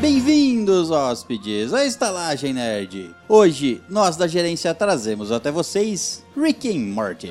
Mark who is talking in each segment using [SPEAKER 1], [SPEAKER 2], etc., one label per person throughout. [SPEAKER 1] Bem-vindos, hóspedes, à Estalagem Nerd. Hoje, nós da gerência trazemos até vocês Rick and Morty.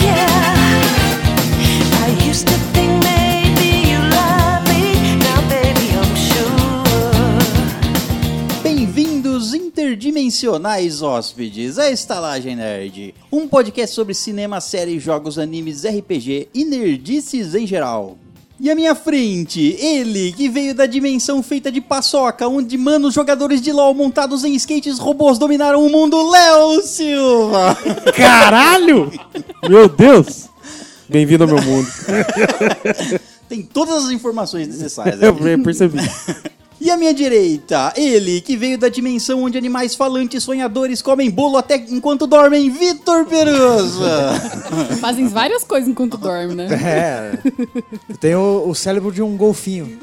[SPEAKER 2] Yeah, I used to think maybe you love me. Now, baby, I'm sure.
[SPEAKER 1] Bem-vindos, interdimensionais hóspedes, à Estalagem Nerd. Um podcast sobre cinema, séries, jogos, animes, RPG e nerdices em geral. E à minha frente, ele que veio da dimensão feita de paçoca, onde manos jogadores de LoL montados em skates robôs dominaram o mundo, Léo Silva.
[SPEAKER 3] Caralho! Meu Deus! Bem-vindo ao meu mundo.
[SPEAKER 1] Tem todas as informações necessárias.
[SPEAKER 3] Eu
[SPEAKER 1] aqui.
[SPEAKER 3] per- percebi.
[SPEAKER 1] E à minha direita, ele que veio da dimensão onde animais falantes sonhadores comem bolo até enquanto dormem, Vitor Perusa.
[SPEAKER 4] Fazem várias coisas enquanto dorme, né?
[SPEAKER 5] É. Eu tenho o, o cérebro de um golfinho.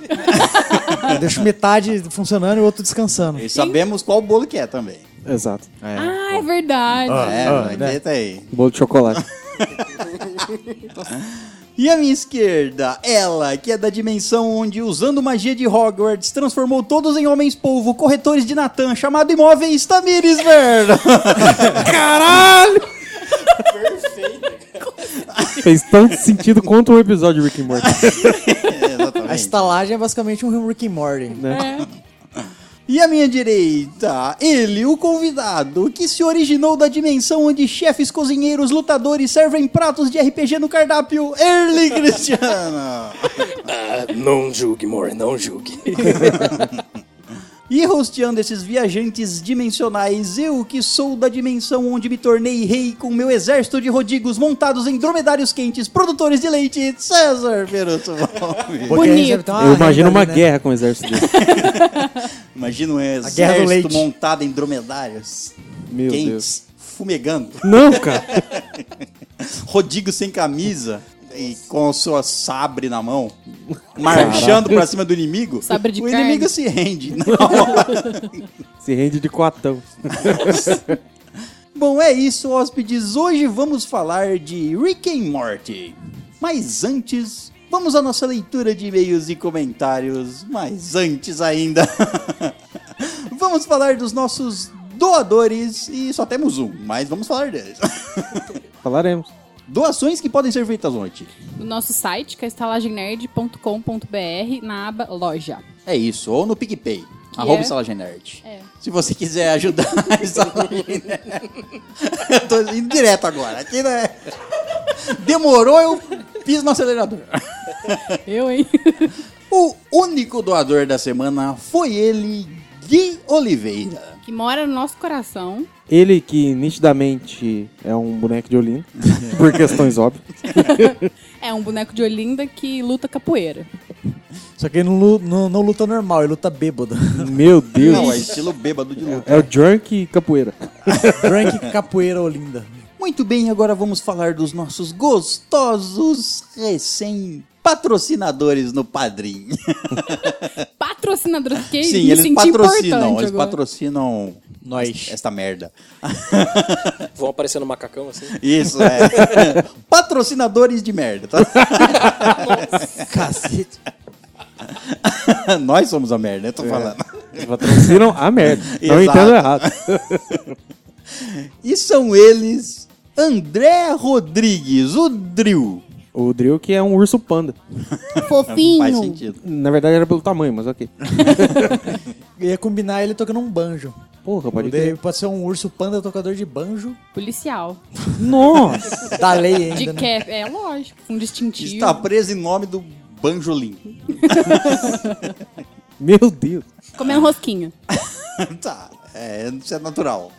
[SPEAKER 5] Eu deixo metade funcionando e o outro descansando.
[SPEAKER 1] e sabemos qual bolo que é também.
[SPEAKER 3] Exato.
[SPEAKER 4] Ah, é verdade.
[SPEAKER 1] É,
[SPEAKER 3] ah,
[SPEAKER 1] vai ter, tá aí.
[SPEAKER 3] Bolo de chocolate.
[SPEAKER 1] E à minha esquerda, ela que é da dimensão onde, usando magia de Hogwarts, transformou todos em homens polvo, corretores de Natan, chamado imóveis Tamires Verda.
[SPEAKER 3] Caralho! Fez tanto sentido quanto um episódio de Rick and Morty.
[SPEAKER 5] A estalagem é basicamente um Rick and Morty.
[SPEAKER 1] E à minha direita, ele, o convidado, que se originou da dimensão onde chefes, cozinheiros, lutadores servem pratos de RPG no cardápio, Erly Cristiano.
[SPEAKER 6] Não julgue, More, não julgue.
[SPEAKER 1] E rosteando esses viajantes dimensionais, eu que sou da dimensão onde me tornei rei com meu exército de rodigos montados em dromedários quentes, produtores de leite, César Peruto Gomes.
[SPEAKER 5] Porque aí
[SPEAKER 4] Bonito.
[SPEAKER 5] deve ter uma
[SPEAKER 3] Eu imagino
[SPEAKER 5] renda
[SPEAKER 3] uma
[SPEAKER 5] ali, né?
[SPEAKER 3] guerra com o exército dele.
[SPEAKER 1] Imagina um
[SPEAKER 5] guerra do
[SPEAKER 1] exército
[SPEAKER 5] leite.
[SPEAKER 1] montado em dromedários
[SPEAKER 3] Meu
[SPEAKER 1] quentes,
[SPEAKER 3] Deus.
[SPEAKER 1] fumegando.
[SPEAKER 3] Não, cara.
[SPEAKER 1] Rodrigo sem camisa e com a sua sabre na mão, marchando pra cima do inimigo,
[SPEAKER 4] Sabre de
[SPEAKER 1] o
[SPEAKER 4] carne.
[SPEAKER 1] inimigo se rende. Não.
[SPEAKER 3] Se rende de quatão.
[SPEAKER 1] Bom, é isso, hóspedes. Hoje vamos falar de Rick and Morty. Mas antes, vamos à nossa leitura de e-mails e comentários. Mas antes ainda, vamos falar dos nossos doadores e só temos um, mas vamos falar deles.
[SPEAKER 3] Falaremos.
[SPEAKER 1] Doações que podem ser feitas onde?
[SPEAKER 4] No nosso site, que é estalagemnerd.com.br, na aba loja.
[SPEAKER 1] É isso, ou no PicPay. arroba
[SPEAKER 4] é?
[SPEAKER 1] Estalagem Nerd.
[SPEAKER 4] É.
[SPEAKER 1] Se você quiser ajudar a Estalagem Nerd. eu tô indo direto agora. Aqui não é- Demorou, eu fiz no acelerador.
[SPEAKER 4] Eu, hein?
[SPEAKER 1] O único doador da semana foi ele, Gui Oliveira.
[SPEAKER 4] que mora no nosso coração.
[SPEAKER 3] Ele que nitidamente é um boneco de Olinda, por questões óbvias.
[SPEAKER 4] É um boneco de Olinda que luta capoeira.
[SPEAKER 5] Só que ele não, lu- não- não luta normal, ele luta bêbado.
[SPEAKER 3] Meu Deus.
[SPEAKER 1] Não, é estilo bêbado de luta.
[SPEAKER 3] É o Drunk e Capoeira.
[SPEAKER 5] Drunk capoeira olinda.
[SPEAKER 1] Muito bem, agora vamos falar dos nossos gostosos recém-patrocinadores no Padrim.
[SPEAKER 4] Patrocinador, fiquei
[SPEAKER 1] Sim,
[SPEAKER 4] me
[SPEAKER 1] eles
[SPEAKER 4] senti
[SPEAKER 1] patrocinam,
[SPEAKER 4] importante
[SPEAKER 1] eles
[SPEAKER 4] agora.
[SPEAKER 1] patrocinam
[SPEAKER 5] Nós.
[SPEAKER 1] esta merda.
[SPEAKER 6] Vão aparecendo macacão assim.
[SPEAKER 1] Isso, é. Patrocinadores de merda, tá?
[SPEAKER 5] Cacete.
[SPEAKER 1] Nós somos a merda, eu tô falando.
[SPEAKER 3] Patrocinam a merda. Não
[SPEAKER 1] Exato.
[SPEAKER 3] entendo errado.
[SPEAKER 1] E são eles André Rodrigues, o Drill.
[SPEAKER 3] O Drill que é um urso panda.
[SPEAKER 1] Faz
[SPEAKER 4] Fofinho.
[SPEAKER 1] sentido.
[SPEAKER 3] Na verdade era pelo tamanho, mas ok.
[SPEAKER 5] Ia combinar ele tocando um banjo.
[SPEAKER 3] Porra, pode
[SPEAKER 5] Daí
[SPEAKER 3] crer.
[SPEAKER 5] Pode ser um urso panda tocador de banjo.
[SPEAKER 4] Policial.
[SPEAKER 3] Nossa!
[SPEAKER 5] Da lei ainda,
[SPEAKER 4] De
[SPEAKER 5] né?
[SPEAKER 4] cap, é lógico. Um distintivo.
[SPEAKER 1] Está preso em nome do Banjolim.
[SPEAKER 3] Meu Deus.
[SPEAKER 4] um Comendo rosquinha.
[SPEAKER 1] tá, é, isso é natural.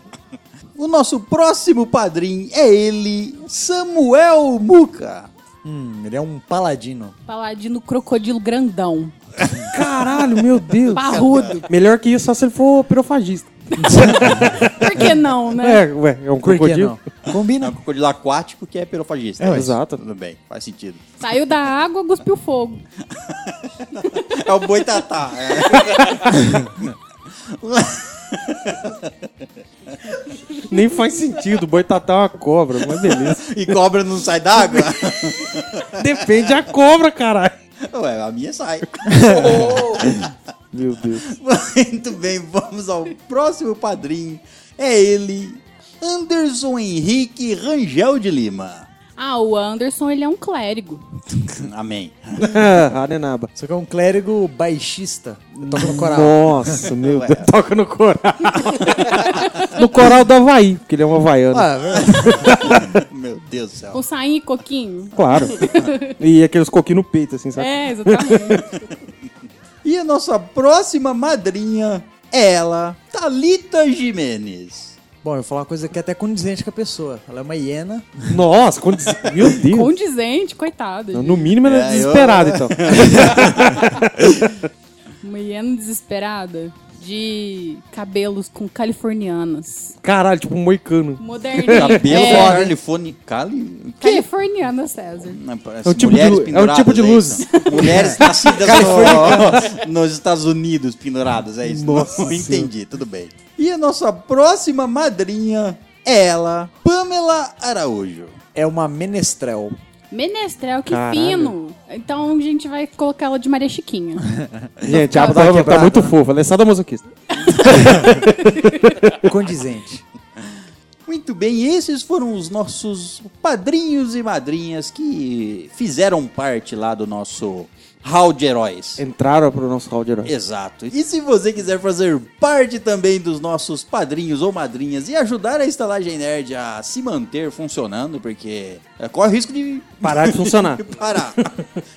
[SPEAKER 1] O nosso próximo padrinho é ele, Samuel Muca.
[SPEAKER 5] Hum, ele é um paladino.
[SPEAKER 4] Paladino crocodilo grandão.
[SPEAKER 3] Caralho, meu Deus.
[SPEAKER 4] Parrudo.
[SPEAKER 3] Melhor que isso só se ele for pirofagista.
[SPEAKER 4] Por que não, né?
[SPEAKER 3] É, ué, é um
[SPEAKER 5] Por que
[SPEAKER 3] crocodilo.
[SPEAKER 5] não?
[SPEAKER 1] É um
[SPEAKER 5] Combina.
[SPEAKER 1] crocodilo aquático que é pirofagista.
[SPEAKER 5] É, ué.
[SPEAKER 3] Exato.
[SPEAKER 1] Tudo bem, faz sentido.
[SPEAKER 4] Saiu da água, cuspiu fogo.
[SPEAKER 1] É o boitatá. É.
[SPEAKER 3] Nem faz sentido. Boitatá é uma cobra, mas beleza.
[SPEAKER 1] E cobra não sai d'água?
[SPEAKER 3] Depende da cobra, caralho.
[SPEAKER 1] Ué, a minha sai.
[SPEAKER 3] Meu Deus.
[SPEAKER 1] Muito bem, vamos ao próximo padrinho. É ele, Anderson Henrique Rangel de Lima.
[SPEAKER 4] Ah, o Anderson, ele é um clérigo.
[SPEAKER 1] Amém.
[SPEAKER 3] Arenaba.
[SPEAKER 5] Só que é um clérigo baixista. Toca no coral.
[SPEAKER 3] Nossa, meu
[SPEAKER 1] Ué.
[SPEAKER 3] Deus. Toca no coral. no coral do Havaí, porque ele é um havaiano.
[SPEAKER 5] Ah, velho.
[SPEAKER 1] Meu Deus do
[SPEAKER 4] Com
[SPEAKER 1] céu.
[SPEAKER 4] sainha e coquinho.
[SPEAKER 3] Claro. e aqueles coquinhos no peito, assim, sabe?
[SPEAKER 4] É, exatamente.
[SPEAKER 1] E a nossa próxima madrinha é ela, Thalita Jimenez.
[SPEAKER 5] Bom, eu vou falar uma coisa que é até condizente com a pessoa. Ela é uma hiena.
[SPEAKER 3] Nossa, quando... meu Deus.
[SPEAKER 4] Condizente, coitado.
[SPEAKER 3] Não, No mínimo ela é,
[SPEAKER 1] É, eu-
[SPEAKER 3] desesperada, então.
[SPEAKER 4] Uma hiena desesperada de cabelos com californianas.
[SPEAKER 3] Caralho, tipo um moicano.
[SPEAKER 4] Moderninho.
[SPEAKER 1] Cabelo
[SPEAKER 4] é,
[SPEAKER 1] é. califone... Cali...
[SPEAKER 4] Californiana, César.
[SPEAKER 1] Não, parece
[SPEAKER 3] É um tipo de
[SPEAKER 1] mulheres
[SPEAKER 3] lu- é um
[SPEAKER 1] penduradas,
[SPEAKER 3] tipo de
[SPEAKER 1] é
[SPEAKER 3] luz.
[SPEAKER 1] isso? Mulheres nascidas no- nos Estados Unidos penduradas, é isso?
[SPEAKER 3] Nossa
[SPEAKER 1] não
[SPEAKER 3] Senhora.
[SPEAKER 1] entendi, tudo bem. E a nossa próxima madrinha é ela, Pamela Araújo.
[SPEAKER 5] É uma menestrel.
[SPEAKER 4] Menestrel, que
[SPEAKER 3] Caralho.
[SPEAKER 4] fino. Então a gente vai colocar ela de Maria Chiquinha.
[SPEAKER 3] Gente, a tá, tá,
[SPEAKER 5] brava.
[SPEAKER 3] muito fofa. Ela é sadomasoquista.
[SPEAKER 5] Condizente.
[SPEAKER 1] Muito bem, esses foram os nossos padrinhos e madrinhas que fizeram parte lá do nosso hall de heróis.
[SPEAKER 3] Entraram pro nosso hall de heróis.
[SPEAKER 1] Exato. E se você quiser fazer parte também dos nossos padrinhos ou madrinhas e ajudar a Estalagem Nerd a se manter funcionando, porque é, corre o risco de
[SPEAKER 3] Parar de funcionar.
[SPEAKER 1] de parar.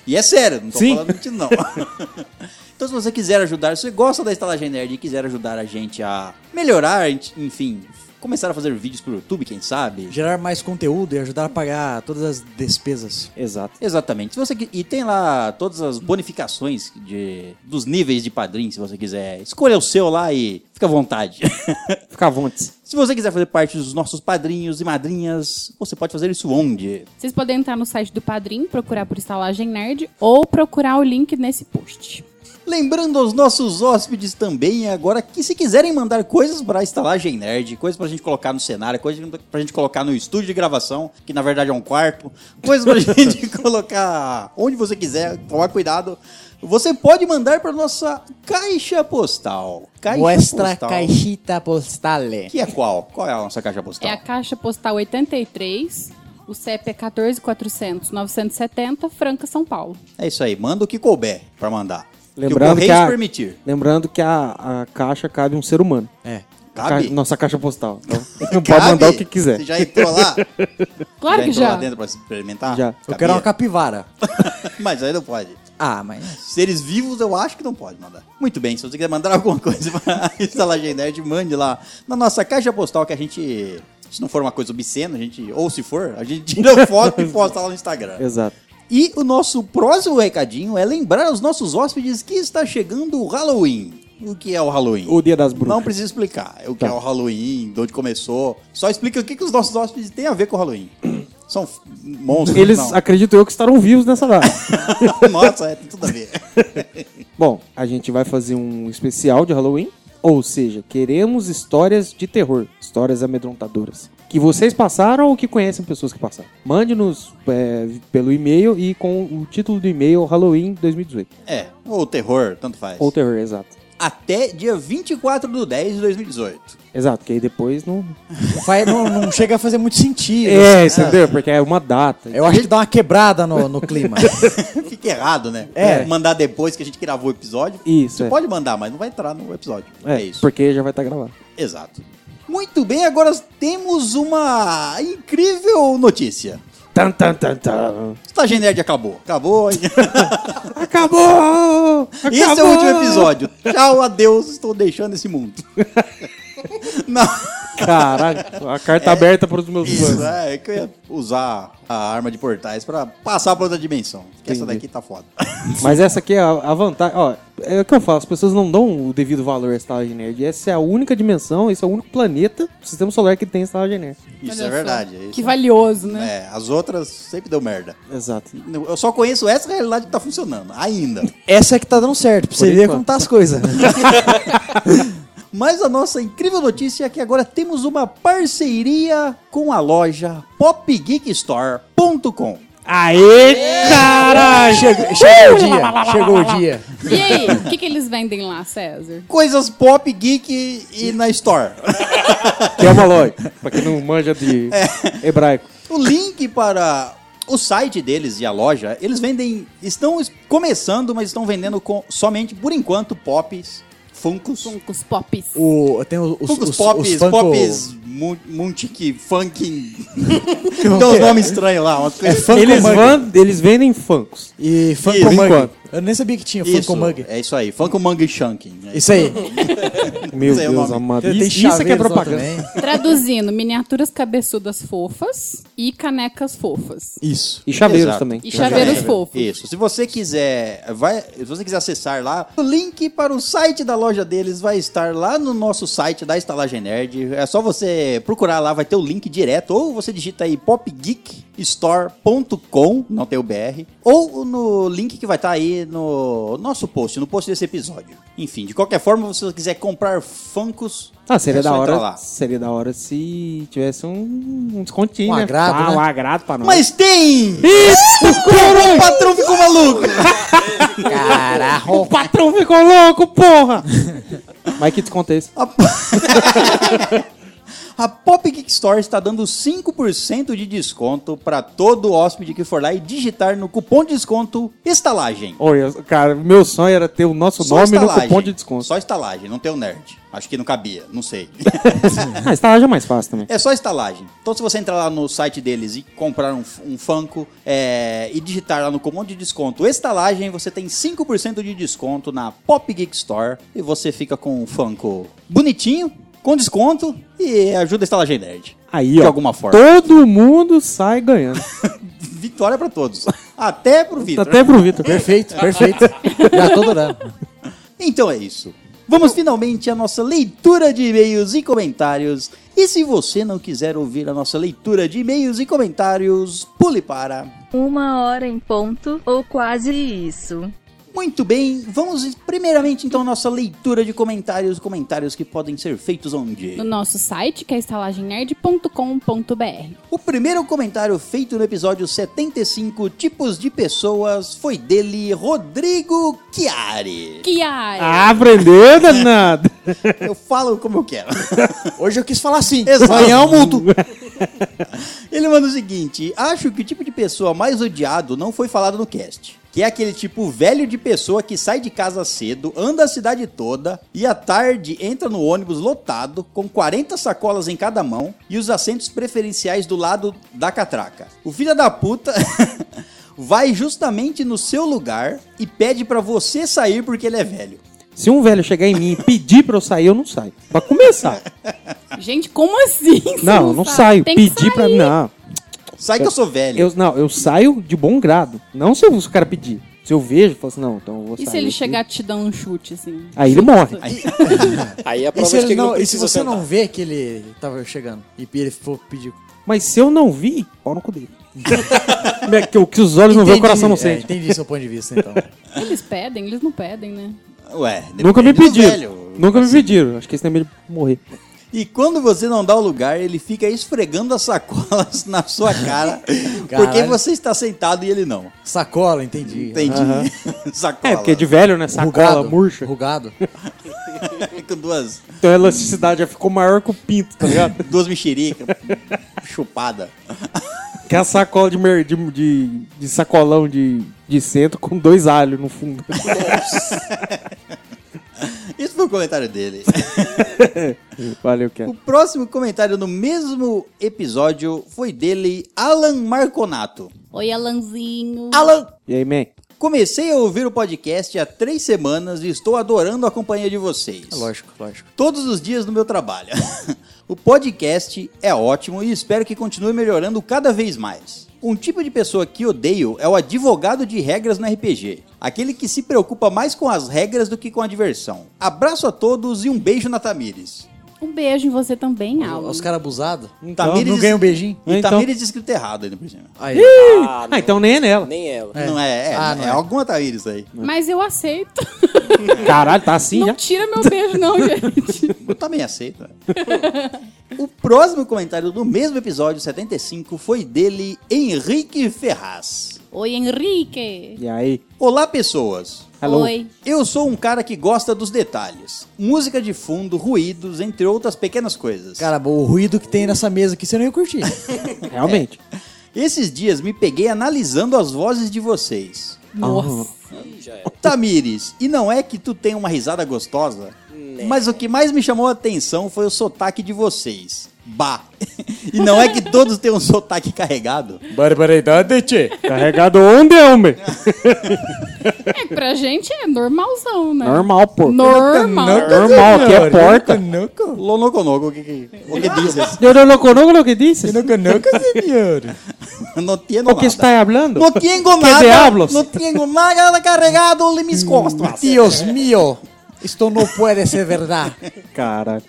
[SPEAKER 1] E é sério, não tô
[SPEAKER 3] Sim.
[SPEAKER 1] falando mentira não. Então se você quiser ajudar, se você gosta da Estalagem Nerd e quiser ajudar a gente a melhorar, enfim, começar a fazer vídeos pro YouTube, quem sabe...
[SPEAKER 5] Gerar mais conteúdo e ajudar a pagar todas as despesas.
[SPEAKER 3] Exato.
[SPEAKER 1] Exatamente. Se você qui- e tem lá todas as bonificações de, dos níveis de padrinho, se você quiser. Escolha o seu lá e fica à vontade.
[SPEAKER 3] Fica vontes.
[SPEAKER 1] se você quiser fazer parte dos nossos padrinhos e madrinhas, você pode fazer isso onde?
[SPEAKER 4] Vocês podem entrar no site do Padrim, procurar por Estalagem Nerd ou procurar o link nesse post.
[SPEAKER 1] Lembrando aos nossos hóspedes também agora que se quiserem mandar coisas para estalagem nerd, coisas pra gente colocar no cenário, coisas pra gente colocar no estúdio de gravação, que na verdade é um quarto, coisas pra gente colocar onde você quiser, tomar cuidado. Você pode mandar para nossa caixa postal. Caixa postal.
[SPEAKER 5] caixita postale.
[SPEAKER 1] Que é qual? Qual é a nossa caixa postal?
[SPEAKER 4] É a caixa postal 83, o CEP é 14400-970, Franca, São Paulo.
[SPEAKER 1] É isso aí, manda o que couber para mandar. que
[SPEAKER 3] Lembrando
[SPEAKER 1] o
[SPEAKER 3] que,
[SPEAKER 1] correio
[SPEAKER 3] a,
[SPEAKER 1] permitir.
[SPEAKER 3] lembrando que a, a caixa cabe um ser humano.
[SPEAKER 5] É.
[SPEAKER 1] Cabe?
[SPEAKER 3] Ca- nossa caixa postal. Então, pode
[SPEAKER 1] Cabe?
[SPEAKER 3] mandar o que quiser.
[SPEAKER 1] Você já entrou lá?
[SPEAKER 4] Claro que
[SPEAKER 1] entrou lá
[SPEAKER 4] já.
[SPEAKER 1] dentro pra experimentar?
[SPEAKER 3] Já. Eu
[SPEAKER 5] Eu quero uma
[SPEAKER 1] Cabia?
[SPEAKER 5] capivara.
[SPEAKER 1] Mas aí não pode.
[SPEAKER 5] Ah, mas.
[SPEAKER 1] Seres vivos, eu acho que não pode mandar. Muito bem, se você quiser mandar alguma coisa pra Estalagem Nerd, mande lá na nossa caixa postal que a gente. Se não for uma coisa obscena, a gente. Ou se for, a gente tira foto e posta lá no Instagram.
[SPEAKER 3] Exato.
[SPEAKER 1] E o nosso próximo recadinho é lembrar aos nossos hóspedes que está chegando o Halloween. O que é o Halloween?
[SPEAKER 3] O dia das bruxas.
[SPEAKER 1] Não precisa explicar o que
[SPEAKER 3] Tá.
[SPEAKER 1] é o Halloween, de onde começou. Só explica o que, que os nossos hóspedes têm a ver com o Halloween. São f- monstros.
[SPEAKER 3] Eles,
[SPEAKER 1] não.
[SPEAKER 3] acredito eu, que estarão vivos nessa data.
[SPEAKER 1] Nossa, é, tem tudo a ver.
[SPEAKER 3] Bom, a gente vai fazer um especial de Halloween. Ou seja, queremos histórias de terror, histórias amedrontadoras. Que vocês passaram ou que conhecem pessoas que passaram. Mande-nos é, pelo e-mail e com o título do e-mail Halloween 2018.
[SPEAKER 1] É, ou terror, tanto faz.
[SPEAKER 3] Ou terror, exato.
[SPEAKER 1] até dia 24 de 10 de 2018.
[SPEAKER 3] Exato, que aí depois não.
[SPEAKER 5] Faz- não, não chega a fazer muito sentido.
[SPEAKER 3] É, entendeu? Porque é uma data.
[SPEAKER 5] Eu acho que dá uma quebrada no, no clima.
[SPEAKER 1] Fica errado, né?
[SPEAKER 5] É.
[SPEAKER 1] Mandar depois que a gente gravou o episódio.
[SPEAKER 3] Isso,
[SPEAKER 1] Você
[SPEAKER 3] é.
[SPEAKER 1] pode mandar, mas não vai entrar no episódio. É,
[SPEAKER 3] É,
[SPEAKER 1] isso.
[SPEAKER 3] porque já vai estar gravado.
[SPEAKER 1] Exato. Muito bem, agora temos uma incrível notícia.
[SPEAKER 3] Tan, tan, tan, tan.
[SPEAKER 1] Estalagem Nerd acabou. Acabou. Esse
[SPEAKER 3] Acabou! Acabou!
[SPEAKER 1] é o último episódio. Tchau, adeus, estou deixando esse mundo. Não.
[SPEAKER 3] Caraca, a carta aberta para os meus
[SPEAKER 1] Isso,
[SPEAKER 3] fãs.
[SPEAKER 1] é, é que eu ia usar a arma de portais pra passar pra outra dimensão. Porque essa daqui tá foda.
[SPEAKER 3] Mas essa aqui é a, a vantagem. Ó, é o que eu falo, as pessoas não dão o devido valor à estalagem nerd. Essa é a única dimensão, esse é o único planeta do sistema solar que tem estalagem nerd.
[SPEAKER 1] Isso
[SPEAKER 4] Olha
[SPEAKER 1] é
[SPEAKER 4] só.
[SPEAKER 1] verdade. isso
[SPEAKER 4] Que valioso,
[SPEAKER 1] É,
[SPEAKER 4] né?
[SPEAKER 1] as outras sempre deu merda.
[SPEAKER 3] Exato.
[SPEAKER 1] Eu só conheço essa realidade que tá funcionando, ainda.
[SPEAKER 5] Essa é que tá dando certo, pra você ver
[SPEAKER 3] enquanto.
[SPEAKER 5] como tá as coisas.
[SPEAKER 1] Mas a nossa incrível notícia é que agora temos uma parceria com a loja popgeekstore.com.
[SPEAKER 3] Aê, caralho!
[SPEAKER 5] chegou, chegou o dia, chegou o dia.
[SPEAKER 4] E aí, o que, que eles vendem lá, César?
[SPEAKER 1] Coisas pop, geek e na store.
[SPEAKER 3] Que é uma loja, pra quem não manja de hebraico.
[SPEAKER 1] O link para o site deles e a loja, eles vendem. Estão es- começando, mas estão vendendo com- somente por enquanto pops, funcos.
[SPEAKER 4] Funkos Pops.
[SPEAKER 5] O, tem os, os,
[SPEAKER 1] Funcos
[SPEAKER 5] os,
[SPEAKER 1] Um pops,
[SPEAKER 5] os Funko-
[SPEAKER 1] pops, mu- muntic, funkin. Tem uns nomes estranhos lá. umas
[SPEAKER 5] É
[SPEAKER 1] coisas-
[SPEAKER 5] Funko
[SPEAKER 3] Eles,
[SPEAKER 5] Mug.
[SPEAKER 3] van- eles vendem funkos.
[SPEAKER 5] E
[SPEAKER 1] Isso.
[SPEAKER 5] Funko
[SPEAKER 1] Por
[SPEAKER 5] Mug.
[SPEAKER 3] enquanto.
[SPEAKER 5] Eu nem sabia que tinha
[SPEAKER 1] Isso,
[SPEAKER 5] Funko Mug.
[SPEAKER 1] é isso aí, Funko Mug Shunking. né?
[SPEAKER 5] Isso aí.
[SPEAKER 3] Meu
[SPEAKER 1] Sei o
[SPEAKER 3] Deus
[SPEAKER 1] nome.
[SPEAKER 3] amado.
[SPEAKER 5] Tem
[SPEAKER 3] Isso, isso é que é
[SPEAKER 5] chaveiros lá
[SPEAKER 3] propaganda.
[SPEAKER 5] também.
[SPEAKER 4] Traduzindo, miniaturas cabeçudas fofas e canecas fofas.
[SPEAKER 5] Isso.
[SPEAKER 3] E chaveiros
[SPEAKER 1] Exato.
[SPEAKER 3] também. Ah,
[SPEAKER 4] E chaveiros
[SPEAKER 1] É,
[SPEAKER 4] fofos.
[SPEAKER 1] Isso. Se você quiser, vai, se você quiser acessar lá, o link para o site da loja deles vai estar lá no nosso site da Estalagem Nerd. É só você procurar lá, vai ter o link direto ou você digita aí popgeekstore.com, não tem o BR, ou no link que vai estar aí no nosso post, no post desse episódio. Enfim, de qualquer forma, se você quiser comprar Funkos,
[SPEAKER 3] Ah, seria
[SPEAKER 1] é
[SPEAKER 3] da
[SPEAKER 1] só entrar
[SPEAKER 3] hora.
[SPEAKER 1] lá.
[SPEAKER 3] Seria da hora se tivesse um, um descontinho.
[SPEAKER 5] Um
[SPEAKER 3] né?
[SPEAKER 5] agrado,
[SPEAKER 3] ah,
[SPEAKER 5] né?
[SPEAKER 3] um agrado pra nós.
[SPEAKER 1] Mas tem! O patrão ficou maluco!
[SPEAKER 3] o patrão ficou louco, porra! Mas que desconto é esse?
[SPEAKER 1] A Pop Geek Store está dando 5% de desconto para todo hóspede que for lá e digitar no cupom de desconto estalagem.
[SPEAKER 3] Olha, cara, meu sonho era ter o nosso
[SPEAKER 1] Só
[SPEAKER 3] nome no
[SPEAKER 1] estalagem.
[SPEAKER 3] cupom de desconto.
[SPEAKER 1] Só estalagem, não tem o nerd. Acho que não cabia, não sei.
[SPEAKER 3] Ah, estalagem é mais fácil também.
[SPEAKER 1] é só estalagem. Então se você entrar lá no site deles e comprar um, um Funko é, e digitar lá no cupom de desconto estalagem, você tem 5% de desconto na Pop Geek Store e você fica com um Funko bonitinho, com desconto e ajuda a estalagem nerd.
[SPEAKER 3] Aí,
[SPEAKER 1] de
[SPEAKER 3] ó,
[SPEAKER 1] alguma forma.
[SPEAKER 3] todo mundo sai ganhando.
[SPEAKER 1] Vitória pra todos. Até pro Vitor.
[SPEAKER 3] Até pro Vitor.
[SPEAKER 5] Perfeito, perfeito. Já tô adorando.
[SPEAKER 1] Então é isso. Vamos finalmente à nossa leitura de e-mails e comentários. E se você não quiser ouvir a nossa leitura de e-mails e comentários, pule para.
[SPEAKER 7] Uma hora em ponto, ou quase isso.
[SPEAKER 1] Muito bem, vamos primeiramente então à nossa leitura de comentários, comentários que podem ser feitos onde?
[SPEAKER 4] No nosso site, que é estalagemnerd.com.br.
[SPEAKER 1] O primeiro comentário feito no episódio 75 Tipos de Pessoas foi dele, Rodrigo Chiari.
[SPEAKER 4] Kiara!
[SPEAKER 3] Ah, aprendeu, danado.
[SPEAKER 1] Eu falo como eu quero.
[SPEAKER 5] Hoje eu quis falar assim.
[SPEAKER 1] Exato.
[SPEAKER 5] Amanhã eu mudo.
[SPEAKER 1] Ele manda o seguinte: acho que o tipo de pessoa mais odiado não foi falado no cast. Que é aquele tipo velho de pessoa que sai de casa cedo, anda a cidade toda e à tarde entra no ônibus lotado, com 40 sacolas em cada mão e os assentos preferenciais do lado da catraca. O filho da puta vai justamente no seu lugar e pede pra você sair porque ele é velho.
[SPEAKER 3] Se um velho chegar em mim e pedir pra eu sair, eu não saio. Pra começar.
[SPEAKER 4] Gente, como assim? Você
[SPEAKER 3] Ah! Não, não
[SPEAKER 4] sabe?
[SPEAKER 3] saio.
[SPEAKER 4] Tem que
[SPEAKER 3] Pedir pra mim. Não.
[SPEAKER 1] Sai que eu sou velho.
[SPEAKER 3] Eu, não, eu saio de bom grado. Não se eu- se o cara pedir. Se eu vejo, eu falo assim, não, então eu vou sair.
[SPEAKER 4] E se ele
[SPEAKER 3] aqui.
[SPEAKER 4] chegar e te dar um chute, assim?
[SPEAKER 3] Aí ele morre.
[SPEAKER 6] Aí é a
[SPEAKER 5] E
[SPEAKER 6] prova
[SPEAKER 5] se,
[SPEAKER 6] de
[SPEAKER 5] ele
[SPEAKER 6] que ele não,
[SPEAKER 5] não- e se
[SPEAKER 6] precisa
[SPEAKER 5] você
[SPEAKER 6] sentar.
[SPEAKER 5] não vê que ele tava chegando e ele for pedir.
[SPEAKER 3] Mas se eu não vi, pau no cu dele. Como é que o que os olhos não veem, o coração não
[SPEAKER 5] É,
[SPEAKER 3] sente.
[SPEAKER 5] entendi seu ponto de vista, então.
[SPEAKER 4] Eles pedem, eles não pedem, né?
[SPEAKER 1] Ué,
[SPEAKER 3] Nunca me
[SPEAKER 1] depende do
[SPEAKER 3] pediram.
[SPEAKER 1] é velho.
[SPEAKER 3] Nunca me pediram. Acho que esse tem medo de morrer.
[SPEAKER 1] E quando você não dá o lugar, ele fica esfregando as sacolas na sua cara, porque
[SPEAKER 5] Caralho.
[SPEAKER 1] você está sentado e ele não.
[SPEAKER 5] Sacola, entendi.
[SPEAKER 1] Entendi. Sacola.
[SPEAKER 3] É, porque de velho, né? Sacola
[SPEAKER 5] Rugado,
[SPEAKER 3] murcha.
[SPEAKER 5] Rugado. É,
[SPEAKER 1] Com duas,
[SPEAKER 3] Então a elasticidade já ficou maior que o pinto, tá ligado?
[SPEAKER 1] duas mexericas chupada.
[SPEAKER 3] que é a sacola de, mer... de, de- de sacolão de, de centro com dois alhos no fundo.
[SPEAKER 1] Isso Esse foi o comentário dele.
[SPEAKER 3] Valeu, Ken.
[SPEAKER 1] O próximo comentário no mesmo episódio foi dele, Alan Marconato.
[SPEAKER 4] Oi, Alanzinho.
[SPEAKER 1] Alan!
[SPEAKER 3] E aí, man?
[SPEAKER 1] Comecei a ouvir o podcast há três semanas e estou adorando a companhia de vocês.
[SPEAKER 3] É
[SPEAKER 5] Lógico, lógico.
[SPEAKER 1] Todos os dias no meu trabalho. o podcast é ótimo e espero que continue melhorando cada vez mais. Um tipo de pessoa que odeio é o advogado de regras no RPG. Aquele que se preocupa mais com as regras do que com a diversão. Abraço a todos e um beijo na Tamires.
[SPEAKER 4] Um beijo em você também, Alan.
[SPEAKER 5] Os caras abusados.
[SPEAKER 1] Então,
[SPEAKER 5] não ganha um beijinho?
[SPEAKER 1] E
[SPEAKER 3] Então.
[SPEAKER 1] Tamires escrito errado ainda por cima.
[SPEAKER 5] Aí.
[SPEAKER 6] Ah,
[SPEAKER 3] Ah, então nem é nela.
[SPEAKER 6] Nem ela.
[SPEAKER 1] Não é, é,
[SPEAKER 5] Ah, não
[SPEAKER 1] é
[SPEAKER 5] é.
[SPEAKER 1] alguma Tamires aí.
[SPEAKER 4] Mas eu aceito.
[SPEAKER 3] Caralho, tá assim
[SPEAKER 4] Não
[SPEAKER 3] já?
[SPEAKER 4] tira meu beijo, não, gente.
[SPEAKER 1] Eu também aceito. né? o próximo comentário do mesmo episódio 75 foi dele, Henrique Ferraz.
[SPEAKER 4] Oi, Henrique.
[SPEAKER 3] E aí?
[SPEAKER 1] Olá, pessoas.
[SPEAKER 3] Alô?
[SPEAKER 4] Oi.
[SPEAKER 1] Eu sou um cara que gosta dos detalhes. Música de fundo, ruídos, entre outras pequenas coisas.
[SPEAKER 5] Cara, o ruído que tem nessa mesa aqui, você não ia curtir.
[SPEAKER 3] Realmente.
[SPEAKER 1] Esses dias me peguei analisando as vozes de vocês.
[SPEAKER 4] Nossa.
[SPEAKER 6] Ih, já era.
[SPEAKER 1] Tamires, e não é que tu tem uma risada gostosa? Mas o que mais me chamou a atenção foi o sotaque de vocês. Bah! E não é que todos têm um sotaque carregado?
[SPEAKER 5] Barbaridade, tchê.
[SPEAKER 3] Carregado onde, homem?
[SPEAKER 4] É, pra gente é normalzão, né?
[SPEAKER 3] Normal, pô.
[SPEAKER 4] Normal.
[SPEAKER 3] Normal, aqui é porta.
[SPEAKER 5] Nunca,
[SPEAKER 1] Lonoconoco, o que que... O que dizes?
[SPEAKER 3] Yoroloconogo, que disse?
[SPEAKER 5] nunca, nunca, senhor.
[SPEAKER 1] Não tenho
[SPEAKER 3] O que
[SPEAKER 1] nada.
[SPEAKER 3] está hablando?
[SPEAKER 1] Não tenho
[SPEAKER 3] Que
[SPEAKER 1] nada.
[SPEAKER 3] diablos?
[SPEAKER 1] Não tenho nada carregado em mis costas.
[SPEAKER 5] Dios
[SPEAKER 3] É.
[SPEAKER 5] mío. Isto não pode ser verdade.
[SPEAKER 3] Caralho.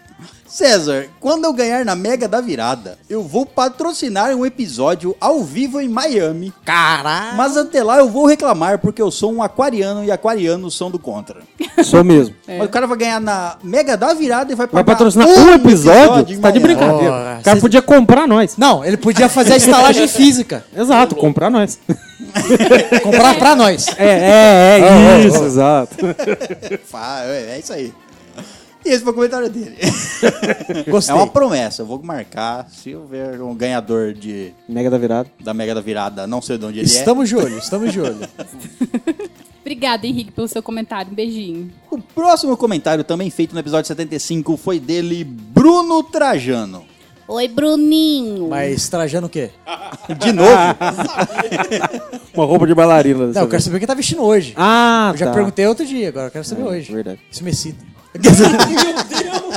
[SPEAKER 1] César, quando eu ganhar na Mega da Virada, eu vou patrocinar um episódio ao vivo em Miami.
[SPEAKER 5] Caralho.
[SPEAKER 1] Mas até lá eu vou reclamar porque eu sou um aquariano e aquarianos são do contra.
[SPEAKER 3] Sou mesmo.
[SPEAKER 1] Mas o cara vai ganhar na Mega da Virada e vai
[SPEAKER 3] Vai
[SPEAKER 1] pagar
[SPEAKER 3] patrocinar um episódio?
[SPEAKER 1] em
[SPEAKER 3] Tá de
[SPEAKER 1] Miami.
[SPEAKER 3] brincadeira.
[SPEAKER 5] Porra,
[SPEAKER 3] O cara
[SPEAKER 5] cê-
[SPEAKER 3] podia comprar nós.
[SPEAKER 5] Não, ele podia fazer a estalagem física.
[SPEAKER 3] Exato, comprar nós.
[SPEAKER 5] Comprar pra nós.
[SPEAKER 3] É, é, é, isso, exato.
[SPEAKER 1] Fa- É é isso aí. E esse foi o comentário dele.
[SPEAKER 5] Gostei.
[SPEAKER 1] É uma promessa, eu vou marcar se houver um ganhador de,
[SPEAKER 3] Mega da virada.
[SPEAKER 1] da Mega da Virada, não sei de
[SPEAKER 3] é.
[SPEAKER 1] onde ele é.
[SPEAKER 5] Estamos de olho, estamos de olho.
[SPEAKER 4] Obrigada, Henrique, pelo seu comentário. Um beijinho.
[SPEAKER 1] é. O próximo comentário, também feito no episódio 75, foi dele, Bruno Trajano.
[SPEAKER 4] Oi, Bruninho.
[SPEAKER 5] Mas trajando o quê?
[SPEAKER 1] De novo,
[SPEAKER 3] Uma roupa de bailarina.
[SPEAKER 5] Não,
[SPEAKER 3] dessa
[SPEAKER 5] eu quero
[SPEAKER 3] vez.
[SPEAKER 5] saber o que tá vestindo hoje.
[SPEAKER 3] Ah,
[SPEAKER 5] eu já
[SPEAKER 3] tá.
[SPEAKER 5] perguntei outro dia, agora eu quero saber
[SPEAKER 3] É,
[SPEAKER 5] hoje.
[SPEAKER 3] verdade.
[SPEAKER 5] Isso me excita.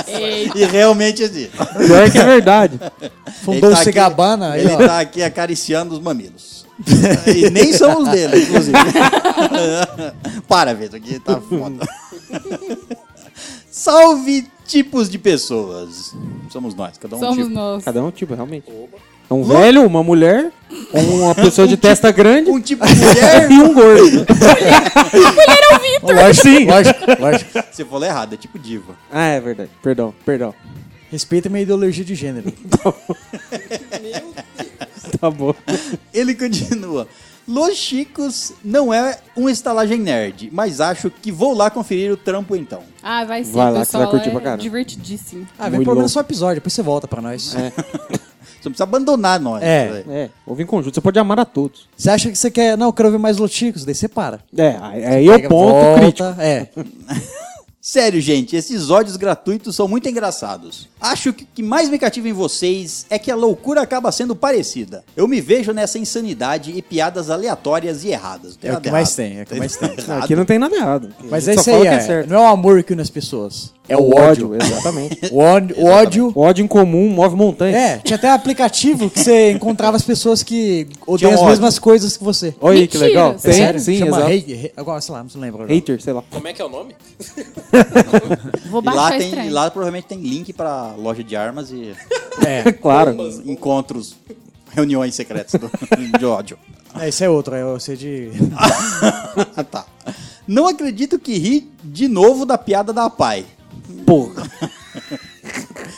[SPEAKER 4] Ei,
[SPEAKER 1] e realmente assim,
[SPEAKER 3] Pior que é verdade.
[SPEAKER 5] Fundou
[SPEAKER 1] ele
[SPEAKER 5] o
[SPEAKER 1] tá aqui-
[SPEAKER 5] Cigabana.
[SPEAKER 1] Ele tá aqui acariciando os mamilos. e nem são os dele, inclusive. Para, Vitor, aqui tá foda. Salve tipos de pessoas. Somos nós, cada um um
[SPEAKER 4] somos
[SPEAKER 1] tipo.
[SPEAKER 4] nós.
[SPEAKER 3] Cada um tipo, realmente. É um velho, uma mulher, uma pessoa de testa grande
[SPEAKER 1] Um tipo de mulher,
[SPEAKER 3] e um gordo.
[SPEAKER 5] Lógico, lógico, lógico.
[SPEAKER 1] você falou errado, é tipo diva.
[SPEAKER 3] Ah, é verdade. Perdão, perdão.
[SPEAKER 5] Respeita minha ideologia de gênero.
[SPEAKER 3] Tá bom.
[SPEAKER 1] Ele continua. Los Chicos não é uma estalagem nerd, mas acho que vou lá conferir o trampo então.
[SPEAKER 4] Ah, vai sim,
[SPEAKER 3] Vai lá que
[SPEAKER 4] pessoal.
[SPEAKER 3] você vai curtir
[SPEAKER 4] é
[SPEAKER 3] pra caralho.
[SPEAKER 4] divertidíssimo.
[SPEAKER 5] Ah, vem
[SPEAKER 3] Muito É.
[SPEAKER 5] pelo
[SPEAKER 3] louco.
[SPEAKER 5] menos só episódio, depois você volta pra nós.
[SPEAKER 1] Você não precisa abandonar nós. né?
[SPEAKER 5] É.
[SPEAKER 1] velho.
[SPEAKER 3] É, ouve em conjunto. Você pode amar a todos.
[SPEAKER 5] Você acha que você quer. Não, eu quero ouvir mais Loticos, daí você para.
[SPEAKER 3] É, aí aí é o
[SPEAKER 5] Pega,
[SPEAKER 3] ponto
[SPEAKER 5] volta,
[SPEAKER 3] crítico.
[SPEAKER 5] É.
[SPEAKER 1] Sério, gente, esses ódios gratuitos são muito engraçados. Acho que o que mais me cativa em vocês é que a loucura acaba sendo parecida. Eu me vejo nessa insanidade e piadas aleatórias e erradas. Não tem
[SPEAKER 5] É o
[SPEAKER 1] nada
[SPEAKER 3] Tá
[SPEAKER 5] que mais
[SPEAKER 1] errado.
[SPEAKER 5] tem, é o que mais tem.
[SPEAKER 1] Errado.
[SPEAKER 3] Aqui não tem nada errado.
[SPEAKER 5] Mas
[SPEAKER 3] A
[SPEAKER 5] é
[SPEAKER 3] gente
[SPEAKER 5] isso
[SPEAKER 3] só
[SPEAKER 5] aí,
[SPEAKER 3] fala o
[SPEAKER 5] é.
[SPEAKER 3] que é certo.
[SPEAKER 5] não é o amor que une as pessoas. É o ódio.
[SPEAKER 3] Exatamente.
[SPEAKER 5] O ódio. O ódio.
[SPEAKER 3] O ódio em comum move montanha.
[SPEAKER 5] É, tinha até aplicativo que você encontrava as pessoas que
[SPEAKER 1] Tinha
[SPEAKER 5] odeiam
[SPEAKER 1] um
[SPEAKER 5] as
[SPEAKER 1] ódio.
[SPEAKER 5] mesmas coisas que você. É
[SPEAKER 3] Olha aí que
[SPEAKER 4] Mentira, É
[SPEAKER 3] legal.
[SPEAKER 4] sério?
[SPEAKER 3] Tem, sim,
[SPEAKER 5] Chama né?
[SPEAKER 3] exato.
[SPEAKER 5] hate, hate- agora, sei lá, não se lembra. agora.
[SPEAKER 3] Hater, sei lá.
[SPEAKER 6] Como é que é o nome?
[SPEAKER 4] Vou
[SPEAKER 1] E lá,
[SPEAKER 4] baixar esse
[SPEAKER 1] tem,
[SPEAKER 4] trem.
[SPEAKER 1] e lá provavelmente tem link pra loja de armas e
[SPEAKER 5] É,
[SPEAKER 3] claro.
[SPEAKER 1] encontros, reuniões secretas do, de ódio.
[SPEAKER 5] é, esse é outro, é você de.
[SPEAKER 1] Ah, tá. Não acredito que ri de novo da piada da pai.
[SPEAKER 3] Porra.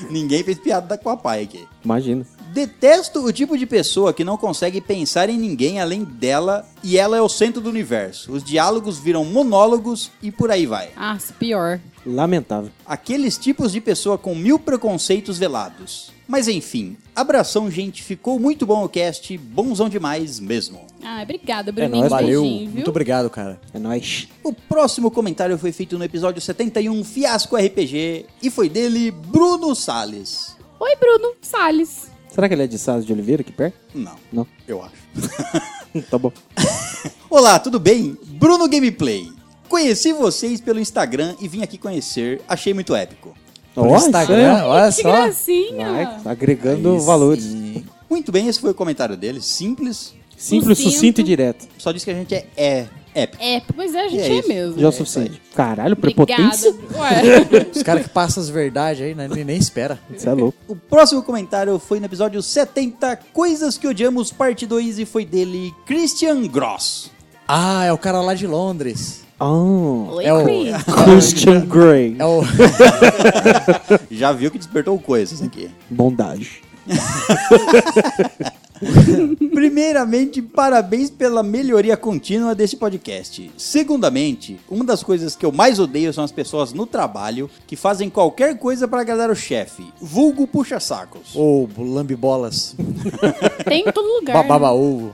[SPEAKER 1] Ninguém fez piada da- com a pai aqui.
[SPEAKER 3] Imagina.
[SPEAKER 1] Detesto o tipo de pessoa que não consegue pensar em ninguém além dela e ela é o centro do universo. Os diálogos viram monólogos e por aí vai.
[SPEAKER 4] Ah, pior.
[SPEAKER 3] Lamentável.
[SPEAKER 1] Aqueles tipos de pessoa com mil preconceitos velados. Mas enfim, abração, gente. Ficou muito bom o cast. Bonzão demais mesmo.
[SPEAKER 4] Ah, obrigada,
[SPEAKER 5] É
[SPEAKER 4] Bruninho.
[SPEAKER 5] nóis, valeu.
[SPEAKER 4] Beijinho, viu?
[SPEAKER 5] Muito obrigado, cara.
[SPEAKER 3] É nóis.
[SPEAKER 1] O próximo comentário foi feito no episódio 71 Fiasco RPG e foi dele Bruno Sales.
[SPEAKER 4] Oi, Bruno Salles.
[SPEAKER 3] Será que ele é de Sales de Oliveira aqui perto?
[SPEAKER 1] Não,
[SPEAKER 3] Não.
[SPEAKER 1] eu acho.
[SPEAKER 3] Tá bom.
[SPEAKER 1] Olá, tudo bem? Bruno Gameplay. Conheci vocês pelo Instagram e vim aqui conhecer. Achei muito épico.
[SPEAKER 5] Pelo
[SPEAKER 3] é.
[SPEAKER 5] Instagram, olha
[SPEAKER 4] Que
[SPEAKER 5] só.
[SPEAKER 4] gracinha.
[SPEAKER 3] Vai, tá agregando
[SPEAKER 5] Aí
[SPEAKER 3] valores.
[SPEAKER 5] sim.
[SPEAKER 1] Muito bem, esse foi o comentário dele, simples.
[SPEAKER 3] Simples,
[SPEAKER 4] Sucinto.
[SPEAKER 3] sucinto e direto.
[SPEAKER 1] Só diz que a gente é, é épico.
[SPEAKER 4] É, pois é, a gente
[SPEAKER 1] E é
[SPEAKER 4] é,
[SPEAKER 1] isso.
[SPEAKER 4] mesmo.
[SPEAKER 3] Já é o suficiente. Caralho,
[SPEAKER 4] Obrigada.
[SPEAKER 3] prepotência.
[SPEAKER 4] Ué,
[SPEAKER 5] Os caras que passam as verdades aí, né? nem, nem espera.
[SPEAKER 3] Você é louco.
[SPEAKER 1] O próximo comentário foi no episódio 70 Coisas que odiamos, parte 2, e foi dele Christian Gross.
[SPEAKER 5] Ah, é o cara lá de Londres.
[SPEAKER 3] Ah,
[SPEAKER 4] Oi,
[SPEAKER 5] É o-
[SPEAKER 4] Chris.
[SPEAKER 3] Christian Grey.
[SPEAKER 5] É o...
[SPEAKER 1] Já viu que despertou coisas aqui.
[SPEAKER 3] Bondade.
[SPEAKER 1] Primeiramente, parabéns pela melhoria contínua desse podcast. Segundamente, uma das coisas que eu mais odeio são as pessoas no trabalho que fazem qualquer coisa pra agradar o chefe. Vulgo puxa-sacos.
[SPEAKER 5] Ou lambibolas.
[SPEAKER 4] Tem em todo lugar. né?
[SPEAKER 5] Bababa ovo.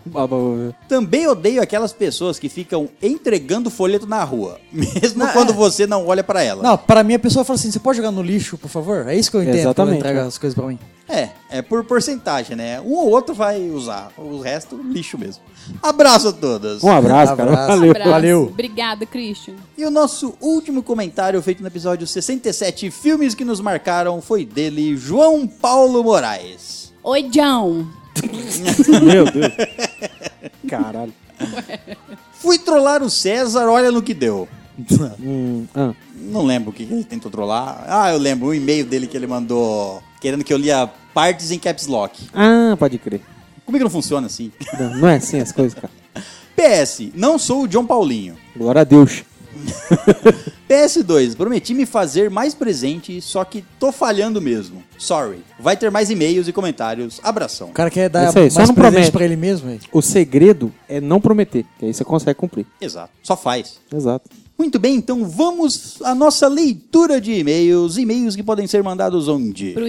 [SPEAKER 1] Também odeio aquelas pessoas que ficam entregando folheto na rua, mesmo quando você não olha pra ela.
[SPEAKER 5] Não, pra mim a pessoa fala assim, você pode jogar no lixo, por favor? É isso que eu entendo quando
[SPEAKER 3] Exatamente,
[SPEAKER 5] entrega
[SPEAKER 3] né?
[SPEAKER 5] as coisas pra mim.
[SPEAKER 1] É, é por porcentagem, né? Um ou outro vai usar, o resto, lixo mesmo. Abraço a todas!
[SPEAKER 3] Um abraço, cara.
[SPEAKER 5] Abraço.
[SPEAKER 3] Valeu.
[SPEAKER 4] Abraço.
[SPEAKER 5] Valeu.
[SPEAKER 4] Obrigada, Christian.
[SPEAKER 1] E o nosso último comentário feito no episódio 67, filmes que nos marcaram, foi dele, João Paulo Moraes.
[SPEAKER 4] Oi, John.
[SPEAKER 3] Meu Deus. Caralho.
[SPEAKER 1] Fui trollar o César, olha no que deu.
[SPEAKER 3] Hum, ah.
[SPEAKER 1] Não lembro o que ele tentou trollar. Ah, eu lembro, um e-mail dele que ele mandou querendo que eu lia partes em caps lock.
[SPEAKER 3] Ah, pode crer.
[SPEAKER 1] Comigo não funciona assim.
[SPEAKER 3] Não, não é assim as coisas, cara.
[SPEAKER 1] PS, não sou o John Paulinho.
[SPEAKER 3] Glória a Deus.
[SPEAKER 1] PS2, prometi me fazer mais presente, só que tô falhando mesmo. Sorry. Vai ter mais e-mails e comentários. Abração.
[SPEAKER 5] O cara quer dar
[SPEAKER 3] É Isso aí,
[SPEAKER 5] mais
[SPEAKER 3] só não
[SPEAKER 5] presente
[SPEAKER 3] promete.
[SPEAKER 5] pra ele mesmo, velho.
[SPEAKER 3] O segredo é não prometer, que aí você consegue cumprir.
[SPEAKER 1] Exato. Só faz.
[SPEAKER 3] Exato.
[SPEAKER 1] Muito bem, então vamos à nossa leitura de e-mails. E-mails que podem ser mandados onde?
[SPEAKER 4] Pro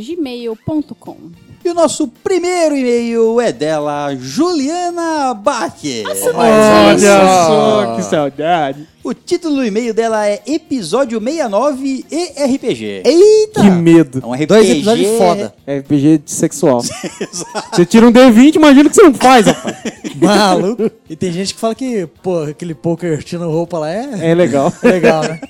[SPEAKER 4] estalagemnerd.gmail.com
[SPEAKER 1] E o nosso primeiro e-mail é dela, Juliana Baque.
[SPEAKER 3] só, que saudade.
[SPEAKER 1] O título do e-mail dela é Episódio 69 e RPG.
[SPEAKER 5] Eita!
[SPEAKER 3] Que medo.
[SPEAKER 1] É um RPG.
[SPEAKER 5] Dois episódios foda.
[SPEAKER 3] É RPG de sexual. Você tira um D20, imagina o que você não faz, rapaz.
[SPEAKER 5] Maluco. E tem gente que fala que, pô, aquele poker tirando roupa lá é...
[SPEAKER 3] É legal.
[SPEAKER 5] Legal, né?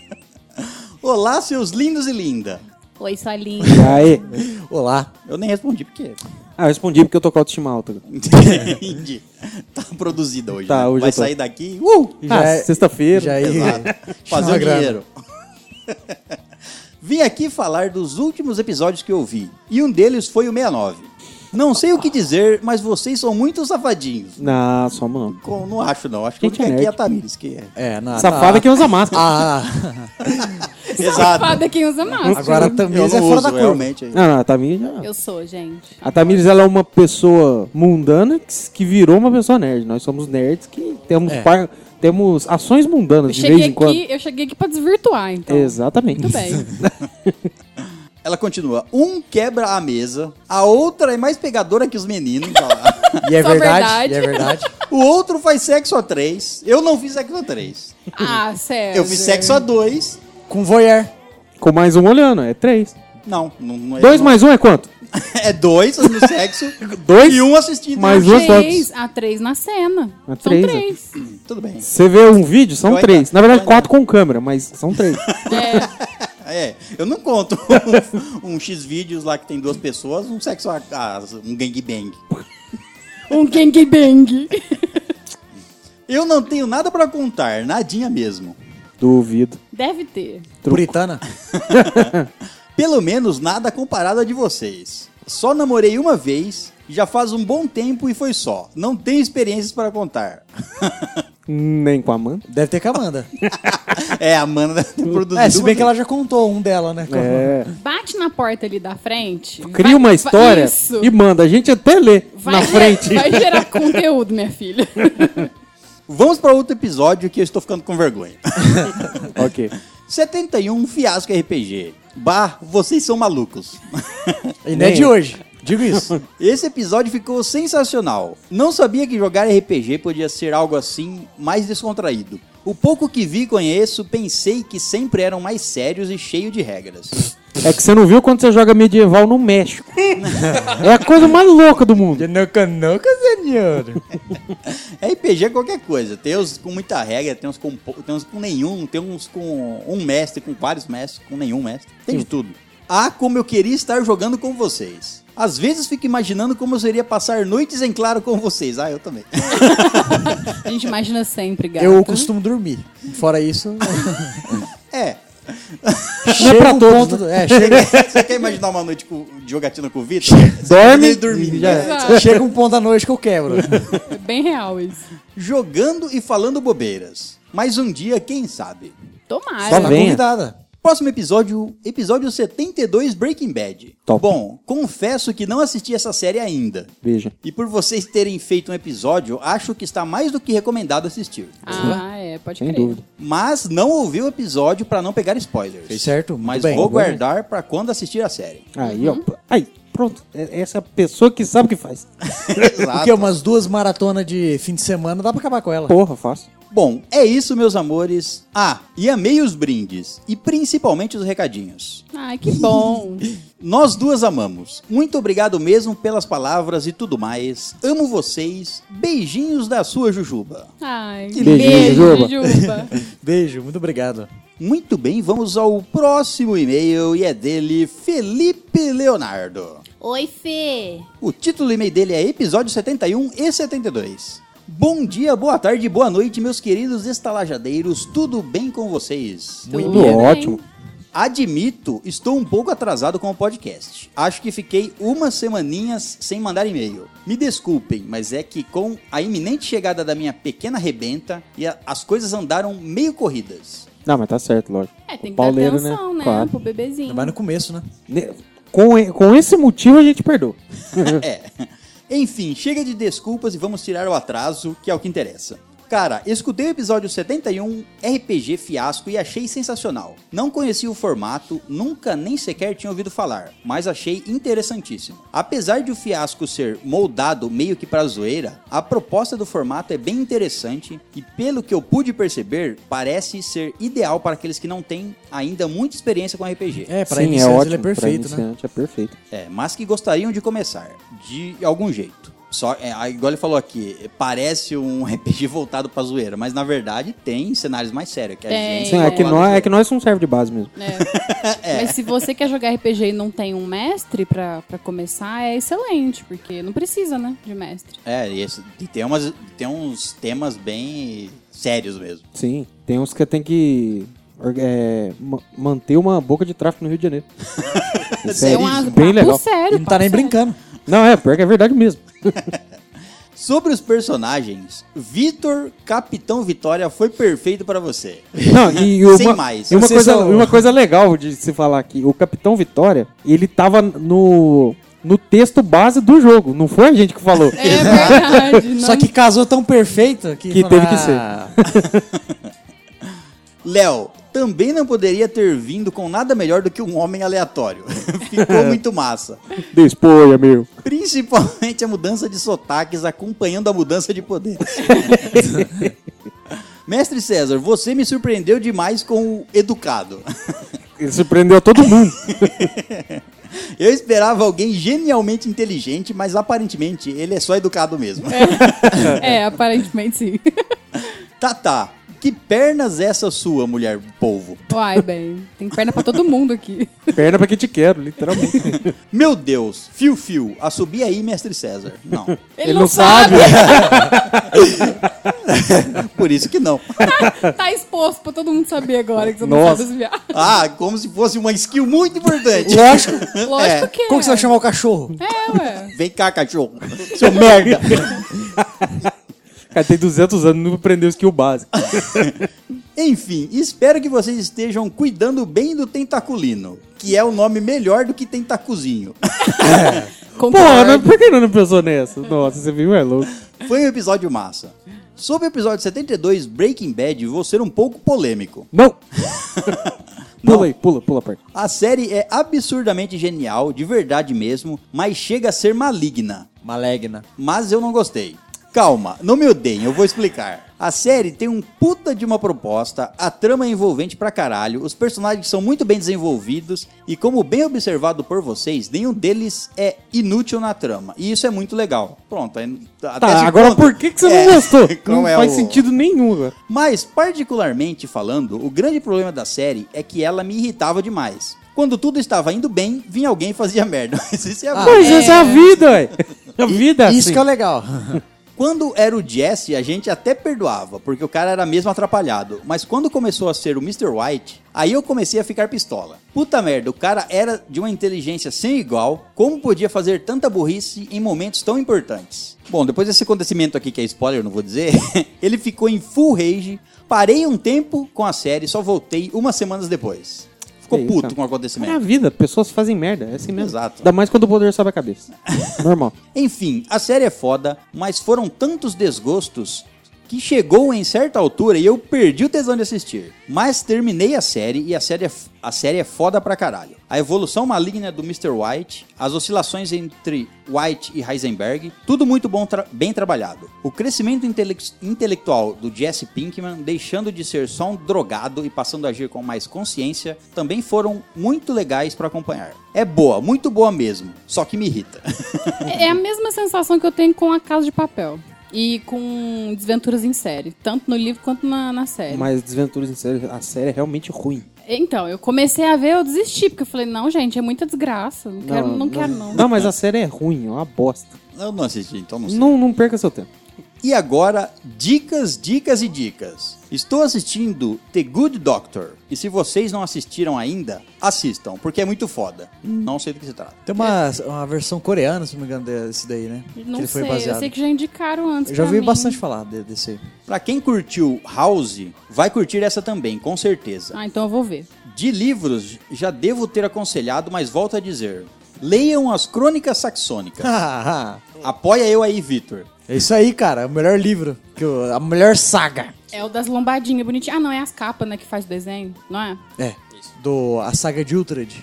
[SPEAKER 1] Olá, seus lindos e linda.
[SPEAKER 4] Oi, sua linda.
[SPEAKER 3] E aí?
[SPEAKER 5] Olá.
[SPEAKER 1] Eu nem respondi porque.
[SPEAKER 3] Ah, eu respondi porque eu tô com autoestima alta.
[SPEAKER 1] Entendi. Tá produzida hoje.
[SPEAKER 3] Tá,
[SPEAKER 1] né?
[SPEAKER 3] hoje
[SPEAKER 1] Vai
[SPEAKER 3] eu tô.
[SPEAKER 1] sair daqui. Uh!
[SPEAKER 3] Ah,
[SPEAKER 5] é-
[SPEAKER 3] sexta-feira.
[SPEAKER 5] Já aí...
[SPEAKER 1] Exato. Fazer
[SPEAKER 5] uma
[SPEAKER 1] o
[SPEAKER 5] grana.
[SPEAKER 1] dinheiro. Vim aqui falar dos últimos episódios que eu vi. E um deles foi o 69. Não sei o que dizer, mas vocês são muito safadinhos.
[SPEAKER 3] Não, só mano.
[SPEAKER 1] Com- Não acho, não. Acho que o
[SPEAKER 3] Gente,
[SPEAKER 1] que aqui
[SPEAKER 3] nerd.
[SPEAKER 1] é a Tamires, que é.
[SPEAKER 5] É, na,
[SPEAKER 3] Safada
[SPEAKER 5] na-
[SPEAKER 3] que usa máscara.
[SPEAKER 5] Ah,
[SPEAKER 1] Exato.
[SPEAKER 4] Fada quem usa máscara.
[SPEAKER 5] agora a
[SPEAKER 1] Eu
[SPEAKER 5] Tamires é
[SPEAKER 1] não
[SPEAKER 5] fora
[SPEAKER 1] uso,
[SPEAKER 5] da curva.
[SPEAKER 1] realmente. aí.
[SPEAKER 3] Não, não, a Tamires já...
[SPEAKER 4] Eu sou, gente.
[SPEAKER 3] A Tamires, ela é uma pessoa mundana que s- que virou uma pessoa nerd. Nós somos nerds que temos,
[SPEAKER 5] É.
[SPEAKER 3] par- temos ações mundanas
[SPEAKER 4] Eu
[SPEAKER 3] de vez
[SPEAKER 4] cheguei,
[SPEAKER 3] em quando.
[SPEAKER 4] aqui, eu cheguei aqui pra desvirtuar, então.
[SPEAKER 3] Exatamente.
[SPEAKER 4] Muito bem.
[SPEAKER 1] Ela continua. Um quebra a mesa, a outra é mais pegadora que os meninos. tá lá.
[SPEAKER 5] E é
[SPEAKER 4] Só verdade.
[SPEAKER 5] verdade, e é verdade.
[SPEAKER 1] o outro faz sexo a três. Eu não fiz sexo a três.
[SPEAKER 4] Ah, sério.
[SPEAKER 1] Eu fiz sexo a dois.
[SPEAKER 5] Com voyeur.
[SPEAKER 3] Com mais um olhando, é três.
[SPEAKER 1] Não, não, não é.
[SPEAKER 3] Dois
[SPEAKER 1] não-
[SPEAKER 3] mais um é quanto?
[SPEAKER 1] É dois no sexo
[SPEAKER 3] Dois?
[SPEAKER 1] e um assistindo.
[SPEAKER 3] Mais duas fotos.
[SPEAKER 4] Três, a três na cena.
[SPEAKER 3] A
[SPEAKER 4] São
[SPEAKER 3] três, né?
[SPEAKER 4] três.
[SPEAKER 1] Tudo bem.
[SPEAKER 3] Você vê um vídeo, são
[SPEAKER 1] Eu ainda-
[SPEAKER 3] três. Na verdade,
[SPEAKER 1] eu ainda-
[SPEAKER 3] quatro com câmera, mas são três.
[SPEAKER 1] É, eu não conto um, X vídeos lá que tem duas pessoas, um sexo a, a- um gangbang.
[SPEAKER 4] Um gangbang.
[SPEAKER 1] Eu não tenho nada pra contar, nadinha mesmo.
[SPEAKER 3] Duvido.
[SPEAKER 4] Deve ter.
[SPEAKER 5] Puritana.
[SPEAKER 1] Pelo menos nada comparado a de vocês. Só namorei uma vez, já faz um bom tempo e foi só. Não tenho experiências para contar.
[SPEAKER 3] Nem com a Amanda.
[SPEAKER 5] Deve ter com a Amanda.
[SPEAKER 1] É, a Amanda tá produzindo.
[SPEAKER 5] É, se bem
[SPEAKER 1] uma
[SPEAKER 5] que ela já contou um dela, né?
[SPEAKER 3] É.
[SPEAKER 4] Bate na porta ali da frente.
[SPEAKER 3] Cria
[SPEAKER 4] Vai-
[SPEAKER 3] uma
[SPEAKER 4] vai-
[SPEAKER 3] história
[SPEAKER 4] Isso.
[SPEAKER 3] e manda. A gente até lê
[SPEAKER 4] Vai
[SPEAKER 3] na
[SPEAKER 4] ger-
[SPEAKER 3] frente.
[SPEAKER 4] Vai gerar conteúdo, minha filha.
[SPEAKER 1] Vamos para outro episódio que eu estou ficando com vergonha.
[SPEAKER 3] Ok.
[SPEAKER 1] 71 Fiasco RPG. Bar, vocês são malucos.
[SPEAKER 5] E não é
[SPEAKER 3] Nem
[SPEAKER 5] de
[SPEAKER 3] eu.
[SPEAKER 5] hoje. Digo isso.
[SPEAKER 1] Esse episódio ficou sensacional. Não sabia que jogar RPG podia ser algo assim mais descontraído. O pouco que vi e conheço, pensei que sempre eram mais sérios e cheio de regras.
[SPEAKER 3] É que você não viu quando você joga medieval no México. é a coisa mais louca do mundo.
[SPEAKER 5] Nunca, nunca, senhor.
[SPEAKER 1] RPG é qualquer coisa. Tem uns com muita regra, tem uns com, pou- tem uns com nenhum, tem uns com um mestre, com vários mestres, com nenhum mestre. Tem de tudo. Ah, como eu queria estar jogando com vocês. Às vezes fico imaginando como eu seria passar noites em claro com vocês. Ah, eu também.
[SPEAKER 4] A gente imagina sempre, gato.
[SPEAKER 5] É, Eu costumo dormir. Fora isso,
[SPEAKER 1] É,
[SPEAKER 5] chega
[SPEAKER 3] pra
[SPEAKER 5] um
[SPEAKER 3] todos,
[SPEAKER 5] ponto... É, chega,
[SPEAKER 1] Você quer imaginar uma noite com- de jogatina com o Vitor?
[SPEAKER 3] Dorme.
[SPEAKER 1] e dormir.
[SPEAKER 3] Já- é.
[SPEAKER 5] chega um ponto da noite que eu quebro.
[SPEAKER 4] É bem real isso.
[SPEAKER 1] Jogando e falando bobeiras. Mas um dia, quem sabe?
[SPEAKER 4] Tomara.
[SPEAKER 3] Só
[SPEAKER 5] Tá
[SPEAKER 3] Venha.
[SPEAKER 5] convidada.
[SPEAKER 1] Próximo episódio, episódio 72 Breaking Bad.
[SPEAKER 3] Top.
[SPEAKER 1] Bom, confesso que não assisti essa série ainda.
[SPEAKER 3] Veja.
[SPEAKER 1] E por vocês terem feito um episódio, acho que está mais do que recomendado assistir.
[SPEAKER 4] Ah, é, pode
[SPEAKER 3] Sem
[SPEAKER 4] crer.
[SPEAKER 3] dúvida.
[SPEAKER 1] Mas não ouvi o episódio para não pegar spoilers.
[SPEAKER 5] Fez certo, muito
[SPEAKER 1] Mas
[SPEAKER 5] bem.
[SPEAKER 1] vou
[SPEAKER 5] Muito bem.
[SPEAKER 1] guardar para quando assistir a série.
[SPEAKER 3] Aí,
[SPEAKER 4] Uhum.
[SPEAKER 3] ó. Aí, pronto. É- Essa é a pessoa que sabe o que faz.
[SPEAKER 1] Exato.
[SPEAKER 5] Porque umas duas maratonas de fim de semana dá pra acabar com ela.
[SPEAKER 3] Porra, fácil.
[SPEAKER 1] Bom, é isso, meus amores. Ah, e amei os brindes. E principalmente os recadinhos.
[SPEAKER 4] Ai, que bom.
[SPEAKER 1] Nós duas amamos. Muito obrigado mesmo pelas palavras e tudo mais. Amo vocês. Beijinhos da sua Jujuba.
[SPEAKER 4] Ai,
[SPEAKER 3] Beijo, Jujuba.
[SPEAKER 4] Jujuba.
[SPEAKER 5] Beijo, muito obrigado.
[SPEAKER 1] Muito bem, vamos ao próximo e-mail e é dele Felipe Leonardo.
[SPEAKER 8] Oi, Fê.
[SPEAKER 1] O título do e-mail dele é Episódio 71 e 72. Bom dia, boa tarde, boa noite, meus queridos estalajadeiros. Tudo bem com vocês?
[SPEAKER 3] Muito
[SPEAKER 4] bem.
[SPEAKER 3] ótimo.
[SPEAKER 1] Admito, estou um pouco atrasado com o podcast. Acho que fiquei umas semaninhas sem mandar e-mail. Me desculpem, mas é que com a iminente chegada da minha pequena rebenta, e a- as coisas andaram meio corridas.
[SPEAKER 3] Não, mas tá certo, lógico.
[SPEAKER 4] É, tem que
[SPEAKER 3] Pauleiro,
[SPEAKER 4] dar atenção, né?
[SPEAKER 3] Claro.
[SPEAKER 4] Pro bebezinho.
[SPEAKER 5] Mas no começo, né?
[SPEAKER 3] Ne- Com, e- com esse motivo a gente perdoa.
[SPEAKER 1] É. Enfim, chega de desculpas e vamos tirar o atraso, que é o que interessa. Cara, escutei o episódio 71 RPG Fiasco e achei sensacional. Não conheci o formato, nunca nem sequer tinha ouvido falar, mas achei interessantíssimo. Apesar de o fiasco ser moldado meio que pra zoeira, a proposta do formato é bem interessante e, pelo que eu pude perceber, parece ser ideal para aqueles que não têm ainda muita experiência com RPG.
[SPEAKER 5] É, pra
[SPEAKER 3] Sim, é
[SPEAKER 5] iniciantes
[SPEAKER 3] ótimo.
[SPEAKER 5] ele é perfeito,
[SPEAKER 3] pra
[SPEAKER 5] né?
[SPEAKER 3] iniciante é perfeito.
[SPEAKER 1] É, mas que gostariam de começar, de algum jeito. Só, é, aí, igual ele falou aqui, parece um RPG voltado pra zoeira, mas na verdade tem cenários mais sérios. Que a
[SPEAKER 4] Tem.
[SPEAKER 1] gente
[SPEAKER 3] Sim, é,
[SPEAKER 1] fala
[SPEAKER 3] que
[SPEAKER 1] do
[SPEAKER 3] nós, é
[SPEAKER 1] jogo.
[SPEAKER 3] que nós não serve de base mesmo.
[SPEAKER 4] É. Mas se você quer jogar RPG e não tem um mestre pra, pra começar, é excelente, porque não precisa, né, de mestre.
[SPEAKER 1] É, e esse- e tem, umas, tem uns temas bem sérios mesmo.
[SPEAKER 3] Sim, tem uns que tem que orga- é, ma- manter uma boca de tráfico no Rio de Janeiro. Isso é
[SPEAKER 1] Sério?
[SPEAKER 4] um
[SPEAKER 3] bem
[SPEAKER 4] papo
[SPEAKER 3] legal.
[SPEAKER 4] sério.
[SPEAKER 5] E não tá
[SPEAKER 4] papo
[SPEAKER 5] nem
[SPEAKER 4] sério.
[SPEAKER 5] brincando.
[SPEAKER 3] Não, é, pior que é verdade mesmo.
[SPEAKER 1] Sobre os personagens, Vitor Capitão Vitória foi perfeito pra você.
[SPEAKER 3] Não, e uma,
[SPEAKER 1] Sem mais.
[SPEAKER 3] E uma,
[SPEAKER 5] Vocês
[SPEAKER 3] coisa,
[SPEAKER 5] são-
[SPEAKER 3] e uma coisa legal de se falar aqui, o Capitão Vitória, ele tava no, no texto base do jogo, não foi a gente que falou.
[SPEAKER 4] É verdade. não-
[SPEAKER 5] Só que casou tão perfeito que. "Ah,
[SPEAKER 3] Que teve que
[SPEAKER 5] ser.
[SPEAKER 1] Léo, também não poderia ter vindo com nada melhor do que um homem aleatório. Ficou muito massa.
[SPEAKER 3] Despoia, meu.
[SPEAKER 1] Principalmente a mudança de sotaques acompanhando a mudança de poderes. Mestre César, você me surpreendeu demais com o educado.
[SPEAKER 3] Ele surpreendeu todo mundo.
[SPEAKER 1] Eu esperava alguém genialmente inteligente, mas aparentemente ele é só educado mesmo.
[SPEAKER 4] É, aparentemente sim.
[SPEAKER 1] Tata, que pernas é essa sua, mulher polvo?
[SPEAKER 4] Uai, bem, tem perna pra todo mundo aqui.
[SPEAKER 3] Perna pra que te quero, literalmente.
[SPEAKER 1] Meu Deus, fio fio, assobi aí, mestre César. Não,
[SPEAKER 4] Ele, não, sabe.
[SPEAKER 1] por isso que não.
[SPEAKER 4] Tá exposto pra todo mundo saber agora que você não
[SPEAKER 3] Nossa.
[SPEAKER 4] sabe desviar.
[SPEAKER 1] Ah, como se fosse uma skill muito importante.
[SPEAKER 5] Lógico.
[SPEAKER 4] Lógico
[SPEAKER 1] É,
[SPEAKER 4] que
[SPEAKER 5] Como
[SPEAKER 4] é.
[SPEAKER 5] que você vai chamar o cachorro?
[SPEAKER 4] É, ué.
[SPEAKER 1] Vem cá, cachorro, seu merda.
[SPEAKER 3] Cara, tem 200 anos, não aprendeu skill básico.
[SPEAKER 1] Enfim, espero que vocês estejam cuidando bem do Tentaculino, que é o nome melhor do que Tentacuzinho.
[SPEAKER 4] Concordo.
[SPEAKER 3] Porra, mas por que não pensou nessa? Nossa, você viu, é louco.
[SPEAKER 1] Foi um episódio massa. Sobre o episódio 72, Breaking Bad, vou ser um pouco polêmico.
[SPEAKER 3] Não!
[SPEAKER 1] Não.
[SPEAKER 3] pula aí, pula, pula a parte.
[SPEAKER 1] A série é absurdamente genial, de verdade mesmo, mas chega a ser maligna.
[SPEAKER 5] Malegna.
[SPEAKER 1] Mas eu não gostei. Calma, não me odeiem, eu vou explicar. A série tem um puta de uma proposta, a trama é envolvente pra caralho, os personagens são muito bem desenvolvidos e, como bem observado por vocês, nenhum deles é inútil na trama. E isso é muito legal. Pronto, aí- até
[SPEAKER 3] Tá,
[SPEAKER 1] esse
[SPEAKER 3] agora
[SPEAKER 1] ponto-
[SPEAKER 3] por que, que você
[SPEAKER 1] É,
[SPEAKER 3] não gostou?
[SPEAKER 1] qual
[SPEAKER 3] Não
[SPEAKER 1] é
[SPEAKER 3] faz
[SPEAKER 1] o-
[SPEAKER 3] sentido nenhum, velho.
[SPEAKER 1] mas, particularmente falando, o grande problema da série é que ela me irritava demais. Quando tudo estava indo bem, vinha alguém e fazia merda. Mas isso é bom.
[SPEAKER 3] Mas essa é a vida, ué. A vida é assim.
[SPEAKER 5] Isso que é legal.
[SPEAKER 1] Quando era o Jesse, a gente até perdoava, porque o cara era mesmo atrapalhado. Mas quando começou a ser o Mr. White, aí eu comecei a ficar pistola. Puta merda, o cara era de uma inteligência sem igual. Como podia fazer tanta burrice em momentos tão importantes? Bom, depois desse acontecimento aqui, que é spoiler, eu não vou dizer, ele ficou em full rage. Parei um tempo com a série, só voltei umas semanas depois. Ficou
[SPEAKER 3] Eita.
[SPEAKER 1] puto com o
[SPEAKER 3] É a
[SPEAKER 1] acontecimento.
[SPEAKER 3] vida, pessoas fazem merda, é assim mesmo.
[SPEAKER 1] né? Exato.
[SPEAKER 3] Ainda mais quando o poder sobe a cabeça. Normal.
[SPEAKER 1] Enfim, a série é foda, mas foram tantos desgostos que chegou em certa altura e eu perdi o tesão de assistir. Mas terminei a série e a série é, f- a série é foda pra caralho. A evolução maligna do Mr. White, as oscilações entre White e Heisenberg, tudo muito bom tra- bem trabalhado. O crescimento intelex- intelectual do Jesse Pinkman, deixando de ser só um drogado e passando a agir com mais consciência, também foram muito legais pra acompanhar. É boa, muito boa mesmo, só que me irrita.
[SPEAKER 4] É a mesma sensação que eu tenho com A Casa de Papel. E com Desventuras em Série. Tanto no livro quanto na, na
[SPEAKER 1] É.
[SPEAKER 4] série.
[SPEAKER 3] Mas Desventuras em Série, a série é realmente ruim.
[SPEAKER 4] Então, eu comecei a ver, eu desisti. Porque eu falei, não, gente, é muita desgraça. Não, quero, não, quero, não.
[SPEAKER 3] Não, mas a série é ruim, é uma bosta.
[SPEAKER 1] Eu não assisti, então não sei.
[SPEAKER 3] Não, não perca seu tempo.
[SPEAKER 1] E agora, dicas, dicas e dicas. Estou assistindo The Good Doctor. E se vocês não assistiram ainda, assistam, porque é muito foda. Não sei do que se trata.
[SPEAKER 5] Tem uma, uma versão coreana, se não me engano, desse daí, né?
[SPEAKER 4] Não sei, eu sei que já indicaram antes.
[SPEAKER 5] Eu já
[SPEAKER 4] pra
[SPEAKER 5] ouvi
[SPEAKER 4] mim.
[SPEAKER 5] bastante falar de- desse aí.
[SPEAKER 1] Pra quem curtiu House, vai curtir essa também, com certeza.
[SPEAKER 4] Ah, então eu vou ver.
[SPEAKER 1] De livros, já devo ter aconselhado, mas volto a dizer. Leiam as Crônicas Saxônicas. Apoia eu aí, Vitor.
[SPEAKER 5] é isso aí, cara. É o melhor livro. Que eu- a melhor saga.
[SPEAKER 4] É o das lombadinhas, bonitinho. Ah, não, é as capas, né, que faz o desenho, não é?
[SPEAKER 5] É. Do, a saga de Uhtred.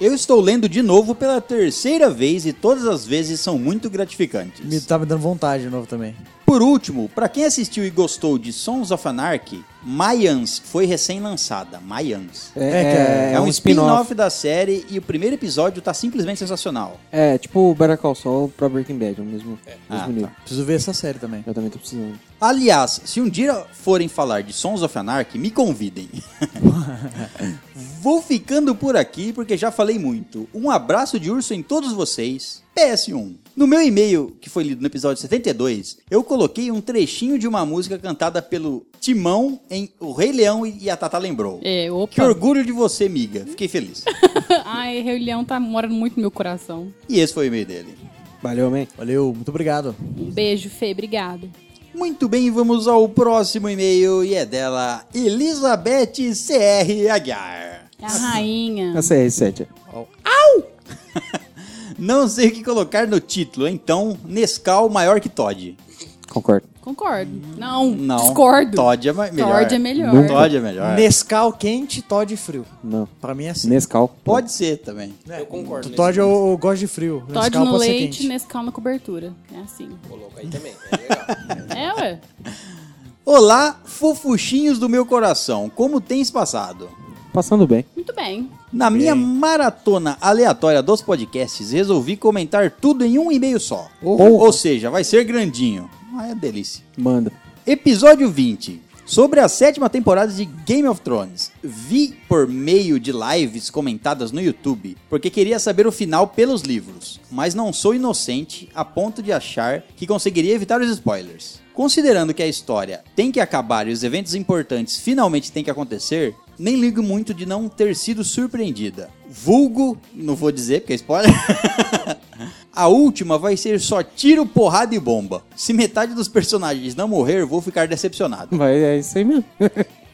[SPEAKER 1] Eu estou lendo de novo pela terceira vez e todas as vezes são muito gratificantes.
[SPEAKER 5] Me, tá me dando vontade de novo também.
[SPEAKER 1] Por último, pra quem assistiu e gostou de Sons of Anarchy, Mayans foi recém-lançada. Mayans.
[SPEAKER 3] É,
[SPEAKER 5] que
[SPEAKER 3] é, um, spin-off.
[SPEAKER 1] da série e o primeiro episódio tá simplesmente sensacional.
[SPEAKER 3] É tipo o Better Call Saul pra Breaking Bad, é o mesmo, mesmo
[SPEAKER 1] Ah, tá.
[SPEAKER 3] nível.
[SPEAKER 5] Preciso ver essa série também.
[SPEAKER 3] Eu também tô precisando.
[SPEAKER 1] Aliás, se um dia forem falar de Sons of Anarchy, me convidem. Vou ficando por aqui porque já falei muito. Um abraço de urso em todos vocês. PS1. No meu e-mail, que foi lido no episódio 72, eu coloquei um trechinho de uma música cantada pelo Timão em O Rei Leão e a Tata Lembrou.
[SPEAKER 4] É,
[SPEAKER 1] Que
[SPEAKER 4] opa.
[SPEAKER 1] orgulho de você, miga. Fiquei feliz.
[SPEAKER 4] Ai, Rei Leão tá, mora muito no meu coração.
[SPEAKER 1] E esse foi o e-mail dele.
[SPEAKER 3] Valeu, man.
[SPEAKER 5] Valeu, muito obrigado.
[SPEAKER 4] Um beijo, Fê, obrigado.
[SPEAKER 1] Muito bem, vamos ao próximo e-mail e é dela Elizabeth CR Aguiar.
[SPEAKER 4] É a rainha.
[SPEAKER 3] Essa é a R7. é.
[SPEAKER 1] Não sei o que colocar no título, então Nescau maior que Todd.
[SPEAKER 3] Concordo.
[SPEAKER 4] Concordo. Não,
[SPEAKER 1] Não.
[SPEAKER 4] discordo.
[SPEAKER 1] Todd é ma- melhor.
[SPEAKER 4] Todd é melhor.
[SPEAKER 3] Nunca.
[SPEAKER 1] Todd é melhor.
[SPEAKER 5] Nescau quente, Todd frio.
[SPEAKER 3] Não.
[SPEAKER 5] Pra mim é assim.
[SPEAKER 3] Nescau.
[SPEAKER 1] Pode ser também.
[SPEAKER 6] Eu concordo.
[SPEAKER 5] Do Todd eu, eu gosto de frio.
[SPEAKER 4] Todd
[SPEAKER 5] Nescau
[SPEAKER 4] no
[SPEAKER 5] pode ser
[SPEAKER 4] leite,
[SPEAKER 5] quente.
[SPEAKER 4] Nescau na cobertura. É assim.
[SPEAKER 6] Pô, louco, aí também. É legal.
[SPEAKER 4] É, ué.
[SPEAKER 1] Olá, fofuchinhos do meu coração, como tens passado?
[SPEAKER 3] Passando bem.
[SPEAKER 4] Muito bem.
[SPEAKER 1] Na minha maratona aleatória dos podcasts, resolvi comentar tudo em um e-mail só. Ou, ou seja, vai ser grandinho. Ah, é delícia.
[SPEAKER 3] Manda.
[SPEAKER 1] Episódio 20. Sobre a sétima temporada de Game of Thrones. Vi por meio de lives comentadas no YouTube, porque queria saber o final pelos livros, mas não sou inocente a ponto de achar que conseguiria evitar os spoilers. Considerando que a história tem que acabar e os eventos importantes finalmente têm que acontecer, nem ligo muito de não ter sido surpreendida. Vulgo, não vou dizer porque é spoiler. A última vai ser só tiro, porrada e bomba. Se metade dos personagens não morrer, vou ficar decepcionado.
[SPEAKER 3] Vai, é isso aí mesmo.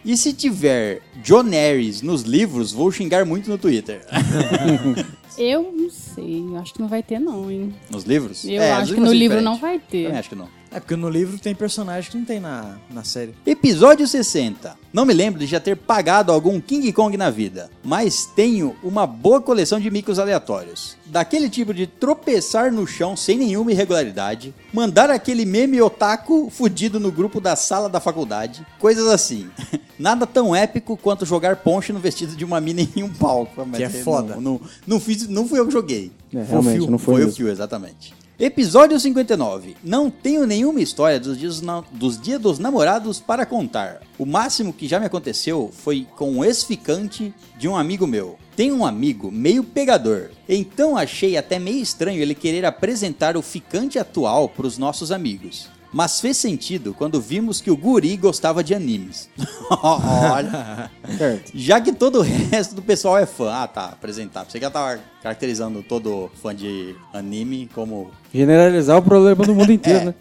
[SPEAKER 1] E se tiver John Harris nos livros, vou xingar muito no Twitter.
[SPEAKER 4] Eu não sei. eu Acho que não vai ter, não, hein?
[SPEAKER 1] nos livros?
[SPEAKER 4] Eu
[SPEAKER 1] É, nos
[SPEAKER 4] acho que
[SPEAKER 1] livros
[SPEAKER 4] no
[SPEAKER 1] é
[SPEAKER 4] livro
[SPEAKER 1] diferente.
[SPEAKER 4] não vai ter.
[SPEAKER 1] Também acho que não.
[SPEAKER 5] É porque no livro tem personagem que não tem na, na série.
[SPEAKER 1] Episódio 60. Não me lembro de já ter pagado algum King Kong na vida, mas tenho uma boa coleção de micos aleatórios. Daquele tipo de tropeçar no chão sem nenhuma irregularidade, mandar aquele meme otaku fudido no grupo da sala da faculdade, coisas assim. Nada tão épico quanto jogar ponche no vestido de uma mina em um palco. Mas
[SPEAKER 5] Que é
[SPEAKER 1] eu não-
[SPEAKER 5] foda.
[SPEAKER 1] Não, não, fiz, não fui eu que joguei.
[SPEAKER 3] É,
[SPEAKER 1] o
[SPEAKER 3] realmente,
[SPEAKER 1] Phil.
[SPEAKER 3] não foi
[SPEAKER 1] foi o
[SPEAKER 3] mesmo.
[SPEAKER 1] Phil, exatamente. Episódio 59. Não tenho nenhuma história dos dias, na- dos Dia dos namorados para contar. O máximo que já me aconteceu foi com um ex-ficante de um amigo meu. Tem um amigo meio pegador. Então achei até meio estranho ele querer apresentar o ficante atual para os nossos amigos. Mas fez sentido quando vimos que o guri gostava de animes. Olha.
[SPEAKER 3] Certo.
[SPEAKER 1] Já que todo o resto do pessoal é fã. Ah, tá, apresentar. Você já tava caracterizando todo fã de anime como
[SPEAKER 3] Generalizar o problema do mundo inteiro,
[SPEAKER 1] É.
[SPEAKER 3] né?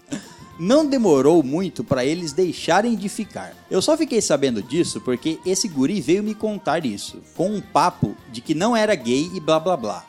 [SPEAKER 1] não demorou muito pra eles deixarem de ficar. Eu só fiquei sabendo disso porque esse guri veio me contar isso, com um papo de que não era gay e blá blá blá.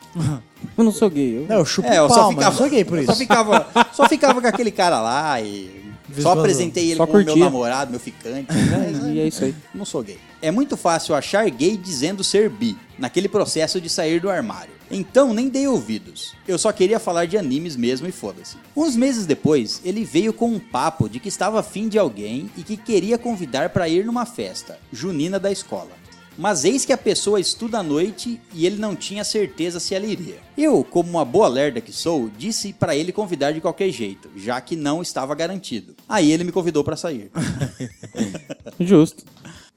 [SPEAKER 3] Eu não sou gay. Eu...
[SPEAKER 5] É, eu chupo
[SPEAKER 1] É, eu só
[SPEAKER 5] palma,
[SPEAKER 1] ficava,
[SPEAKER 5] eu só gay por
[SPEAKER 1] eu
[SPEAKER 5] isso.
[SPEAKER 1] Só ficava, só ficava com aquele cara lá e só
[SPEAKER 5] Visualizou.
[SPEAKER 1] apresentei ele
[SPEAKER 3] Só
[SPEAKER 1] como meu
[SPEAKER 3] curtia.
[SPEAKER 1] namorado, meu ficante. né?
[SPEAKER 3] E é isso aí.
[SPEAKER 1] Não sou gay. É muito fácil achar gay dizendo ser bi, naquele processo de sair do armário. Então nem dei ouvidos. Eu só queria falar de animes mesmo e foda-se. Uns meses depois, ele veio com um papo de que estava afim de alguém e que queria convidar para ir numa festa, junina da escola. Mas eis que a pessoa estuda à noite e ele não tinha certeza se ela iria. Eu, como uma boa lerda que sou, disse para ele convidar de qualquer jeito, já que não estava garantido. Aí ele me convidou para sair.
[SPEAKER 3] Justo.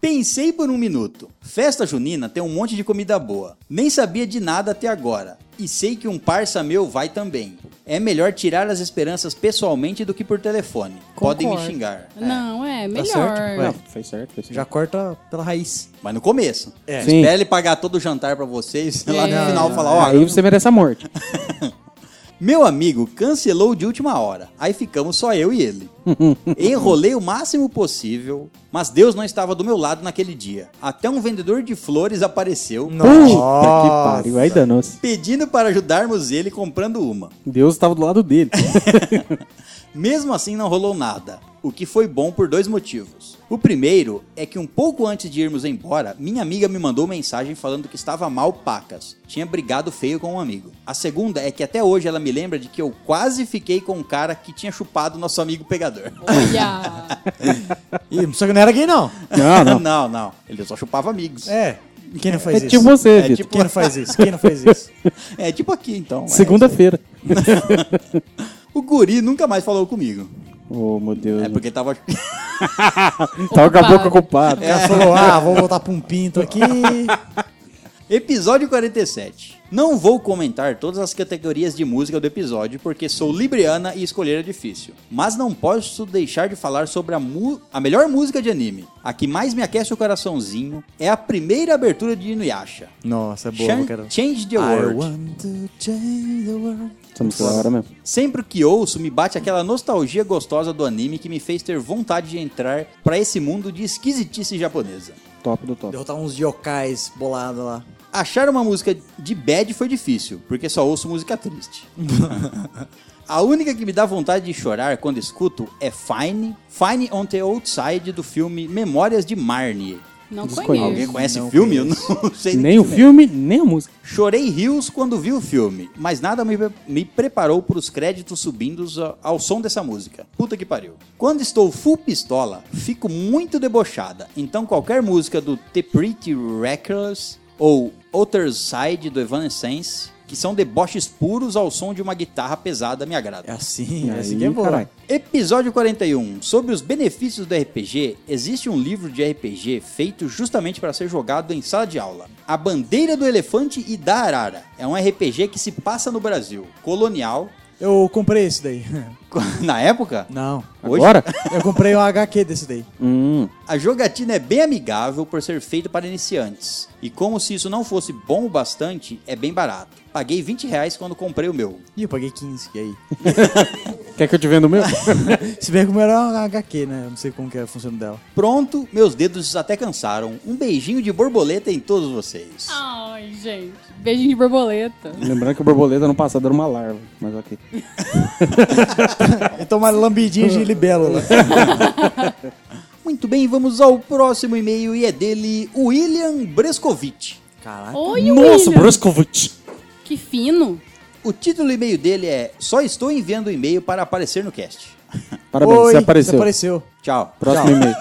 [SPEAKER 1] Pensei por um minuto. Festa junina tem um monte de comida boa. Nem sabia de nada até agora. E sei que um parça meu vai também. É melhor tirar as esperanças pessoalmente do que por telefone. Podem me
[SPEAKER 4] Concordo.
[SPEAKER 1] xingar. É,
[SPEAKER 4] Não, é melhor.
[SPEAKER 5] certo? Ué.
[SPEAKER 3] Não, fez certo, fez certo.
[SPEAKER 5] Já corta pela raiz.
[SPEAKER 1] Mas no começo.
[SPEAKER 5] É.
[SPEAKER 3] Sim.
[SPEAKER 1] Espera ele pagar todo o jantar pra vocês. sei Lá no
[SPEAKER 4] É.
[SPEAKER 1] final falar, ó,
[SPEAKER 3] Aí você merece a morte.
[SPEAKER 1] Meu amigo cancelou de última hora, aí ficamos só eu e ele. Enrolei o máximo possível, mas Deus não estava do meu lado naquele dia. Até um vendedor de flores apareceu,
[SPEAKER 3] Puta que pariu. Aí danou-se.
[SPEAKER 1] pedindo para ajudarmos ele comprando uma.
[SPEAKER 3] Deus estava do lado dele.
[SPEAKER 1] Mesmo assim, não rolou nada, o que foi bom por dois motivos. O primeiro é que um pouco antes de irmos embora, minha amiga me mandou mensagem falando que estava mal pacas, tinha brigado feio com um amigo. A segunda é que até hoje ela me lembra de que eu quase fiquei com um cara que tinha chupado nosso amigo pegador.
[SPEAKER 4] Olha.
[SPEAKER 5] Ih, só que não era gay, não.
[SPEAKER 3] Não, não.
[SPEAKER 1] Ah, não, não. Ele só chupava amigos. É,
[SPEAKER 5] É. Quem não
[SPEAKER 3] É
[SPEAKER 5] faz isso?
[SPEAKER 3] tipo você,
[SPEAKER 1] É
[SPEAKER 3] Vitor.
[SPEAKER 1] tipo-
[SPEAKER 5] Quem não faz isso? Quem não faz isso?
[SPEAKER 1] tipo aqui então. é.
[SPEAKER 3] Segunda-feira.
[SPEAKER 1] O guri nunca mais falou comigo.
[SPEAKER 3] Oh, meu Deus.
[SPEAKER 1] É porque tava.
[SPEAKER 3] Tava com a boca ocupada.
[SPEAKER 1] É.
[SPEAKER 5] O cara falou, ah, vou voltar pra um pinto aqui.
[SPEAKER 1] Episódio 47. Não vou comentar todas as categorias de música do episódio, porque sou libriana e escolher é difícil. Mas não posso deixar de falar sobre a, mu- a melhor música de anime. A que mais me aquece o coraçãozinho é a primeira abertura de Inuyasha.
[SPEAKER 5] Nossa, é
[SPEAKER 1] Chan-
[SPEAKER 5] boa, cara.
[SPEAKER 1] Change the
[SPEAKER 5] I
[SPEAKER 1] World.
[SPEAKER 5] want to change the world.
[SPEAKER 3] Essa música é da hora mesmo.
[SPEAKER 1] Sempre que ouço, me bate aquela nostalgia gostosa do anime que me fez ter vontade de entrar pra esse mundo de esquisitice japonesa.
[SPEAKER 3] Top do top.
[SPEAKER 5] Derrotar uns yokais bolados lá.
[SPEAKER 1] Achar uma música de bad foi difícil, porque só ouço música triste. A única que me dá vontade de chorar quando escuto é Fine, Fine on the Outside do filme Memórias de Marnie.
[SPEAKER 4] Não
[SPEAKER 3] Desconheço.
[SPEAKER 1] Alguém
[SPEAKER 4] conheço.
[SPEAKER 1] conhece
[SPEAKER 5] Não
[SPEAKER 1] o filme? Eu não sei
[SPEAKER 3] Nem o
[SPEAKER 1] que
[SPEAKER 3] filme, nem a música.
[SPEAKER 1] Chorei rios quando vi o filme, mas nada me, me preparou para os créditos subindo a- ao som dessa música. Puta que pariu. Quando estou full pistola, fico muito debochada. Então qualquer música do The Pretty Reckless ou Other Side do Evanescence, que são deboches puros ao som de uma guitarra pesada, me agrada.
[SPEAKER 5] É assim, é
[SPEAKER 3] Aí,
[SPEAKER 5] assim que é boa.
[SPEAKER 3] caralho.
[SPEAKER 1] Episódio 41. Sobre os benefícios do RPG, existe um livro de RPG feito justamente para ser jogado em sala de aula. A Bandeira do Elefante e da Arara. É um RPG que se passa no Brasil, colonial.
[SPEAKER 5] Eu comprei esse daí.
[SPEAKER 1] Na época,
[SPEAKER 5] Não.
[SPEAKER 1] Hoje?
[SPEAKER 3] Agora?
[SPEAKER 5] Eu comprei o HQ desse daí.
[SPEAKER 3] Hum.
[SPEAKER 1] a jogatina é bem amigável por ser feito para iniciantes. E como se isso não fosse bom o bastante, é bem barato. Paguei 20 reais quando comprei o meu.
[SPEAKER 5] Ih, eu paguei 15, e aí?
[SPEAKER 3] Quer que eu te venda o meu?
[SPEAKER 5] Se bem que o meu era um HQ, né? Eu não sei como que é a função dela.
[SPEAKER 1] Pronto, meus dedos até cansaram. Um beijinho de borboleta em todos vocês.
[SPEAKER 4] Ah, Ai, gente. Beijinho de borboleta.
[SPEAKER 8] Lembrando que o borboleta no passado era uma larva, mas ok.
[SPEAKER 5] Então uma lambidinha de libélula.
[SPEAKER 1] Muito bem, vamos ao próximo e-mail e é dele William Brescovitch.
[SPEAKER 4] Oi,
[SPEAKER 3] Nossa,
[SPEAKER 4] William.
[SPEAKER 3] Broskovich.
[SPEAKER 4] Que fino.
[SPEAKER 1] O título do e-mail dele é Só estou enviando o e-mail para aparecer no cast.
[SPEAKER 8] Parabéns,
[SPEAKER 5] Oi,
[SPEAKER 8] você apareceu.
[SPEAKER 5] Você apareceu.
[SPEAKER 1] Tchau.
[SPEAKER 8] Próximo e-mail.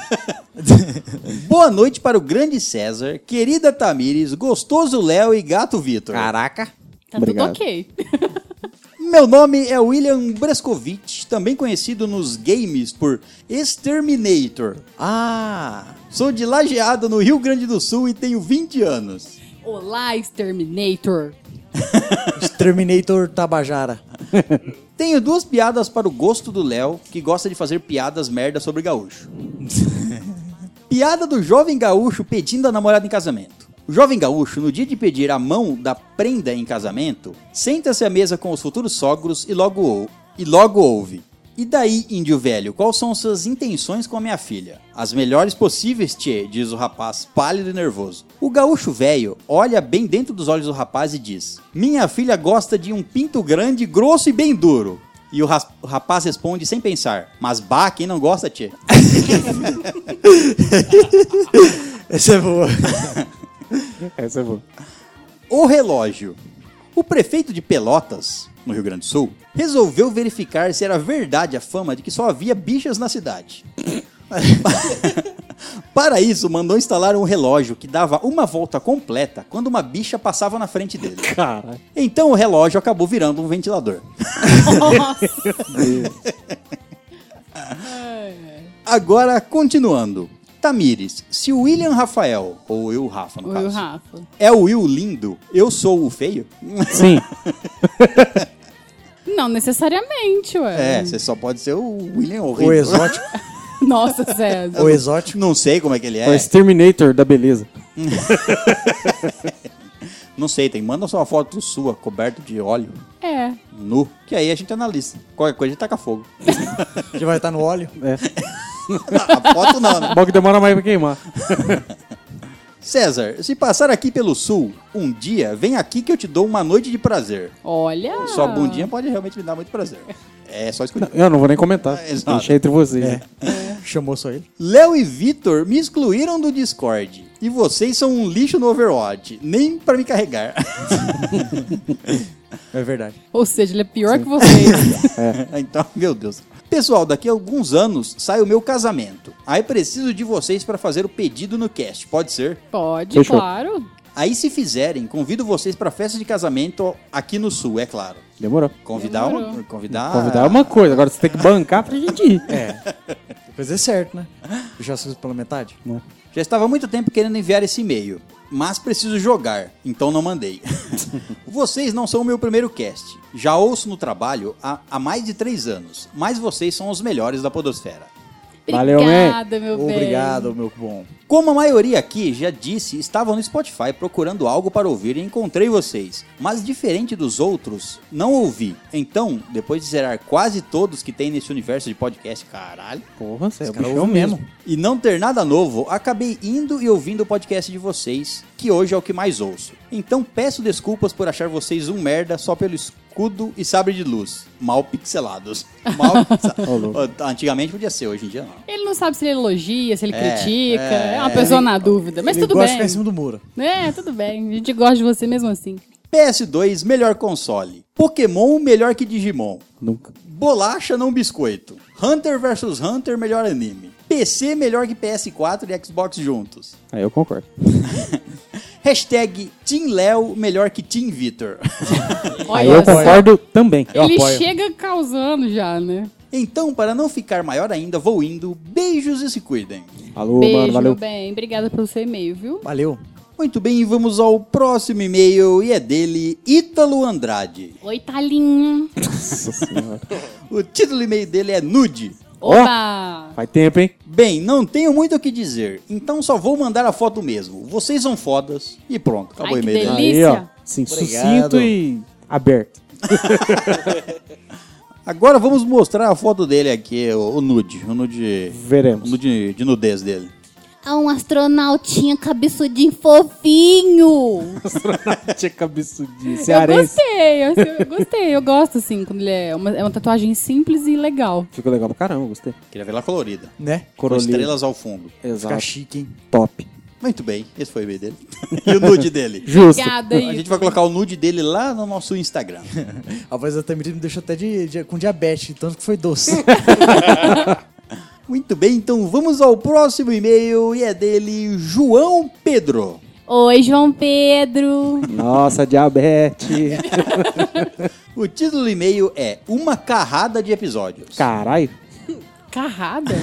[SPEAKER 1] Boa noite para o grande César, querida Tamires, gostoso Léo e gato Vitor.
[SPEAKER 3] Caraca.
[SPEAKER 4] Tá
[SPEAKER 8] Obrigado.
[SPEAKER 4] tudo ok.
[SPEAKER 1] Meu nome é William Brescovitch, também conhecido nos games por Exterminator.
[SPEAKER 5] Ah,
[SPEAKER 1] Sou de Lajeado, no Rio Grande do Sul e tenho 20 anos.
[SPEAKER 4] Olá, Exterminator.
[SPEAKER 5] Exterminator Tabajara.
[SPEAKER 1] Tenho duas piadas para o gosto do Léo, que gosta de fazer piadas merda sobre gaúcho. Piada do jovem gaúcho pedindo a namorada em casamento. O jovem gaúcho, no dia de pedir a mão da prenda em casamento, senta-se à mesa com os futuros sogros e logo, ou- e logo ouve. E daí, índio velho, quais são suas intenções com a minha filha? As melhores possíveis, tchê, diz o rapaz, pálido e nervoso. O gaúcho velho olha bem dentro dos olhos do rapaz e diz: Minha filha gosta de um pinto grande, grosso e bem duro. E o ras- o rapaz responde sem pensar: Mas bah, quem não gosta, tchê?
[SPEAKER 5] Essa é boa.
[SPEAKER 8] Essa eu vou.
[SPEAKER 1] O relógio. O prefeito de Pelotas, no Rio Grande do Sul, resolveu verificar se era verdade a fama de que só havia bichas na cidade. Para isso, mandou instalar um relógio que dava uma volta completa quando uma bicha passava na frente dele.
[SPEAKER 3] Cara.
[SPEAKER 1] Então o relógio acabou virando um ventilador.
[SPEAKER 4] Nossa.
[SPEAKER 1] Agora, continuando. Tamires, se o William Rafael, ou eu, Rafa, no
[SPEAKER 4] Oi, o
[SPEAKER 1] caso,
[SPEAKER 4] Rafa.
[SPEAKER 1] é o Will lindo, eu sou o feio?
[SPEAKER 8] Sim.
[SPEAKER 4] Não necessariamente, ué.
[SPEAKER 1] É, você só pode ser o William
[SPEAKER 5] O
[SPEAKER 1] horrível.
[SPEAKER 5] exótico.
[SPEAKER 4] Nossa, César.
[SPEAKER 5] o exótico.
[SPEAKER 1] Não sei como é que ele
[SPEAKER 8] É o
[SPEAKER 1] é.
[SPEAKER 8] Exterminator da beleza.
[SPEAKER 1] Não sei, tem. Manda só uma foto sua, coberto de óleo,
[SPEAKER 4] É.
[SPEAKER 1] nu, que aí a gente analisa. Qualquer coisa a gente taca fogo.
[SPEAKER 5] Já vai estar no óleo.
[SPEAKER 1] a foto não, né?
[SPEAKER 8] Bom que demora mais pra queimar.
[SPEAKER 1] César, se passar aqui pelo sul, um dia, vem aqui que eu te dou uma noite de prazer.
[SPEAKER 4] Olha.
[SPEAKER 1] Sua bundinha pode realmente me dar muito prazer. É só escolher.
[SPEAKER 8] Eu não vou nem comentar.
[SPEAKER 1] É, exato.
[SPEAKER 8] Deixa entre vocês. né?
[SPEAKER 5] Chamou só ele.
[SPEAKER 1] Léo e Vitor me excluíram do Discord. E vocês são um lixo no Overwatch. Nem pra me carregar.
[SPEAKER 5] É verdade.
[SPEAKER 4] Ou seja, ele é pior que vocês.
[SPEAKER 1] Então, meu Deus. Pessoal, daqui a alguns anos sai o meu casamento. Aí preciso de vocês pra fazer o pedido no cast. Pode ser?
[SPEAKER 4] Pode,
[SPEAKER 8] Fechou.
[SPEAKER 4] claro.
[SPEAKER 1] Aí, se fizerem, convido vocês pra festa de casamento aqui no Sul, é claro.
[SPEAKER 8] Demorou.
[SPEAKER 1] Convidar, um-
[SPEAKER 4] Demorou.
[SPEAKER 1] convidar,
[SPEAKER 8] Convidar é uma coisa, agora você tem que bancar pra gente ir. É.
[SPEAKER 5] Depois é certo, né? Já subiu pela metade?
[SPEAKER 1] Já estava há muito tempo querendo enviar esse e-mail, mas preciso jogar, então não mandei. vocês não são o meu primeiro cast. Já ouço no trabalho há, há mais de três anos, mas vocês são os melhores da podosfera.
[SPEAKER 8] Valeu,
[SPEAKER 4] Obrigada, meu bem.
[SPEAKER 5] Obrigado, meu bom.
[SPEAKER 1] Como a maioria aqui já disse, estavam no Spotify procurando algo para ouvir e encontrei vocês. Mas diferente dos outros, não ouvi. Então, depois de zerar quase todos que tem nesse universo de podcast, caralho,
[SPEAKER 8] Porra, você é
[SPEAKER 5] cara
[SPEAKER 8] bichão
[SPEAKER 5] ouve
[SPEAKER 8] mesmo.
[SPEAKER 1] e não ter nada novo, acabei indo e ouvindo o podcast de vocês, que hoje é o que mais ouço. Então peço desculpas por achar vocês um merda só pelo escudo e sabre de luz. Mal pixelados. Mal pixelados. Antigamente podia ser, hoje em dia não.
[SPEAKER 4] Ele não sabe se ele elogia, se ele
[SPEAKER 1] É,
[SPEAKER 4] critica.
[SPEAKER 1] é,
[SPEAKER 4] É, uma pessoa na dúvida. Mas
[SPEAKER 5] ele
[SPEAKER 4] tudo
[SPEAKER 5] gosta de
[SPEAKER 4] bem.
[SPEAKER 5] ficar em cima do muro.
[SPEAKER 4] É, tudo bem. A gente gosta de você mesmo assim.
[SPEAKER 1] PS2, melhor console. Pokémon, melhor que Digimon.
[SPEAKER 8] Nunca.
[SPEAKER 1] Bolacha, não biscoito. Hunter vs Hunter, melhor anime. PC, melhor que PS4 e Xbox juntos.
[SPEAKER 8] Aí eu concordo.
[SPEAKER 1] Hashtag Team Léo, melhor que Team Vitor.
[SPEAKER 8] Aí
[SPEAKER 4] Olha
[SPEAKER 8] eu
[SPEAKER 4] só.
[SPEAKER 8] concordo também.
[SPEAKER 4] Ele chega causando já, né?
[SPEAKER 1] Então, para não ficar maior ainda, vou indo. Beijos e se cuidem.
[SPEAKER 8] Alô,
[SPEAKER 4] Beijo,
[SPEAKER 8] mano,
[SPEAKER 4] meu
[SPEAKER 8] valeu.
[SPEAKER 4] bem. Obrigada pelo seu e-mail, viu?
[SPEAKER 5] Valeu.
[SPEAKER 1] Muito bem, vamos ao próximo e-mail e é dele, Ítalo Andrade.
[SPEAKER 4] Oi, Talinho.
[SPEAKER 8] Nossa senhora.
[SPEAKER 1] O título do e-mail dele é Nude.
[SPEAKER 8] Ó.
[SPEAKER 4] Opa!
[SPEAKER 8] Faz tempo, hein?
[SPEAKER 1] Bem, não tenho muito o que dizer, então só vou mandar a foto mesmo. Vocês são fodas. E pronto, acabou
[SPEAKER 4] Ai,
[SPEAKER 1] o
[SPEAKER 4] que
[SPEAKER 1] e-mail dele.
[SPEAKER 8] Aí,
[SPEAKER 4] Delícia.
[SPEAKER 8] ó. Sim,
[SPEAKER 5] Obrigado.
[SPEAKER 8] sucinto e aberto.
[SPEAKER 1] Agora vamos mostrar a foto dele aqui, o, o nude. O nude, o
[SPEAKER 8] Veremos.
[SPEAKER 1] nude de nudez dele.
[SPEAKER 9] a um astronautinha cabeçudinho fofinho.
[SPEAKER 3] Tinha cabeçudinho.
[SPEAKER 4] Eu
[SPEAKER 3] Cearense.
[SPEAKER 4] gostei, eu, eu gostei, eu gosto assim, quando ele é uma, é uma tatuagem simples e legal.
[SPEAKER 3] Ficou legal pra caramba, gostei.
[SPEAKER 1] Queria ver ela colorida.
[SPEAKER 5] Né?
[SPEAKER 1] Com
[SPEAKER 3] Corolina.
[SPEAKER 1] estrelas ao fundo.
[SPEAKER 5] Fica
[SPEAKER 3] Exato.
[SPEAKER 5] chique, hein?
[SPEAKER 3] Top.
[SPEAKER 1] Muito bem, esse foi o e-mail dele. e o nude dele.
[SPEAKER 3] Justo.
[SPEAKER 4] Obrigada,
[SPEAKER 1] A
[SPEAKER 4] aí.
[SPEAKER 1] gente vai colocar o nude dele lá no nosso Instagram.
[SPEAKER 5] A voz da Tamiri me deixou até de, de- com diabetes, tanto que foi doce.
[SPEAKER 1] Muito bem, então vamos ao próximo e-mail e é dele João Pedro.
[SPEAKER 9] Oi, João Pedro.
[SPEAKER 3] Nossa, diabetes.
[SPEAKER 1] O título do e-mail é Uma Carrada de Episódios.
[SPEAKER 3] Caralho.
[SPEAKER 4] Carrada?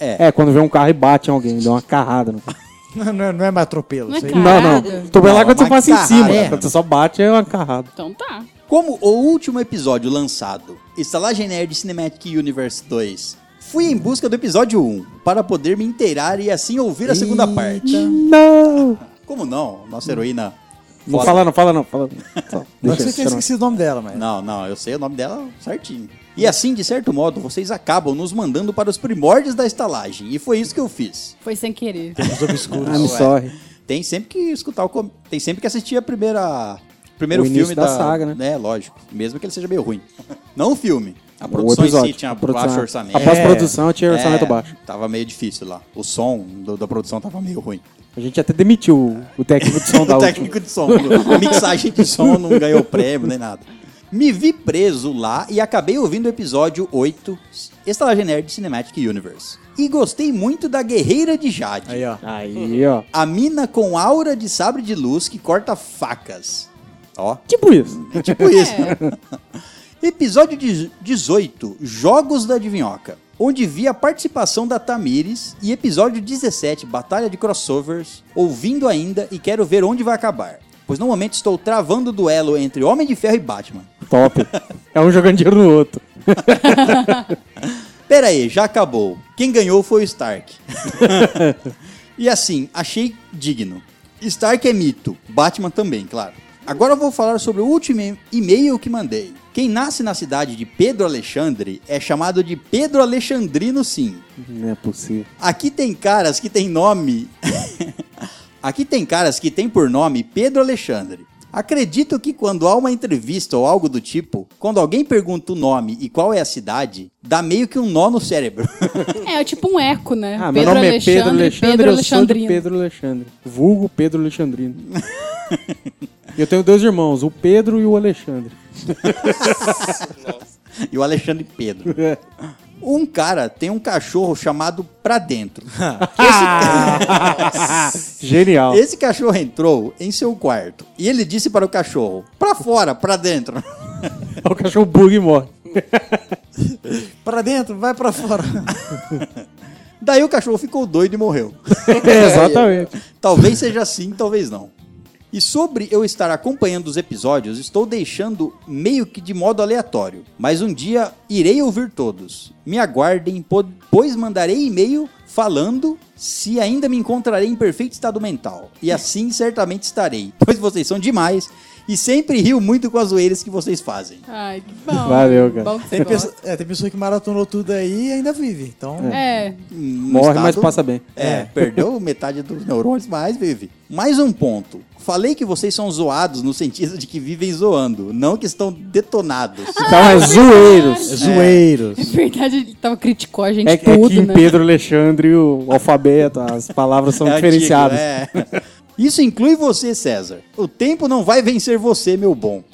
[SPEAKER 3] É, quando vê um carro e bate em alguém, dá uma carrada no carro.
[SPEAKER 5] não, não é- não é mais atropelo.
[SPEAKER 4] Não é
[SPEAKER 5] isso aí.
[SPEAKER 4] cara.
[SPEAKER 3] Não,
[SPEAKER 4] Carrada?
[SPEAKER 3] não. Tô bem lá
[SPEAKER 1] Não,
[SPEAKER 3] quando você
[SPEAKER 1] uma
[SPEAKER 3] passa em cima.
[SPEAKER 1] carrada.
[SPEAKER 3] Quando você só bate, é uma carrada.
[SPEAKER 4] Então tá.
[SPEAKER 1] Como o último episódio lançado, Estalagem Nerd Cinematic Universe 2, fui em busca do episódio 1 para poder me inteirar e assim ouvir a segunda parte.
[SPEAKER 3] Não.
[SPEAKER 1] Como não? Nossa heroína.
[SPEAKER 3] Não
[SPEAKER 1] foda.
[SPEAKER 3] fala, não fala, não. Fala. Só,
[SPEAKER 5] Não
[SPEAKER 3] deixa
[SPEAKER 5] é que você tinha
[SPEAKER 3] eu
[SPEAKER 5] esquecido o nome dela,
[SPEAKER 3] É.
[SPEAKER 5] mas.
[SPEAKER 1] Não, não, eu sei o nome dela certinho. E assim, de certo modo, vocês acabam nos mandando para os primórdios da estalagem. E foi isso que eu fiz.
[SPEAKER 4] Foi sem querer.
[SPEAKER 5] Os obscuros.
[SPEAKER 3] I'm
[SPEAKER 1] Ué.
[SPEAKER 3] sorry.
[SPEAKER 1] Tem sempre que escutar o. com- Tem sempre que assistir a primeira. Primeiro
[SPEAKER 3] O
[SPEAKER 1] filme
[SPEAKER 3] início da saga, né?
[SPEAKER 1] É, lógico. Mesmo que ele seja meio ruim. Não o filme. A produção em si tinha
[SPEAKER 3] Um A produção-
[SPEAKER 1] baixo orçamento.
[SPEAKER 3] A pós-produção tinha orçamento
[SPEAKER 1] É,
[SPEAKER 3] baixo.
[SPEAKER 1] Tava meio difícil lá. O som do- da produção tava meio ruim.
[SPEAKER 3] A gente até demitiu o- Então tá o técnico de som da
[SPEAKER 1] o
[SPEAKER 3] última.
[SPEAKER 1] técnico de som. A mixagem de som não ganhou prêmio nem nada. Me vi preso lá e acabei ouvindo o episódio 8, Estalagem Nerd Cinematic Universe. E gostei muito da Guerreira de Jade.
[SPEAKER 5] Aí, ó.
[SPEAKER 3] Aí, ó.
[SPEAKER 1] A mina com aura de sabre de luz que corta facas. Ó,
[SPEAKER 3] Tipo isso.
[SPEAKER 1] é tipo isso. Episódio de- 18, Jogos da Divinhoca. Onde vi a participação da Tamires e episódio 17, Batalha de Crossovers, ouvindo ainda e quero ver onde vai acabar. Pois no momento estou travando o duelo entre Homem de Ferro e Batman.
[SPEAKER 3] Top. É um jogando dinheiro no outro.
[SPEAKER 1] Pera aí, já acabou. Quem ganhou foi o Stark. e assim, achei digno. Stark é mito, Batman também, claro. Agora eu vou falar sobre o último e- e-mail que mandei. Quem nasce na cidade de Pedro Alexandre é chamado de Pedro Alexandrino, sim.
[SPEAKER 3] Não é possível.
[SPEAKER 1] Aqui tem caras que tem nome. Aqui tem caras que tem por nome Pedro Alexandre. Acredito que quando há uma entrevista ou algo do tipo, quando alguém pergunta o nome e qual é a cidade, dá meio que um nó no cérebro.
[SPEAKER 4] É, é tipo um eco, né?
[SPEAKER 3] Ah, meu nome é Pedro Alexandre, eu sou de Pedro Alexandre. Vulgo Pedro Alexandrino. E eu tenho dois irmãos, o Pedro e o Alexandre.
[SPEAKER 1] e o Alexandre Pedro. Um cara tem um cachorro chamado Pra Dentro.
[SPEAKER 3] Ah! Genial.
[SPEAKER 1] Esse cachorro entrou em seu quarto e ele disse para o cachorro: Pra fora, pra dentro.
[SPEAKER 3] É O cachorro bug e morre.
[SPEAKER 5] Pra dentro, vai pra fora.
[SPEAKER 1] Daí o cachorro ficou doido e morreu.
[SPEAKER 3] É, exatamente.
[SPEAKER 1] Talvez seja assim, talvez não. E sobre eu estar acompanhando os episódios, estou deixando meio que de modo aleatório, mas um dia irei ouvir todos. Me aguardem, po- pois mandarei e-mail falando se ainda me encontrarei em perfeito estado mental. E assim certamente estarei, pois vocês são demais e sempre rio muito com as zoeiras que vocês fazem.
[SPEAKER 4] Ai, que bom.
[SPEAKER 3] Valeu, cara.
[SPEAKER 4] Bom que você
[SPEAKER 5] Tem
[SPEAKER 4] gosta.
[SPEAKER 5] pessoa, é, tem pessoa que maratonou tudo aí e ainda vive. Então.
[SPEAKER 4] É,
[SPEAKER 1] Num
[SPEAKER 3] Morre,
[SPEAKER 1] estado-
[SPEAKER 3] mas passa bem.
[SPEAKER 1] É, perdeu metade dos neurônios, mas vive. Mais um ponto. Falei que vocês são zoados no sentido de que vivem zoando, não que estão detonados.
[SPEAKER 3] Então é zoeiros.
[SPEAKER 5] Zoeiros.
[SPEAKER 4] é verdade, ele tava criticou a gente
[SPEAKER 3] É, é
[SPEAKER 4] tudo,
[SPEAKER 3] que em
[SPEAKER 4] né?
[SPEAKER 3] Pedro Alexandre o alfabeto, as palavras são
[SPEAKER 1] É antigo,
[SPEAKER 3] diferenciadas.
[SPEAKER 1] é. Isso inclui você, César. O tempo não vai vencer você, meu bom.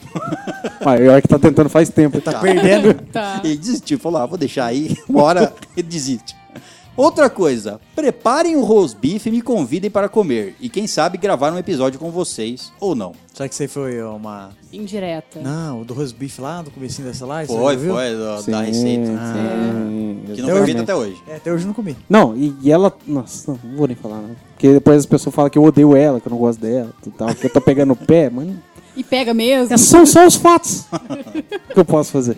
[SPEAKER 3] Mas o que tá tentando faz tempo.
[SPEAKER 4] É.
[SPEAKER 5] Tá perdendo.
[SPEAKER 4] Tá.
[SPEAKER 1] Ele desistiu, falou: ah, vou deixar aí, uma hora ele desiste. Outra coisa, preparem o roast beef e me convidem para comer. E quem sabe gravar um episódio com vocês ou não.
[SPEAKER 5] Será que isso aí foi uma.
[SPEAKER 4] Indireta.
[SPEAKER 5] Não, o do rosbife lá, do comecinho dessa live? você
[SPEAKER 1] Foi,
[SPEAKER 5] já viu?
[SPEAKER 1] foi, da, da
[SPEAKER 3] Sim,
[SPEAKER 1] receita.
[SPEAKER 3] sim,
[SPEAKER 1] Que não foi feito
[SPEAKER 3] exatamente.
[SPEAKER 1] até hoje.
[SPEAKER 5] É, até hoje eu não comi.
[SPEAKER 3] Não, e, e ela. Nossa, não vou nem falar, não. Porque depois as pessoas falam que eu odeio ela, que eu não gosto dela, e tal, que eu tô pegando o pé, mano.
[SPEAKER 4] E pega mesmo.
[SPEAKER 3] Esses são só os fatos que eu posso fazer.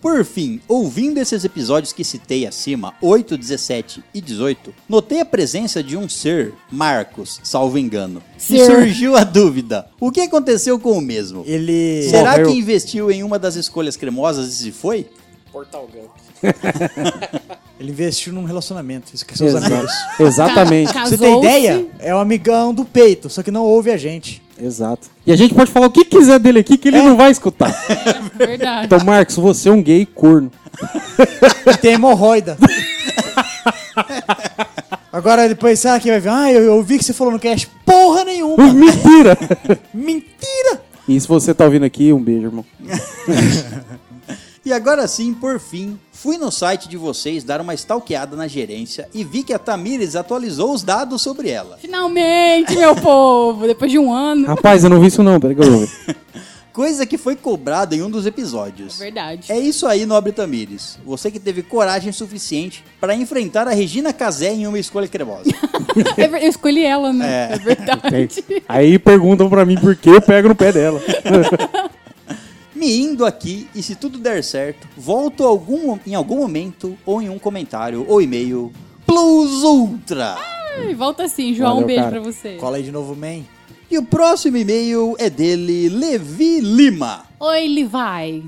[SPEAKER 1] Por fim, ouvindo esses episódios que citei acima, 8, 17 e 18, notei a presença de um ser, Marcos, salvo engano. E
[SPEAKER 4] Sir.
[SPEAKER 1] surgiu a dúvida: o que aconteceu com o mesmo?
[SPEAKER 5] Ele.
[SPEAKER 1] Será
[SPEAKER 3] Morreu.
[SPEAKER 1] que
[SPEAKER 6] é
[SPEAKER 1] investiu em uma das escolhas cremosas e se foi?
[SPEAKER 6] Portal Gun.
[SPEAKER 5] Ele investiu num relacionamento, isso que são os
[SPEAKER 3] Exato.
[SPEAKER 5] amigos.
[SPEAKER 3] Exatamente.
[SPEAKER 4] Ca-
[SPEAKER 5] Você tem
[SPEAKER 4] Casou-se.
[SPEAKER 5] ideia? É o amigão do peito, só que não ouve a gente.
[SPEAKER 3] Exato. E a gente pode falar o que quiser dele aqui que ele não vai escutar.
[SPEAKER 4] Verdade.
[SPEAKER 3] Então, Marcos, você é um gay corno.
[SPEAKER 5] E tem hemorroida. Agora depois, será que vai ver? Ah, eu eu ouvi que você falou no cast. Porra nenhuma!
[SPEAKER 3] Mentira!
[SPEAKER 5] Mentira!
[SPEAKER 3] E se você tá ouvindo aqui, um beijo, irmão.
[SPEAKER 1] E agora sim, por fim, fui no site de vocês dar uma stalkeada na gerência e vi que a Tamires atualizou os dados sobre ela.
[SPEAKER 4] Finalmente, meu povo, depois de um ano.
[SPEAKER 3] Rapaz, eu não vi isso não, peraí que eu vou ver.
[SPEAKER 1] Coisa que foi cobrada em um dos episódios.
[SPEAKER 4] Verdade.
[SPEAKER 1] É isso aí, nobre Tamires. Você que teve coragem suficiente pra enfrentar a Regina Casé em uma escolha cremosa.
[SPEAKER 4] É ver- Eu escolhi ela, né? É, verdade.
[SPEAKER 3] Aí perguntam pra mim por que eu pego no pé dela.
[SPEAKER 1] Me indo aqui e se tudo der certo, volto algum- em algum momento ou em um comentário ou e-mail. Plus Ultra!
[SPEAKER 4] Ai, Volta assim, João,
[SPEAKER 3] Valeu,
[SPEAKER 4] um beijo
[SPEAKER 3] cara.
[SPEAKER 4] pra você.
[SPEAKER 5] Cola aí de novo, man.
[SPEAKER 1] E o próximo e-mail é dele, Levi Lima.
[SPEAKER 4] Oi, Livai.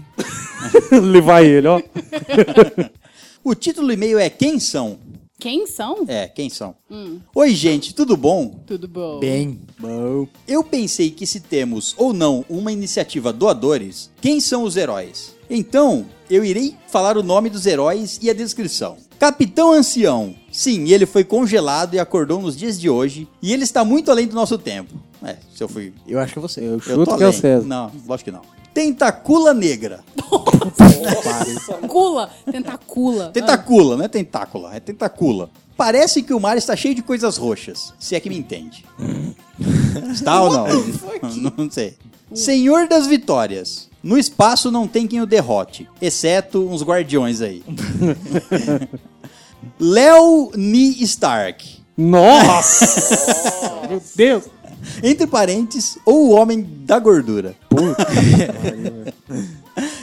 [SPEAKER 3] Levar ele, ó.
[SPEAKER 1] O título do e-mail é Quem São?
[SPEAKER 4] Quem são?
[SPEAKER 1] É, quem são? Oi, gente, tudo bom?
[SPEAKER 4] Tudo bom.
[SPEAKER 5] Bem.
[SPEAKER 1] Eu pensei que se temos ou não uma iniciativa doadores, quem são os heróis? Então, eu irei falar o nome dos heróis e a descrição. Capitão Ancião. Sim, ele foi congelado e acordou nos dias de hoje, e ele está muito além do nosso tempo. É, se eu fui.
[SPEAKER 5] Eu acho que é você.
[SPEAKER 3] Eu
[SPEAKER 1] Eu tô
[SPEAKER 3] chuto que é o
[SPEAKER 1] além.
[SPEAKER 3] César.
[SPEAKER 1] Não, lógico que não. Tentacula Negra.
[SPEAKER 4] Cula, Ah. tentacula.
[SPEAKER 1] Tentacula, não é tentácula, é tentacula. Parece que o mar está cheio de coisas roxas, se é que me entende. está ou não? não sei. Senhor das Vitórias. No espaço não tem quem o derrote, exceto uns guardiões aí. Léo Ni Stark.
[SPEAKER 3] Nossa! Meu Deus!
[SPEAKER 1] Entre parentes, ou o homem da gordura.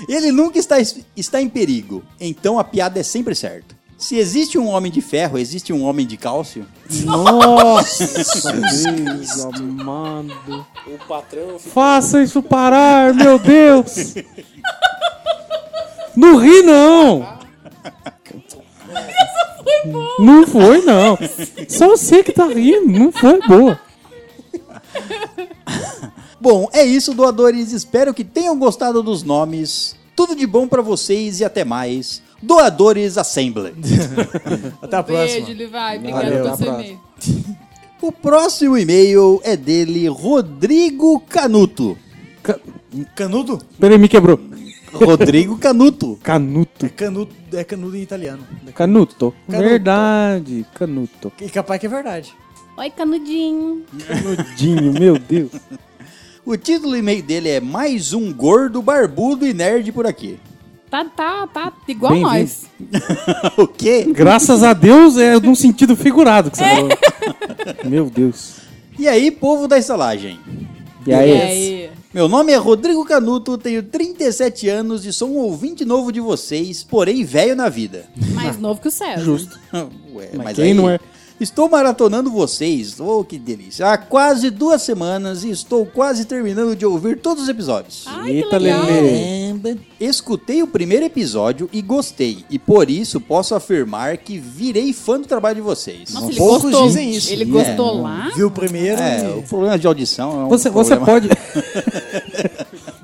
[SPEAKER 1] Ele nunca está, está em perigo, então a piada é sempre certa. Se existe um homem de ferro, existe um homem de cálcio?
[SPEAKER 3] Nossa! Deus amado.
[SPEAKER 6] O patrão
[SPEAKER 3] Faça isso parar, meu Deus! Não ri, não! Não foi, não. Só você que tá rindo. Não foi boa.
[SPEAKER 1] Bom, é isso, doadores. Espero que tenham gostado dos nomes. Tudo de bom pra vocês e até mais. Doadores Assembly.
[SPEAKER 5] Até a próxima.
[SPEAKER 4] Beijo, Livai. Obrigada
[SPEAKER 3] Valeu,
[SPEAKER 4] pelo
[SPEAKER 3] até a
[SPEAKER 4] seu
[SPEAKER 3] próxima.
[SPEAKER 4] e-mail.
[SPEAKER 1] o próximo e-mail é dele, Rodrigo Canuto.
[SPEAKER 5] Canudo?
[SPEAKER 3] Peraí, me quebrou.
[SPEAKER 1] Rodrigo Canuto.
[SPEAKER 3] Canuto.
[SPEAKER 5] É canudo, é canudo em italiano.
[SPEAKER 3] Canuto.
[SPEAKER 5] Canuto.
[SPEAKER 3] Verdade, canuto.
[SPEAKER 5] E capaz que é verdade.
[SPEAKER 9] Oi, canudinho.
[SPEAKER 3] Canudinho, meu Deus.
[SPEAKER 1] O título do e-mail dele é Mais um Gordo, Barbudo e Nerd por aqui.
[SPEAKER 4] Tá, tá, tá. Igual
[SPEAKER 3] Bem-vindo.
[SPEAKER 4] nós.
[SPEAKER 1] o quê?
[SPEAKER 3] Graças a Deus é num sentido figurado que você falou. Meu Deus.
[SPEAKER 1] E aí, povo da estalagem?
[SPEAKER 3] E aí?
[SPEAKER 4] E aí?
[SPEAKER 1] Meu nome é Rodrigo Canuto, tenho 37 anos e sou um ouvinte novo de vocês, porém velho na vida.
[SPEAKER 4] Mais novo que o César.
[SPEAKER 1] Ué, mas
[SPEAKER 3] quem
[SPEAKER 1] aí-
[SPEAKER 3] não é?
[SPEAKER 1] Estou maratonando vocês, oh que delícia, há quase duas semanas e estou quase terminando de ouvir todos os episódios.
[SPEAKER 4] Ai,
[SPEAKER 3] Eita,
[SPEAKER 4] que legal.
[SPEAKER 3] Lele.
[SPEAKER 1] Escutei o primeiro episódio e gostei, e por isso posso afirmar que virei fã do trabalho de vocês.
[SPEAKER 4] Nossa, ele
[SPEAKER 5] Poucos
[SPEAKER 4] gostou.
[SPEAKER 5] dizem isso.
[SPEAKER 4] Ele
[SPEAKER 1] É.
[SPEAKER 4] gostou lá?
[SPEAKER 5] Viu o primeiro?
[SPEAKER 1] É,
[SPEAKER 5] e-
[SPEAKER 1] o problema de audição é um
[SPEAKER 3] Você, você
[SPEAKER 1] problema-
[SPEAKER 3] pode.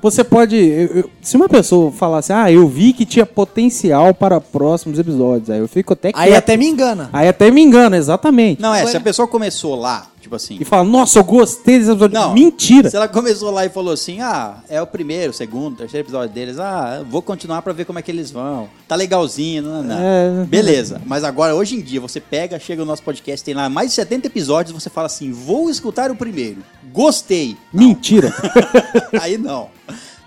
[SPEAKER 3] você pode. eu- eu- se uma pessoa falasse, ah, eu vi que tinha potencial para próximos episódios, aí é eu fico até
[SPEAKER 5] Aí
[SPEAKER 3] quieto.
[SPEAKER 5] até me engana.
[SPEAKER 3] Aí até me engana, exatamente.
[SPEAKER 1] Não, é, se a pessoa começou lá, tipo assim...
[SPEAKER 3] E fala, nossa, eu gostei desse episódio.
[SPEAKER 1] Não.
[SPEAKER 3] Mentira.
[SPEAKER 1] Se ela começou lá e falou assim: ah, é o primeiro, o segundo, terceiro episódio deles, ah, eu vou continuar pra ver como é que eles vão. Tá legalzinho, não, não, não.
[SPEAKER 3] É.
[SPEAKER 1] Beleza. Mas agora, hoje em dia, você pega, chega no nosso podcast, tem lá mais de 70 episódios, você fala assim: vou escutar o primeiro. Gostei.
[SPEAKER 3] Mentira.
[SPEAKER 1] aí não.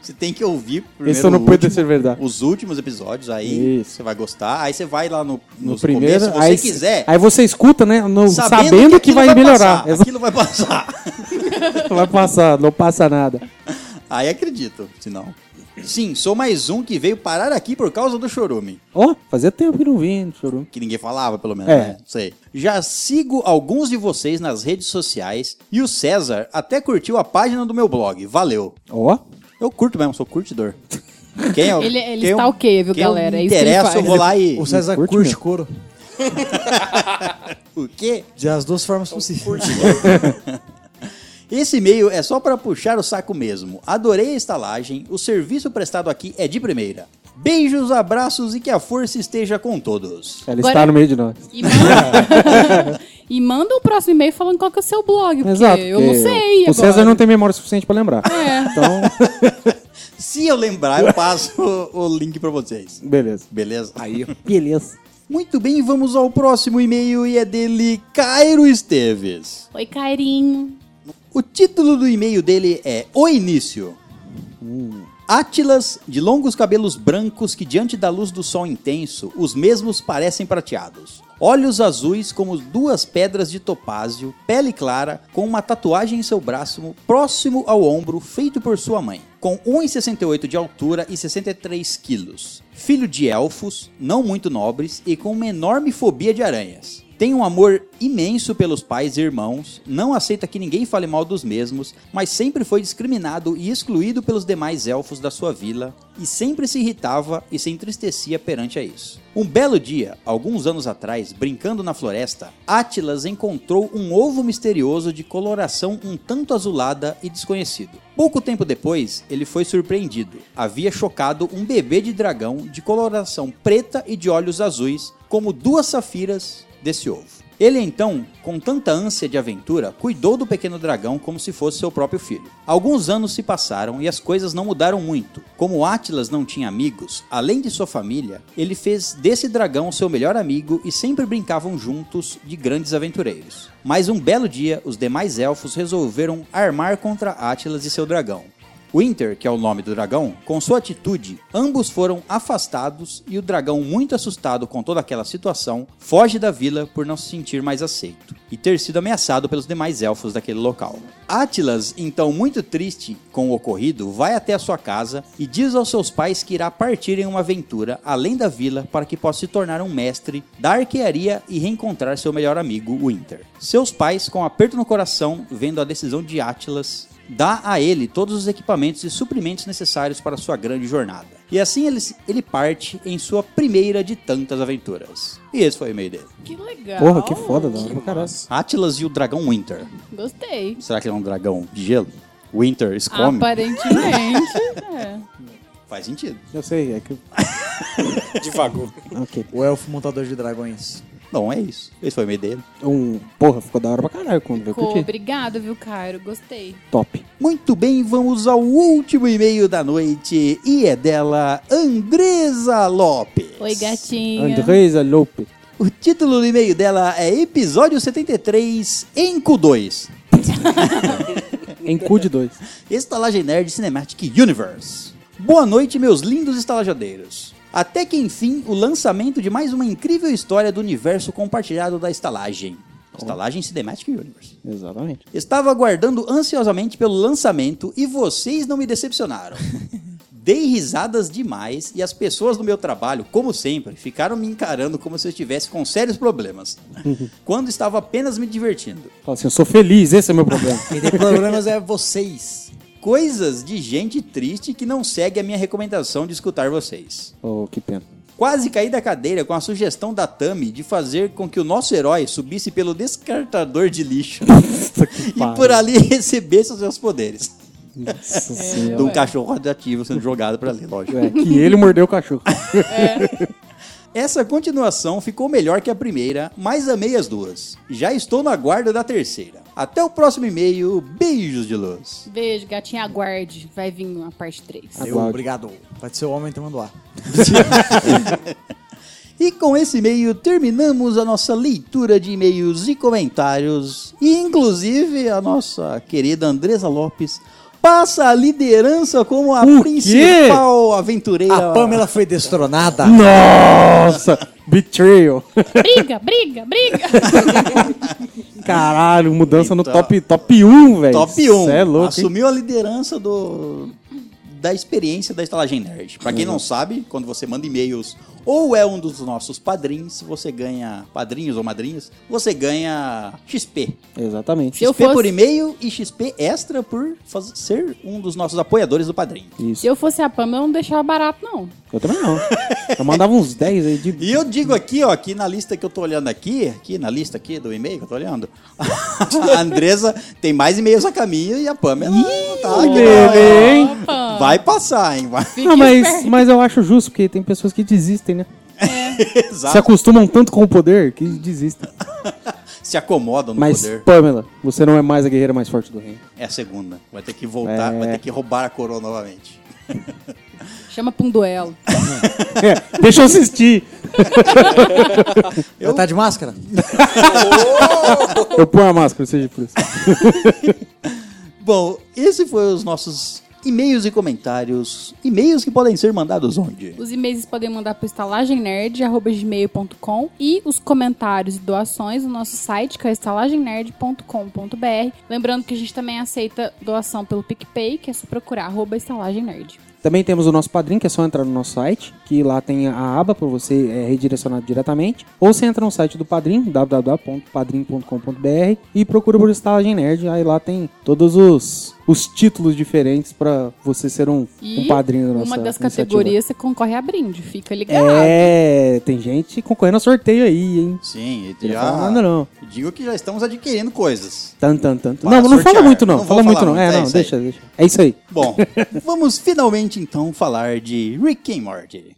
[SPEAKER 1] Você tem que ouvir primeiro.
[SPEAKER 3] Isso não
[SPEAKER 1] o
[SPEAKER 3] pode
[SPEAKER 1] último,
[SPEAKER 3] ser verdade.
[SPEAKER 1] Os últimos episódios, aí
[SPEAKER 3] Isso.
[SPEAKER 1] você vai gostar. Aí você vai lá no,
[SPEAKER 3] No
[SPEAKER 1] nos
[SPEAKER 3] primeiro,
[SPEAKER 1] começos, se você
[SPEAKER 3] aí,
[SPEAKER 1] quiser.
[SPEAKER 3] aí você escuta, né? no- sabendo, que,
[SPEAKER 1] aquilo
[SPEAKER 3] vai, melhorar.
[SPEAKER 1] Passar, aquilo vai passar.
[SPEAKER 3] Exato. Vai passar, não passa nada.
[SPEAKER 1] Aí acredito, se não. Sim, sou mais um que veio parar aqui por causa do chorume.
[SPEAKER 3] Ó, fazia tempo que não vinha, chorou.
[SPEAKER 1] Que ninguém falava, pelo menos,
[SPEAKER 3] É.
[SPEAKER 1] né? Não sei. Já sigo alguns de vocês nas redes sociais e o César até curtiu a página do meu blog. Valeu.
[SPEAKER 3] Ó,
[SPEAKER 1] Eu curto mesmo, sou curtidor. Quem eu-
[SPEAKER 4] Ele, ele
[SPEAKER 1] quem eu-
[SPEAKER 4] está ok, viu,
[SPEAKER 1] quem
[SPEAKER 4] galera?
[SPEAKER 1] Eu
[SPEAKER 4] É
[SPEAKER 1] me
[SPEAKER 4] isso que ele
[SPEAKER 1] interessa, eu
[SPEAKER 4] faz.
[SPEAKER 1] vou lá e.
[SPEAKER 5] O César
[SPEAKER 8] curte
[SPEAKER 5] curte
[SPEAKER 8] mesmo.
[SPEAKER 5] couro.
[SPEAKER 1] O quê?
[SPEAKER 5] De as duas formas possíveis.
[SPEAKER 1] Esse e-mail é só para puxar o saco mesmo. Adorei a estalagem, o serviço prestado aqui é de primeira. Beijos, abraços e que a força esteja com todos.
[SPEAKER 8] Ela
[SPEAKER 4] Agora-
[SPEAKER 8] está no meio de nós.
[SPEAKER 4] E manda, e manda o próximo e-mail falando qual que é o seu blog, porque
[SPEAKER 8] Exato.
[SPEAKER 4] eu não
[SPEAKER 8] porque
[SPEAKER 4] sei
[SPEAKER 8] O
[SPEAKER 4] agora.
[SPEAKER 8] César não tem memória suficiente pra lembrar.
[SPEAKER 4] É.
[SPEAKER 8] Então,
[SPEAKER 1] Se eu lembrar, eu passo o, o link para vocês.
[SPEAKER 8] beleza.
[SPEAKER 1] Beleza? Aí.
[SPEAKER 8] Beleza.
[SPEAKER 1] Muito bem, vamos ao próximo e-mail e é dele Cairo Esteves.
[SPEAKER 9] Oi, carinho.
[SPEAKER 1] O título do e-mail dele é O Início. Átilas, de longos cabelos brancos que, diante da luz do sol intenso, os mesmos parecem prateados. Olhos azuis como duas pedras de topázio, pele clara, com uma tatuagem em seu braço próximo ao ombro, feito por sua mãe. Com 1,68 de altura e 63 quilos. Filho de elfos, não muito nobres e com uma enorme fobia de aranhas. Tem um amor imenso pelos pais e irmãos, não aceita que ninguém fale mal dos mesmos, mas sempre foi discriminado e excluído pelos demais elfos da sua vila e sempre se irritava e se entristecia perante a isso. Um belo dia, alguns anos atrás, brincando na floresta, Atlas encontrou um ovo misterioso de coloração um tanto azulada e desconhecido. Pouco tempo depois, ele foi surpreendido. Havia chocado um bebê de dragão de coloração preta e de olhos azuis, como duas safiras desse ovo. Ele então, com tanta ânsia de aventura, cuidou do pequeno dragão como se fosse seu próprio filho. Alguns anos se passaram e as coisas não mudaram muito. Como Atlas não tinha amigos, além de sua família, ele fez desse dragão seu melhor amigo e sempre brincavam juntos de grandes aventureiros. Mas um belo dia, os demais elfos resolveram armar contra Atlas e seu dragão. Winter, que é o nome do dragão, com sua atitude, ambos foram afastados e o dragão, muito assustado com toda aquela situação, foge da vila por não se sentir mais aceito e ter sido ameaçado pelos demais elfos daquele local. Atlas, então muito triste com o ocorrido, vai até a sua casa e diz aos seus pais que irá partir em uma aventura além da vila para que possa se tornar um mestre da arquearia e reencontrar seu melhor amigo, Winter. Seus pais, com um aperto no coração, vendo a decisão de Atlas, dá a ele todos os equipamentos e suprimentos necessários para sua grande jornada. E assim ele, ele parte em sua primeira de tantas aventuras. E esse foi o e-mail dele.
[SPEAKER 4] Que legal.
[SPEAKER 8] Porra, que foda, da hora pra caralho.
[SPEAKER 1] Atlas e o dragão Winter.
[SPEAKER 4] Gostei.
[SPEAKER 1] Será que ele é um dragão de gelo? Winter, escome?
[SPEAKER 4] Aparentemente. é.
[SPEAKER 1] Faz sentido.
[SPEAKER 8] Eu sei, é que.
[SPEAKER 6] Devagar.
[SPEAKER 8] Ok.
[SPEAKER 5] o elfo montador de dragões.
[SPEAKER 1] Bom, é isso. Esse foi o e-mail dele.
[SPEAKER 8] Um... Porra, ficou da hora pra caralho quando eu
[SPEAKER 4] Ficou,
[SPEAKER 8] curti.
[SPEAKER 4] obrigado, viu, Cairo? Gostei.
[SPEAKER 8] Top.
[SPEAKER 1] Muito bem, vamos ao último e-mail da noite. E é dela, Andresa Lopes.
[SPEAKER 4] Oi,
[SPEAKER 8] Ah,
[SPEAKER 4] gatinha.
[SPEAKER 8] Andresa
[SPEAKER 4] assim.
[SPEAKER 8] Lope.
[SPEAKER 1] O título do e-mail dela é Episódio 73, Enco 2.
[SPEAKER 8] Em cu de dois.
[SPEAKER 1] Estalagem Nerd Cinematic Universe. Boa noite, meus lindos estalajadeiros. Até que enfim, o lançamento de mais uma incrível história do universo compartilhado da estalagem. Estalagem Cinematic Universe.
[SPEAKER 8] Exatamente.
[SPEAKER 1] Estava aguardando ansiosamente pelo lançamento e vocês não me decepcionaram. Dei risadas demais e as pessoas do meu trabalho, como sempre, ficaram me encarando como se eu estivesse com sérios problemas, quando estava apenas me divertindo.
[SPEAKER 8] Fala assim, eu sou feliz, esse é o meu problema.
[SPEAKER 5] Quem tem problemas é vocês.
[SPEAKER 1] Coisas de gente triste que não segue a minha recomendação de escutar vocês.
[SPEAKER 8] oh, que pena.
[SPEAKER 1] Quase caí da cadeira com a sugestão da Tami de fazer com que o nosso herói subisse pelo descartador de lixo e por ali recebesse os seus poderes.
[SPEAKER 8] Nossa senhora.
[SPEAKER 1] de um cachorro radioativo sendo jogado pra ali, lógico.
[SPEAKER 8] É, que ele mordeu o cachorro.
[SPEAKER 1] Essa continuação ficou melhor que a primeira, mas amei as duas. Já estou na guarda da terceira. Até o próximo e-mail. Beijos de luz.
[SPEAKER 4] Beijo, gatinha. Aguarde. Vai vir uma parte
[SPEAKER 3] Tá
[SPEAKER 4] 3.
[SPEAKER 5] Eu,
[SPEAKER 8] Aguarde.
[SPEAKER 5] obrigado. Pode ser o homem tomando ar.
[SPEAKER 1] E com esse e-mail terminamos a nossa leitura de e-mails e comentários. E inclusive a nossa querida Andresa Lopes passa a liderança como a
[SPEAKER 8] O quê?
[SPEAKER 1] principal aventureira.
[SPEAKER 5] A Pamela foi destronada.
[SPEAKER 8] Nossa! Betrayal.
[SPEAKER 4] Briga, briga, briga.
[SPEAKER 8] Caralho, mudança no
[SPEAKER 1] Eita.
[SPEAKER 8] top, top 1, velho.
[SPEAKER 1] Top 1.
[SPEAKER 8] Cê é louco, hein?
[SPEAKER 1] Assumiu a liderança
[SPEAKER 8] Uhum.
[SPEAKER 1] do da experiência da estalagem nerd. Pra quem não sabe, quando você manda e-mails ou é um dos nossos padrinhos, se você ganha padrinhos ou madrinhas, você ganha XP.
[SPEAKER 3] Exatamente.
[SPEAKER 4] Se eu
[SPEAKER 1] XP por
[SPEAKER 4] fosse-
[SPEAKER 1] e-mail e XP extra por faz- ser um dos nossos apoiadores do padrinho.
[SPEAKER 3] Isso.
[SPEAKER 4] Se eu fosse a Pamela, eu não deixava barato, não.
[SPEAKER 3] Eu também não. Eu mandava uns 10 aí de.
[SPEAKER 1] E eu digo aqui, ó, que na lista que eu tô olhando aqui, aqui na lista aqui do e-mail que eu tô olhando, a Andresa tem mais e-mails a caminho e a Pamela tá aqui.
[SPEAKER 3] Bebê, hein?
[SPEAKER 4] Opa!
[SPEAKER 1] Vai passar, hein? Vai.
[SPEAKER 4] Fique
[SPEAKER 3] Não, mas,
[SPEAKER 4] esperto.
[SPEAKER 3] mas eu acho justo, porque tem pessoas que desistem, né? Se
[SPEAKER 1] Exato.
[SPEAKER 3] acostumam tanto com o poder que desistem.
[SPEAKER 1] Se acomodam no
[SPEAKER 3] Mas,
[SPEAKER 1] poder.
[SPEAKER 3] Pamela, você não é mais a guerreira mais forte do reino.
[SPEAKER 1] É a segunda. Vai ter que voltar,
[SPEAKER 3] É.
[SPEAKER 1] vai ter que roubar a coroa novamente.
[SPEAKER 4] Chama pra um duelo.
[SPEAKER 3] É, deixa eu assistir.
[SPEAKER 5] Ela tá de máscara?
[SPEAKER 3] Eu ponho a máscara, seja por isso.
[SPEAKER 1] Bom, esse foi os nossos e-mails e comentários. E-mails que podem ser mandados onde?
[SPEAKER 4] Os e-mails podem mandar pro estalagemnerd.gmail.com e os comentários e doações no nosso site, que é estalagemnerd.com.br. Lembrando que a gente também aceita doação pelo PicPay, que é só procurar arroba estalagemnerd.
[SPEAKER 3] Também temos o nosso padrinho, que é só entrar no nosso site, que lá tem a aba para você é redirecionado diretamente. Ou você entra no site do padrinho, www.padrim.com.br, e procura por Estalagem Nerd. Aí lá tem todos os, os títulos diferentes para você ser um,
[SPEAKER 4] E
[SPEAKER 3] um padrinho da nossa
[SPEAKER 4] Uma das
[SPEAKER 3] iniciativa.
[SPEAKER 4] categorias você concorre a brinde, fica ligado.
[SPEAKER 3] É, tem gente concorrendo a sorteio aí, hein?
[SPEAKER 1] Sim, e
[SPEAKER 3] Não
[SPEAKER 1] já.
[SPEAKER 3] fala nada, não.
[SPEAKER 1] Digo que já estamos adquirindo coisas.
[SPEAKER 3] Tan, tan, tan. tan.
[SPEAKER 1] Para
[SPEAKER 3] Não, não
[SPEAKER 1] sortear.
[SPEAKER 3] fala muito, não.
[SPEAKER 1] Não vou
[SPEAKER 3] fala muito,
[SPEAKER 1] falar
[SPEAKER 3] não.
[SPEAKER 1] muito,
[SPEAKER 3] É,
[SPEAKER 1] é
[SPEAKER 3] não,
[SPEAKER 1] isso aí.
[SPEAKER 3] deixa, deixa. É isso aí.
[SPEAKER 1] Bom, vamos finalmente então falar de Rick and Morty.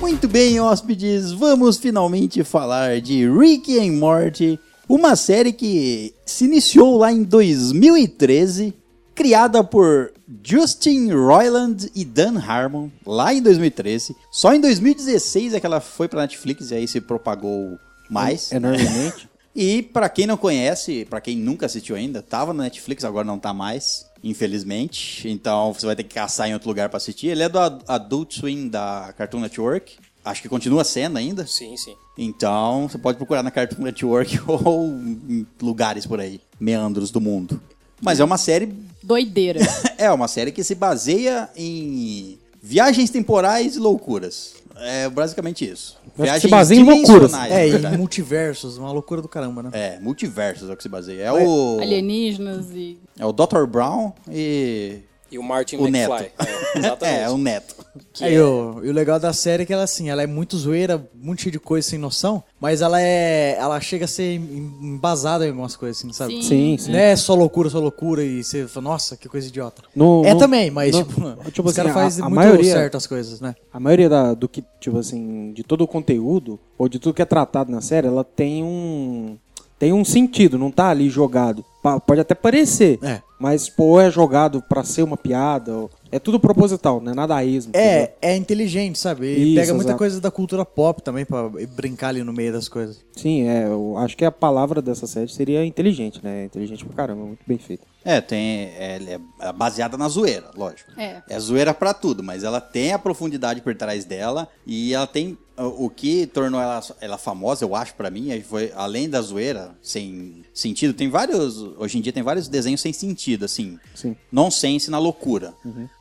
[SPEAKER 1] Muito bem, hóspedes, vamos finalmente falar de Rick and Morty, uma série que se iniciou lá em 2013, criada por Justin Roiland e Dan Harmon, lá em 2013. Só em 2016 é que ela foi pra Netflix e aí se propagou
[SPEAKER 3] É,
[SPEAKER 1] mais.
[SPEAKER 3] Enormemente.
[SPEAKER 1] E pra quem não conhece, pra quem nunca assistiu ainda, tava na Netflix, agora não tá mais, infelizmente. Então você vai ter que caçar em outro lugar pra assistir. Ele é do Ad- Adult Swim da Cartoon Network. Acho que continua sendo ainda.
[SPEAKER 6] Sim, sim.
[SPEAKER 1] Então você pode procurar na Cartoon Network ou em lugares por aí, meandros do mundo. Mas é uma série
[SPEAKER 4] Doideira.
[SPEAKER 1] é uma série que se baseia em viagens temporais e loucuras. É basicamente isso.
[SPEAKER 3] que
[SPEAKER 1] Viagens
[SPEAKER 3] se baseia em loucuras.
[SPEAKER 1] dimensionais, na
[SPEAKER 5] É, e
[SPEAKER 1] verdade.
[SPEAKER 5] multiversos, uma loucura do caramba, né?
[SPEAKER 1] É, multiversos é o que se baseia. É o,
[SPEAKER 4] Alienígenas e.
[SPEAKER 1] é o Dr. Brown e
[SPEAKER 6] E o Martin
[SPEAKER 1] o
[SPEAKER 6] McFly.
[SPEAKER 1] Neto. É,
[SPEAKER 6] É, exatamente.
[SPEAKER 1] o Neto.
[SPEAKER 5] É, e, o, e o legal da série é que ela, assim, ela é muito zoeira, muito cheia de coisa sem noção, mas ela é. Ela chega a ser em- embasada em algumas coisas, assim, sabe?
[SPEAKER 3] Sim, sim.
[SPEAKER 5] Não é só loucura, só loucura, e você fala, nossa, que coisa idiota.
[SPEAKER 3] No-
[SPEAKER 5] é
[SPEAKER 3] no-
[SPEAKER 5] também, mas,
[SPEAKER 3] no-
[SPEAKER 5] tipo,
[SPEAKER 3] tipo
[SPEAKER 5] os caras
[SPEAKER 3] assim, a-
[SPEAKER 5] fazem
[SPEAKER 3] a
[SPEAKER 5] muito
[SPEAKER 3] maioria-
[SPEAKER 5] certo as coisas, né?
[SPEAKER 3] A maioria da- do que, tipo assim, de todo o conteúdo, ou de tudo que é tratado na série, ela tem um. Tem um sentido, não tá ali jogado. Pa- Pode até parecer,
[SPEAKER 5] É.
[SPEAKER 3] mas pô, é jogado pra ser uma piada. ou- É tudo proposital, não é nada a esmo. entendeu?
[SPEAKER 5] É, é inteligente, sabe? E
[SPEAKER 3] Isso,
[SPEAKER 5] pega muita
[SPEAKER 3] exato.
[SPEAKER 5] coisa da cultura pop também pra brincar ali no meio das coisas.
[SPEAKER 3] Sim, é. Eu acho que a palavra dessa série seria inteligente, né? Inteligente pra caramba, muito bem feito.
[SPEAKER 1] É, tem. é, ela é baseada na zoeira, lógico.
[SPEAKER 4] É.
[SPEAKER 1] É zoeira pra tudo, mas ela tem a profundidade por trás dela e ela tem o o que tornou ela, ela famosa, eu acho, pra mim, é- foi além da zoeira, sem sentido, tem vários, hoje em dia tem vários desenhos sem sentido, assim,
[SPEAKER 3] Sim.
[SPEAKER 1] nonsense na loucura.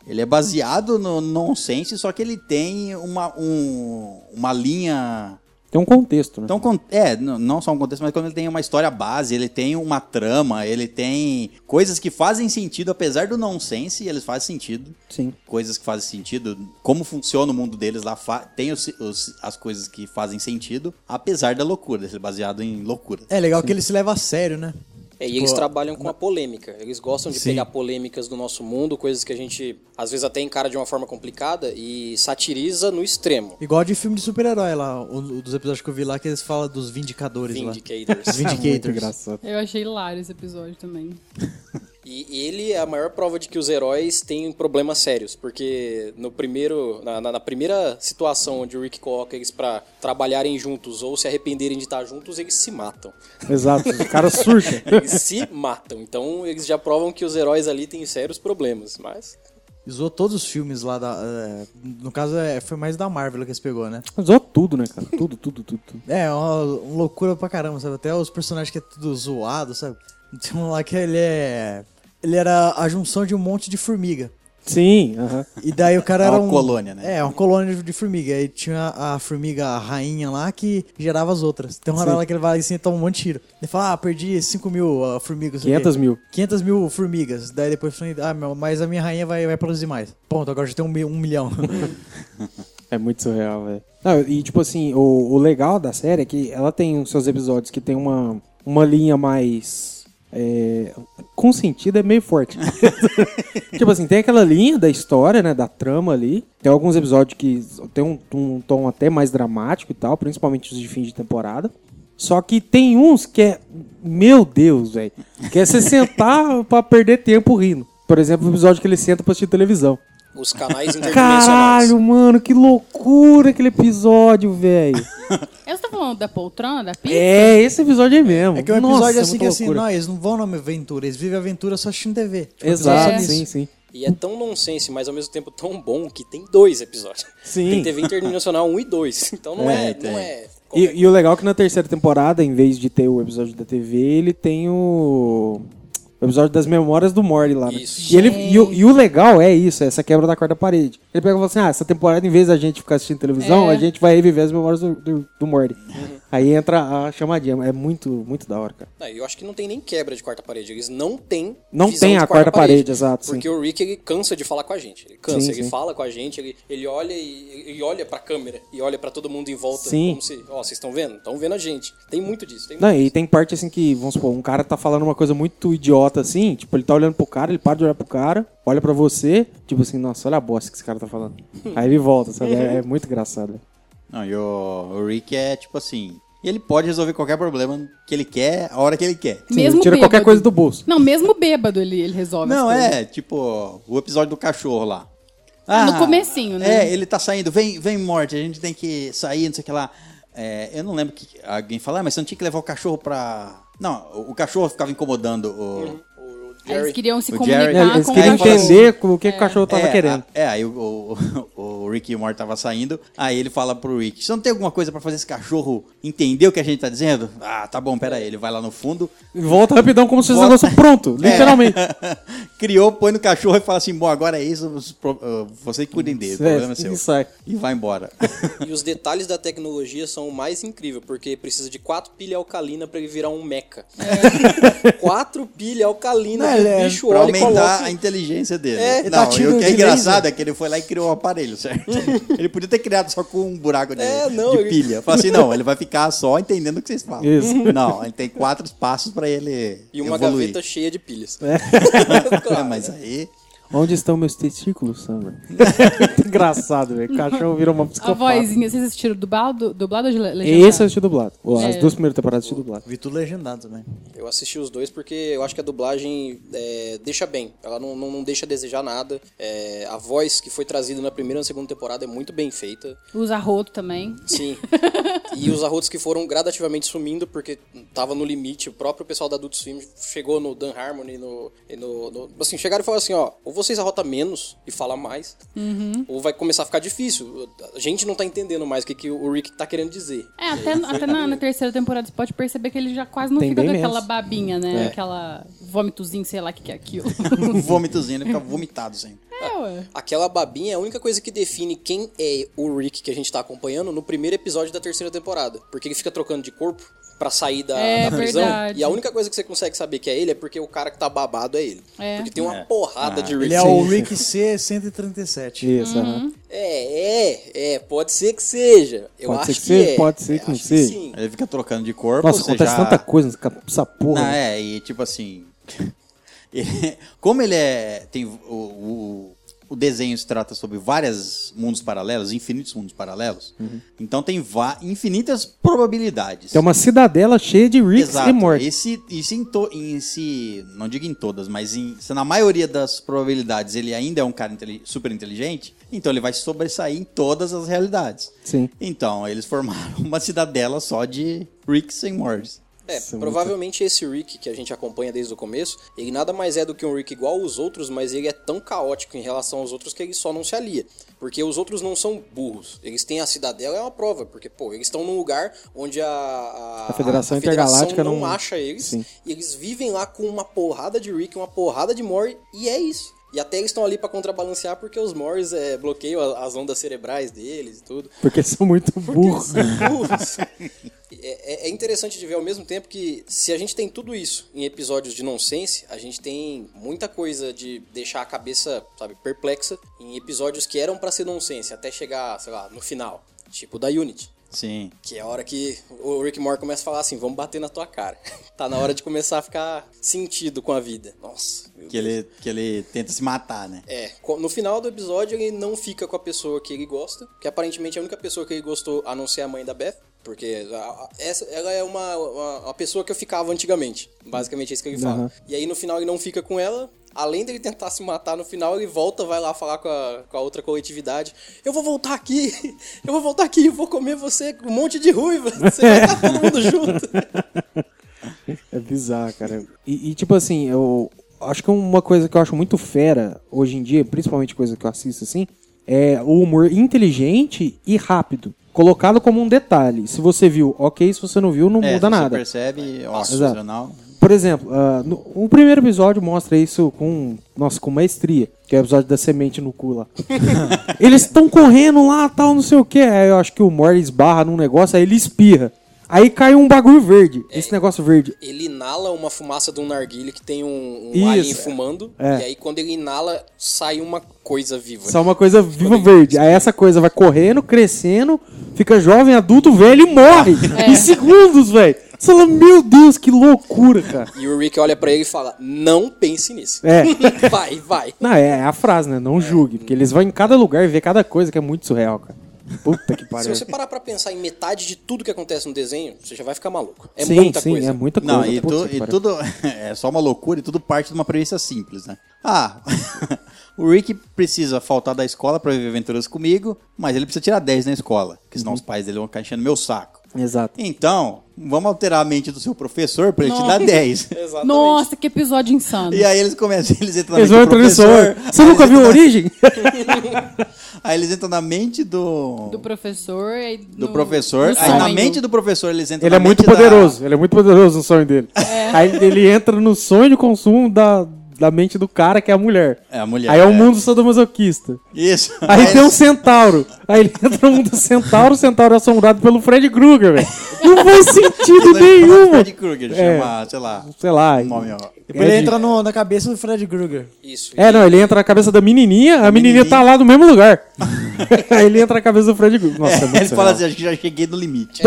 [SPEAKER 1] Ele é baseado no nonsense, só que ele tem uma, um- uma linha
[SPEAKER 3] Tem um contexto, né?
[SPEAKER 1] então, con- é, n- não só um contexto, mas quando ele tem uma história base, ele tem uma trama, ele tem coisas que fazem sentido, apesar do nonsense, eles fazem sentido.
[SPEAKER 3] Sim.
[SPEAKER 1] Coisas que fazem sentido, como funciona o mundo deles lá, fa- tem os- os- as coisas que fazem sentido, apesar da loucura, desse baseado em loucura.
[SPEAKER 5] É legal que ele se leva a sério, né?
[SPEAKER 6] É, e
[SPEAKER 5] Tipo,
[SPEAKER 6] eles trabalham com a polêmica. Eles gostam de
[SPEAKER 5] Sim.
[SPEAKER 6] pegar polêmicas do nosso mundo, coisas que a gente às vezes até encara de uma forma complicada e satiriza no extremo.
[SPEAKER 5] Igual de filme de super-herói lá, um dos episódios que eu vi lá, que eles falam dos Vindicadores lá.
[SPEAKER 6] Vindicators.
[SPEAKER 5] Os Vindicators.
[SPEAKER 3] engraçado.
[SPEAKER 4] Eu achei hilário esse episódio também.
[SPEAKER 6] E ele é a maior prova de que os heróis têm problemas sérios, porque no primeiro, na, na- na primeira situação onde o Rick coloca eles pra trabalharem juntos ou se arrependerem de estar juntos, eles se matam.
[SPEAKER 3] Exato, os caras surgem.
[SPEAKER 6] Eles se matam. Então eles já provam que os heróis ali têm sérios problemas, mas
[SPEAKER 5] Usou todos os filmes lá da. é, no caso, é, foi mais da Marvel que eles pegou, né?
[SPEAKER 3] Usou tudo, né, cara? Tudo, tudo, tudo, tudo.
[SPEAKER 5] É, uma, uma loucura pra caramba, sabe? Até os personagens que é tudo zoado, sabe? Tem um lá que ele é. Ele era a junção de um monte de formiga.
[SPEAKER 3] Sim, aham.
[SPEAKER 5] E daí o cara
[SPEAKER 1] É uma
[SPEAKER 5] era. um-
[SPEAKER 1] colônia, né?
[SPEAKER 5] É, uma colônia de formiga. Aí tinha a formiga a rainha lá que gerava as outras. Tem uma hora lá que ele vai assim e toma um monte de tiro. Ele fala, ah, perdi 5 mil ah, formigas. não sei o quê.
[SPEAKER 3] 500 mil.
[SPEAKER 5] 500 mil formigas. Daí depois fala, ah, meu, mas a minha rainha vai, vai produzir mais. Ponto, agora já tem um, mi- um milhão.
[SPEAKER 3] É muito surreal, velho. Não, E, tipo assim, o, o legal da série é que ela tem os seus episódios que tem uma, uma linha mais. é, com sentido é meio forte. tipo assim, tem aquela linha da história, né? Da trama ali. Tem alguns episódios que tem um, um tom até mais dramático e tal, principalmente os de fim de temporada. Só que tem uns que é. Meu Deus, velho. Que é você sentar pra perder tempo rindo. Por exemplo, o episódio que ele senta pra assistir televisão.
[SPEAKER 6] os
[SPEAKER 5] É.
[SPEAKER 6] canais interdimensionais.
[SPEAKER 3] Caralho, mano, que loucura aquele episódio, velho.
[SPEAKER 4] Eu estou tá falando da poltrona, da pizza?
[SPEAKER 3] É, esse episódio aí mesmo.
[SPEAKER 5] É que é um episódio
[SPEAKER 3] Nossa,
[SPEAKER 5] assim
[SPEAKER 3] muita
[SPEAKER 5] que assim,
[SPEAKER 3] loucura.
[SPEAKER 5] não, eles não vão na aventura, eles vivem a aventura só assistindo TV. Tipo,
[SPEAKER 3] Exato,
[SPEAKER 4] É.
[SPEAKER 3] sim, sim.
[SPEAKER 6] E é tão nonsense, mas ao mesmo tempo tão bom que tem dois episódios.
[SPEAKER 3] Sim.
[SPEAKER 6] Tem TV Internacional 1 e 2. Então não é,
[SPEAKER 1] É, tem.
[SPEAKER 6] não é
[SPEAKER 3] E,
[SPEAKER 6] qualquer
[SPEAKER 3] e o legal é que na terceira temporada, em vez de ter o episódio da TV, ele tem o. O episódio das memórias do Morty lá, né?
[SPEAKER 6] Isso.
[SPEAKER 3] E, ele, e, o, e o legal é isso, é essa quebra da quarta parede. Ele pega e fala assim, ah, essa temporada, em vez da gente ficar assistindo televisão,
[SPEAKER 4] É.
[SPEAKER 3] a gente vai reviver as memórias do, do, do Morty.
[SPEAKER 5] Uhum.
[SPEAKER 3] Aí entra a chamadinha. É muito, muito da hora, cara.
[SPEAKER 6] Não, eu acho que não tem nem quebra de quarta parede. Eles não têm.
[SPEAKER 3] Não
[SPEAKER 6] visão
[SPEAKER 3] tem
[SPEAKER 6] de
[SPEAKER 3] a quarta parede, exato,
[SPEAKER 6] Porque o Rick ele cansa de falar com a gente. Ele cansa,
[SPEAKER 3] Sim,
[SPEAKER 6] ele
[SPEAKER 3] sim.
[SPEAKER 6] fala com a gente, ele, ele olha e ele olha pra câmera e olha pra todo mundo em volta.
[SPEAKER 3] Sim.
[SPEAKER 6] Como se, ó, vocês estão vendo? Estão vendo a gente. Tem muito disso. Tem
[SPEAKER 3] Não,
[SPEAKER 6] muito
[SPEAKER 3] e
[SPEAKER 6] disso.
[SPEAKER 3] tem parte assim que, vamos supor, um cara tá falando uma coisa muito idiota assim, tipo, ele tá olhando pro cara, ele para de olhar pro cara, olha pra você, tipo assim, nossa, olha a bosta que esse cara tá falando. Aí ele volta, sabe? É, é muito engraçado. né?
[SPEAKER 1] Não, e o, o Rick é tipo assim. Ele pode resolver qualquer problema que ele quer, a hora que ele quer.
[SPEAKER 3] É, Sim, ele tira qualquer coisa do bolso.
[SPEAKER 4] Não, mesmo bêbado ele, ele resolve.
[SPEAKER 1] Não,
[SPEAKER 4] as coisas.
[SPEAKER 1] é tipo o episódio do cachorro lá.
[SPEAKER 4] Ah, no comecinho, né?
[SPEAKER 1] É, ele tá saindo, vem, vem morte, a gente tem que sair, não sei o que lá. É, eu não lembro que alguém falar, mas você não tinha que levar o cachorro pra. Não, o- o cachorro ficava incomodando o.
[SPEAKER 3] Uhum.
[SPEAKER 6] O- o
[SPEAKER 4] Aí
[SPEAKER 6] Jerry-
[SPEAKER 4] eles queriam se
[SPEAKER 1] O
[SPEAKER 4] comunicar
[SPEAKER 1] Jerry-
[SPEAKER 3] É, eles
[SPEAKER 4] com
[SPEAKER 3] queriam
[SPEAKER 4] o cachorro.
[SPEAKER 3] entender o que o cachorro tava
[SPEAKER 1] é,
[SPEAKER 3] querendo.
[SPEAKER 1] a- é, aí o, o, o Rick e o Morty tava saindo, aí ele fala pro Rick, você não tem alguma coisa pra fazer esse cachorro entender o que a gente tá dizendo? Ah, tá bom, pera aí, ele vai lá no fundo,
[SPEAKER 3] E Volta rapidão como se fosse um
[SPEAKER 1] Ah. Volta.
[SPEAKER 3] negócio pronto,
[SPEAKER 1] É.
[SPEAKER 3] literalmente.
[SPEAKER 1] Criou, põe no cachorro e fala assim: bom, agora é isso, os pro- ah, você que cuidem dele, o problema é seu.
[SPEAKER 3] e sai.
[SPEAKER 1] E vai embora.
[SPEAKER 6] E os detalhes da tecnologia são o mais incrível, porque precisa de quatro pilhas alcalina pra ele virar um meca. quatro pilhas alcalina
[SPEAKER 5] Não,
[SPEAKER 6] que
[SPEAKER 5] ele
[SPEAKER 6] o
[SPEAKER 5] é-
[SPEAKER 6] bicho
[SPEAKER 1] pra
[SPEAKER 6] olha e
[SPEAKER 1] aumentar
[SPEAKER 6] coloca.
[SPEAKER 1] a inteligência dele.
[SPEAKER 6] É, ele
[SPEAKER 1] não,
[SPEAKER 5] tá
[SPEAKER 1] e o
[SPEAKER 5] tiro
[SPEAKER 1] que é
[SPEAKER 5] de
[SPEAKER 1] engraçado é
[SPEAKER 5] laser.
[SPEAKER 1] que ele foi lá e criou um aparelho, certo? ele podia ter criado só com um buraco de,
[SPEAKER 6] É, não,
[SPEAKER 1] de
[SPEAKER 6] ele-
[SPEAKER 1] pilha. Fala assim: não, ele vai ficar só entendendo o que vocês falam.
[SPEAKER 3] Isso.
[SPEAKER 1] Não, ele tem quatro passos pra ele.
[SPEAKER 6] E uma
[SPEAKER 1] evoluir.
[SPEAKER 6] gaveta cheia de pilhas.
[SPEAKER 1] É, mas aí.
[SPEAKER 3] Onde estão meus testículos, Sandra? engraçado, velho. O cachorro virou uma
[SPEAKER 4] A
[SPEAKER 3] psicopata.
[SPEAKER 4] vozinha, vocês assistiram dublado, dublado ou de le- legendado?
[SPEAKER 3] Esse eu assisti dublado. As
[SPEAKER 4] É.
[SPEAKER 3] duas primeiras temporadas eu assisti
[SPEAKER 1] Uhum.
[SPEAKER 3] dublado.
[SPEAKER 5] Vi tudo legendado também.
[SPEAKER 6] Eu assisti os dois porque eu acho que a dublagem é, deixa bem. Ela não, não, não deixa a desejar nada. É, a voz que foi trazida na primeira e na segunda temporada é muito bem feita.
[SPEAKER 4] Os arroto também.
[SPEAKER 6] Sim. e os arrotos que foram gradativamente sumindo, porque tava no limite. O próprio pessoal da Adult Swim chegou no Dan Harmony, no, e no, no- Assim, chegaram e falaram assim, ó, ou vocês arrotam menos e falam mais, ou vai começar a ficar difícil. A gente não tá entendendo mais o que, que o Rick tá querendo dizer.
[SPEAKER 4] É, até, até na, na terceira temporada você pode perceber que ele já quase não
[SPEAKER 3] Tem
[SPEAKER 4] fica
[SPEAKER 3] bem
[SPEAKER 4] com aquela
[SPEAKER 3] menos. É.
[SPEAKER 4] babinha, né? Aquela vômitozinho, sei lá o que, que é aquilo.
[SPEAKER 1] Um vômitozinho, ele fica vomitado sempre.
[SPEAKER 4] é, ué.
[SPEAKER 6] Aquela babinha é a única coisa que define quem é o Rick que a gente tá acompanhando no primeiro episódio da terceira temporada. Porque ele fica trocando de corpo pra sair da,
[SPEAKER 4] É,
[SPEAKER 6] da prisão.
[SPEAKER 4] verdade.
[SPEAKER 6] E a única coisa que você consegue saber que é ele é porque o cara que tá babado é ele.
[SPEAKER 4] É.
[SPEAKER 6] Porque tem uma
[SPEAKER 1] É.
[SPEAKER 3] Ah,
[SPEAKER 6] porrada de Rick.
[SPEAKER 5] Ele é o
[SPEAKER 3] sim.
[SPEAKER 5] Rick C137.
[SPEAKER 3] Isso, aham.
[SPEAKER 6] É, é, é, pode ser que seja. Eu
[SPEAKER 3] Pode
[SPEAKER 6] acho
[SPEAKER 3] ser que seja,
[SPEAKER 6] é.
[SPEAKER 3] pode ser
[SPEAKER 6] É,
[SPEAKER 3] que não
[SPEAKER 6] acho
[SPEAKER 3] seja.
[SPEAKER 6] sim.
[SPEAKER 1] Ele fica trocando de corpo.
[SPEAKER 3] Nossa,
[SPEAKER 1] você
[SPEAKER 3] acontece
[SPEAKER 1] já-
[SPEAKER 3] tanta coisa nessa cap- essa porra. né?
[SPEAKER 1] Não, é, e tipo assim. ele- como ele é. Tem é, o, o- o desenho se trata sobre vários mundos paralelos, infinitos mundos paralelos. Então tem va- infinitas probabilidades.
[SPEAKER 3] É Uhum. uma cidadela cheia de Ricks
[SPEAKER 1] Exato.
[SPEAKER 3] e Morty.
[SPEAKER 1] Esse, isso em, to, em si, não digo em todas, mas em, se na maioria das probabilidades ele ainda é um cara inteli- super inteligente, então ele vai sobressair em todas as realidades.
[SPEAKER 3] Sim.
[SPEAKER 1] Então, eles formaram uma cidadela só de Ricks e Mortys.
[SPEAKER 6] É, provavelmente esse Rick que a gente acompanha desde o começo, ele nada mais é do que um Rick igual aos outros, mas ele é tão caótico em relação aos outros que ele só não se alia. Porque os outros não são burros. Eles têm a cidadela, é uma prova, porque, pô, eles estão num lugar onde a, a,
[SPEAKER 3] A Federação
[SPEAKER 6] a Federação
[SPEAKER 3] Intergaláctica
[SPEAKER 6] não,
[SPEAKER 3] não-
[SPEAKER 6] acha eles.
[SPEAKER 3] Sim.
[SPEAKER 6] E eles vivem lá com uma porrada de Rick, uma porrada de Mori, e é isso. E até eles estão ali pra contrabalancear porque os Morris é, bloqueiam a- as ondas cerebrais deles e tudo.
[SPEAKER 3] Porque são muito burros.
[SPEAKER 6] Burros. é, é- é interessante de ver ao mesmo tempo que se a gente tem tudo isso em episódios de nonsense, a gente tem muita coisa de deixar a cabeça, sabe, perplexa em episódios que eram pra ser nonsense, até chegar, sei lá, no final. Tipo da Unity.
[SPEAKER 1] Sim.
[SPEAKER 6] Que é a hora que o Rick Moore começa a falar assim, vamos bater na tua cara. tá na hora de começar a ficar sentido com a vida. Nossa, meu
[SPEAKER 1] Que ele, que ele tenta se matar, né?
[SPEAKER 6] é, co- no final do episódio ele não fica com a pessoa que ele gosta, que aparentemente é a única pessoa que ele gostou, a não ser a mãe da Beth, porque a- a- essa, ela é uma, uma, uma pessoa que eu ficava antigamente. Basicamente é isso que ele fala. E aí no final ele não fica com ela. Além dele tentar se matar no final, ele volta, vai lá falar com a, com a outra coletividade. Eu vou voltar aqui, eu vou voltar aqui, eu vou comer você com um monte de ruiva. Você vai estar todo mundo junto.
[SPEAKER 3] É bizarro, cara. E, e, tipo assim, eu acho que uma coisa que eu acho muito fera hoje em dia, principalmente coisa que eu assisto assim, é o humor inteligente e rápido. Colocado como um detalhe. Se você viu, ok. Se você não viu, não
[SPEAKER 1] É, você
[SPEAKER 3] muda nada.
[SPEAKER 1] percebe, ó,
[SPEAKER 3] Exato.
[SPEAKER 1] sensacional.
[SPEAKER 3] Por exemplo, ah, no- o primeiro episódio mostra isso com, nossa, com maestria, que é o episódio da semente no cu lá. Eles estão correndo lá, tal, não sei o que. Aí eu acho que o Morty esbarra num negócio, aí ele espirra. Aí cai um bagulho verde.
[SPEAKER 1] É.
[SPEAKER 3] Esse negócio verde.
[SPEAKER 6] ele inala uma fumaça de um narguilé que tem um, um
[SPEAKER 3] Isso,
[SPEAKER 6] alien
[SPEAKER 3] é.
[SPEAKER 6] fumando.
[SPEAKER 3] É.
[SPEAKER 6] E aí, quando ele inala, sai uma coisa viva.
[SPEAKER 3] Só é uma coisa viva verde. Aí essa coisa vai correndo, crescendo, fica jovem, adulto, velho e morre. Em segundos, velho. Você fala, meu Deus, que loucura, cara.
[SPEAKER 6] E o Rick olha pra ele e fala: Não pense nisso.
[SPEAKER 3] É.
[SPEAKER 6] vai, vai.
[SPEAKER 3] Não, é a frase, né? Não julgue. Porque eles vão em cada lugar e vê cada coisa que é muito surreal, cara. Puta que
[SPEAKER 6] Se
[SPEAKER 3] pariu.
[SPEAKER 6] você parar pra pensar em metade de tudo que acontece no desenho, você já vai ficar maluco. É
[SPEAKER 3] sim,
[SPEAKER 6] muita
[SPEAKER 3] sim,
[SPEAKER 6] coisa.
[SPEAKER 3] é muita coisa.
[SPEAKER 1] Não, e,
[SPEAKER 3] Puta
[SPEAKER 1] tu-
[SPEAKER 3] que
[SPEAKER 1] e
[SPEAKER 3] pariu.
[SPEAKER 1] tudo é só uma loucura e tudo parte de uma premissa simples, né? Ah, o Rick precisa faltar da escola pra viver aventuras comigo, mas ele precisa tirar 10 na escola, porque senão os
[SPEAKER 3] Uhum.
[SPEAKER 1] pais dele vão ficar enchendo meu saco.
[SPEAKER 3] Exato.
[SPEAKER 1] Então, vamos alterar a mente do seu professor pra ele te dar 10.
[SPEAKER 6] Exatamente.
[SPEAKER 4] Nossa, que episódio insano.
[SPEAKER 1] E aí eles começam, eles entram na
[SPEAKER 3] Eles vão
[SPEAKER 1] mente do
[SPEAKER 3] entrar nisso.
[SPEAKER 1] professor.
[SPEAKER 3] Você
[SPEAKER 1] aí
[SPEAKER 3] nunca
[SPEAKER 1] eles
[SPEAKER 3] viu a
[SPEAKER 1] entram
[SPEAKER 3] origem?
[SPEAKER 1] na- Aí eles entram na mente do...
[SPEAKER 4] Do
[SPEAKER 1] Do,
[SPEAKER 4] professor. e no-
[SPEAKER 1] professor.
[SPEAKER 4] no
[SPEAKER 1] aí na
[SPEAKER 4] sonho.
[SPEAKER 1] mente do professor eles entram
[SPEAKER 3] Ele é
[SPEAKER 1] na
[SPEAKER 3] muito
[SPEAKER 1] mente da-
[SPEAKER 3] poderoso. Ele é muito poderoso no sonho dele. Aí ele entra no sonho de consumo da, da mente do cara, que é a mulher.
[SPEAKER 1] É, a mulher.
[SPEAKER 3] Aí é o mundo sadomasoquista.
[SPEAKER 1] Isso.
[SPEAKER 3] Aí tem um
[SPEAKER 1] eles-
[SPEAKER 3] centauro. Aí ele entra no mundo do centauro, o centauro é assombrado pelo Fred Krueger, velho. Não faz sentido nenhum.
[SPEAKER 1] Fred Krueger,
[SPEAKER 3] É.
[SPEAKER 1] chama, sei lá,
[SPEAKER 3] Sei lá.
[SPEAKER 1] o nome, ó.
[SPEAKER 5] Depois ele
[SPEAKER 3] É de-
[SPEAKER 5] entra no- na cabeça do Fred Krueger.
[SPEAKER 6] Isso.
[SPEAKER 3] É, não, ele entra na cabeça da menininha, a menininha,
[SPEAKER 1] menininha.
[SPEAKER 3] tá lá no mesmo lugar. Aí ele entra na cabeça do Fred Krueger. Nossa, é, muito É.
[SPEAKER 1] ele fala
[SPEAKER 3] surreal.
[SPEAKER 1] assim, acho que já cheguei no limite.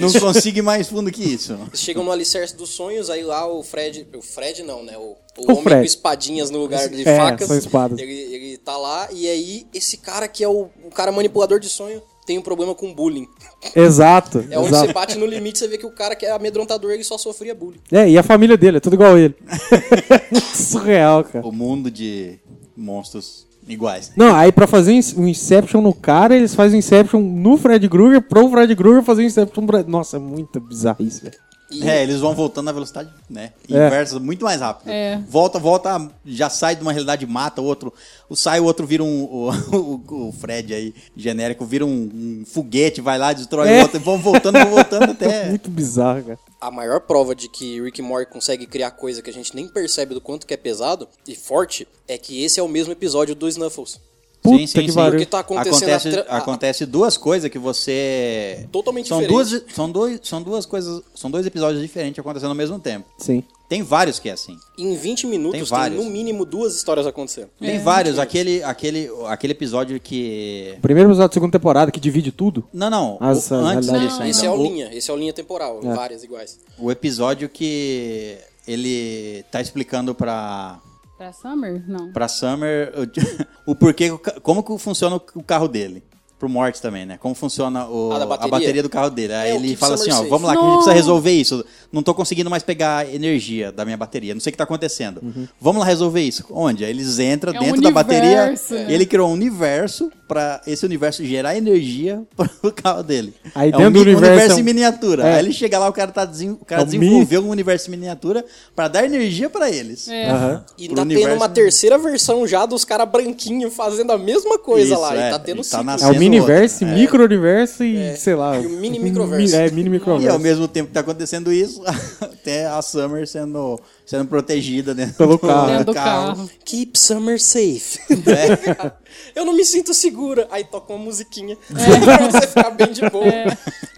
[SPEAKER 1] Não consigo ir mais fundo que isso.
[SPEAKER 6] Eles chegam no alicerce dos sonhos, aí lá o Fred. O Fred não, né? O, o,
[SPEAKER 3] O
[SPEAKER 6] homem
[SPEAKER 3] Fred.
[SPEAKER 6] com espadinhas no lugar de
[SPEAKER 3] É,
[SPEAKER 6] facas.
[SPEAKER 3] são espadas.
[SPEAKER 6] Ele, ele tá lá, e aí esse cara que é o, o cara manipulador de sonho tem um problema com bullying.
[SPEAKER 3] Exato,
[SPEAKER 6] É onde
[SPEAKER 3] exato.
[SPEAKER 6] você bate no limite, você vê que o cara que é amedrontador, ele só sofria bullying.
[SPEAKER 3] É, e a família dele, é tudo igual a ele. surreal, cara.
[SPEAKER 1] O mundo de monstros iguais. né?
[SPEAKER 3] Não, aí pra fazer o Inception no cara, eles fazem o Inception no Fred Krueger, pro Fred Krueger fazer o Inception pra... Nossa, é muito bizarro isso, velho.
[SPEAKER 6] E
[SPEAKER 1] É, eles vão voltando na velocidade, né?
[SPEAKER 3] É.
[SPEAKER 1] Inversa, muito mais rápido.
[SPEAKER 4] É.
[SPEAKER 1] Volta, volta, já sai de uma realidade, mata o outro. O sai, o outro vira um. O, o- o Fred aí, genérico, vira um, um foguete, vai lá, destrói
[SPEAKER 3] É.
[SPEAKER 1] o outro. E vão voltando, vão voltando até.
[SPEAKER 3] Muito bizarro, cara.
[SPEAKER 6] a maior prova de que Rick and Morty consegue criar coisa que a gente nem percebe do quanto que é pesado e forte é que esse é o mesmo episódio do Snuffles.
[SPEAKER 3] Puta que pariu.
[SPEAKER 6] Porque tá acontecendo
[SPEAKER 1] acontece,
[SPEAKER 6] a tra- a-
[SPEAKER 1] acontece duas coisas que você.
[SPEAKER 6] Totalmente
[SPEAKER 1] são
[SPEAKER 6] diferente.
[SPEAKER 1] duas São dois, são duas coisas. São dois episódios diferentes acontecendo ao mesmo tempo.
[SPEAKER 3] Sim.
[SPEAKER 1] Tem vários que é assim.
[SPEAKER 6] Em 20
[SPEAKER 1] Tem
[SPEAKER 6] minutos tem,
[SPEAKER 1] vários.
[SPEAKER 6] no mínimo duas histórias acontecendo.
[SPEAKER 1] Tem vários. Aquele, aquele, aquele episódio que.
[SPEAKER 3] O primeiro episódio da segunda temporada que divide tudo.
[SPEAKER 1] Não, não.
[SPEAKER 3] As-
[SPEAKER 1] o,
[SPEAKER 3] as
[SPEAKER 1] antes
[SPEAKER 3] realidades
[SPEAKER 1] disso
[SPEAKER 3] diferentes.
[SPEAKER 1] ainda.
[SPEAKER 6] Esse é o
[SPEAKER 1] o,
[SPEAKER 6] linha, esse é o linha temporal, várias iguais.
[SPEAKER 1] o episódio que ele tá explicando pra.
[SPEAKER 4] Pra Pra Summer? Não.
[SPEAKER 1] Pra Summer, o- o porquê, que o ca- como que funciona o o carro dele. Pro Morte também, né? Como funciona o-
[SPEAKER 6] Ah, da
[SPEAKER 1] a
[SPEAKER 6] bateria?
[SPEAKER 1] bateria do carro dele. Aí
[SPEAKER 6] É, o
[SPEAKER 1] ele
[SPEAKER 6] que
[SPEAKER 1] fala
[SPEAKER 6] Summer
[SPEAKER 1] assim, ó,
[SPEAKER 6] fez.
[SPEAKER 1] vamos lá, que a gente
[SPEAKER 4] Nossa.
[SPEAKER 1] precisa resolver isso. Não tô conseguindo mais pegar energia da minha bateria. Não sei o que tá acontecendo.
[SPEAKER 3] Uhum.
[SPEAKER 1] Vamos lá resolver isso. Onde? Aí Eles entram
[SPEAKER 4] É um
[SPEAKER 1] dentro da bateria.
[SPEAKER 4] universo, né?
[SPEAKER 1] e Ele criou um universo pra esse universo gerar energia pro carro dele.
[SPEAKER 3] Aí
[SPEAKER 1] é
[SPEAKER 3] dentro
[SPEAKER 1] um
[SPEAKER 3] do
[SPEAKER 1] mi-
[SPEAKER 3] universo é um-
[SPEAKER 1] em miniatura.
[SPEAKER 3] É.
[SPEAKER 1] Aí ele chega lá, o cara, tá desen- o cara
[SPEAKER 3] É um mi-
[SPEAKER 1] desenvolveu um universo em miniatura pra dar energia pra eles.
[SPEAKER 4] É.
[SPEAKER 6] E
[SPEAKER 1] Pro
[SPEAKER 6] tá
[SPEAKER 1] universo-
[SPEAKER 6] tendo uma terceira versão já dos caras branquinhos fazendo a mesma coisa
[SPEAKER 1] Isso,
[SPEAKER 6] lá.
[SPEAKER 1] é.
[SPEAKER 6] E tá
[SPEAKER 1] E
[SPEAKER 6] tendo
[SPEAKER 1] tá
[SPEAKER 6] ciclo.
[SPEAKER 1] nas-
[SPEAKER 3] É o
[SPEAKER 1] Sendo
[SPEAKER 3] mini-verso,
[SPEAKER 1] outra, é.
[SPEAKER 3] micro-universo e, sei lá...
[SPEAKER 6] E o É. um mini microverso.
[SPEAKER 3] É, mini
[SPEAKER 1] E ao
[SPEAKER 3] microverso.
[SPEAKER 1] mesmo tempo que tá acontecendo isso, até a Summer sendo, sendo protegida né? dentro
[SPEAKER 3] Pelo carro.
[SPEAKER 4] Dentro do carro.
[SPEAKER 6] Keep Summer safe. É. Eu não me sinto segura. Aí toca uma musiquinha pra você ficar bem de boa.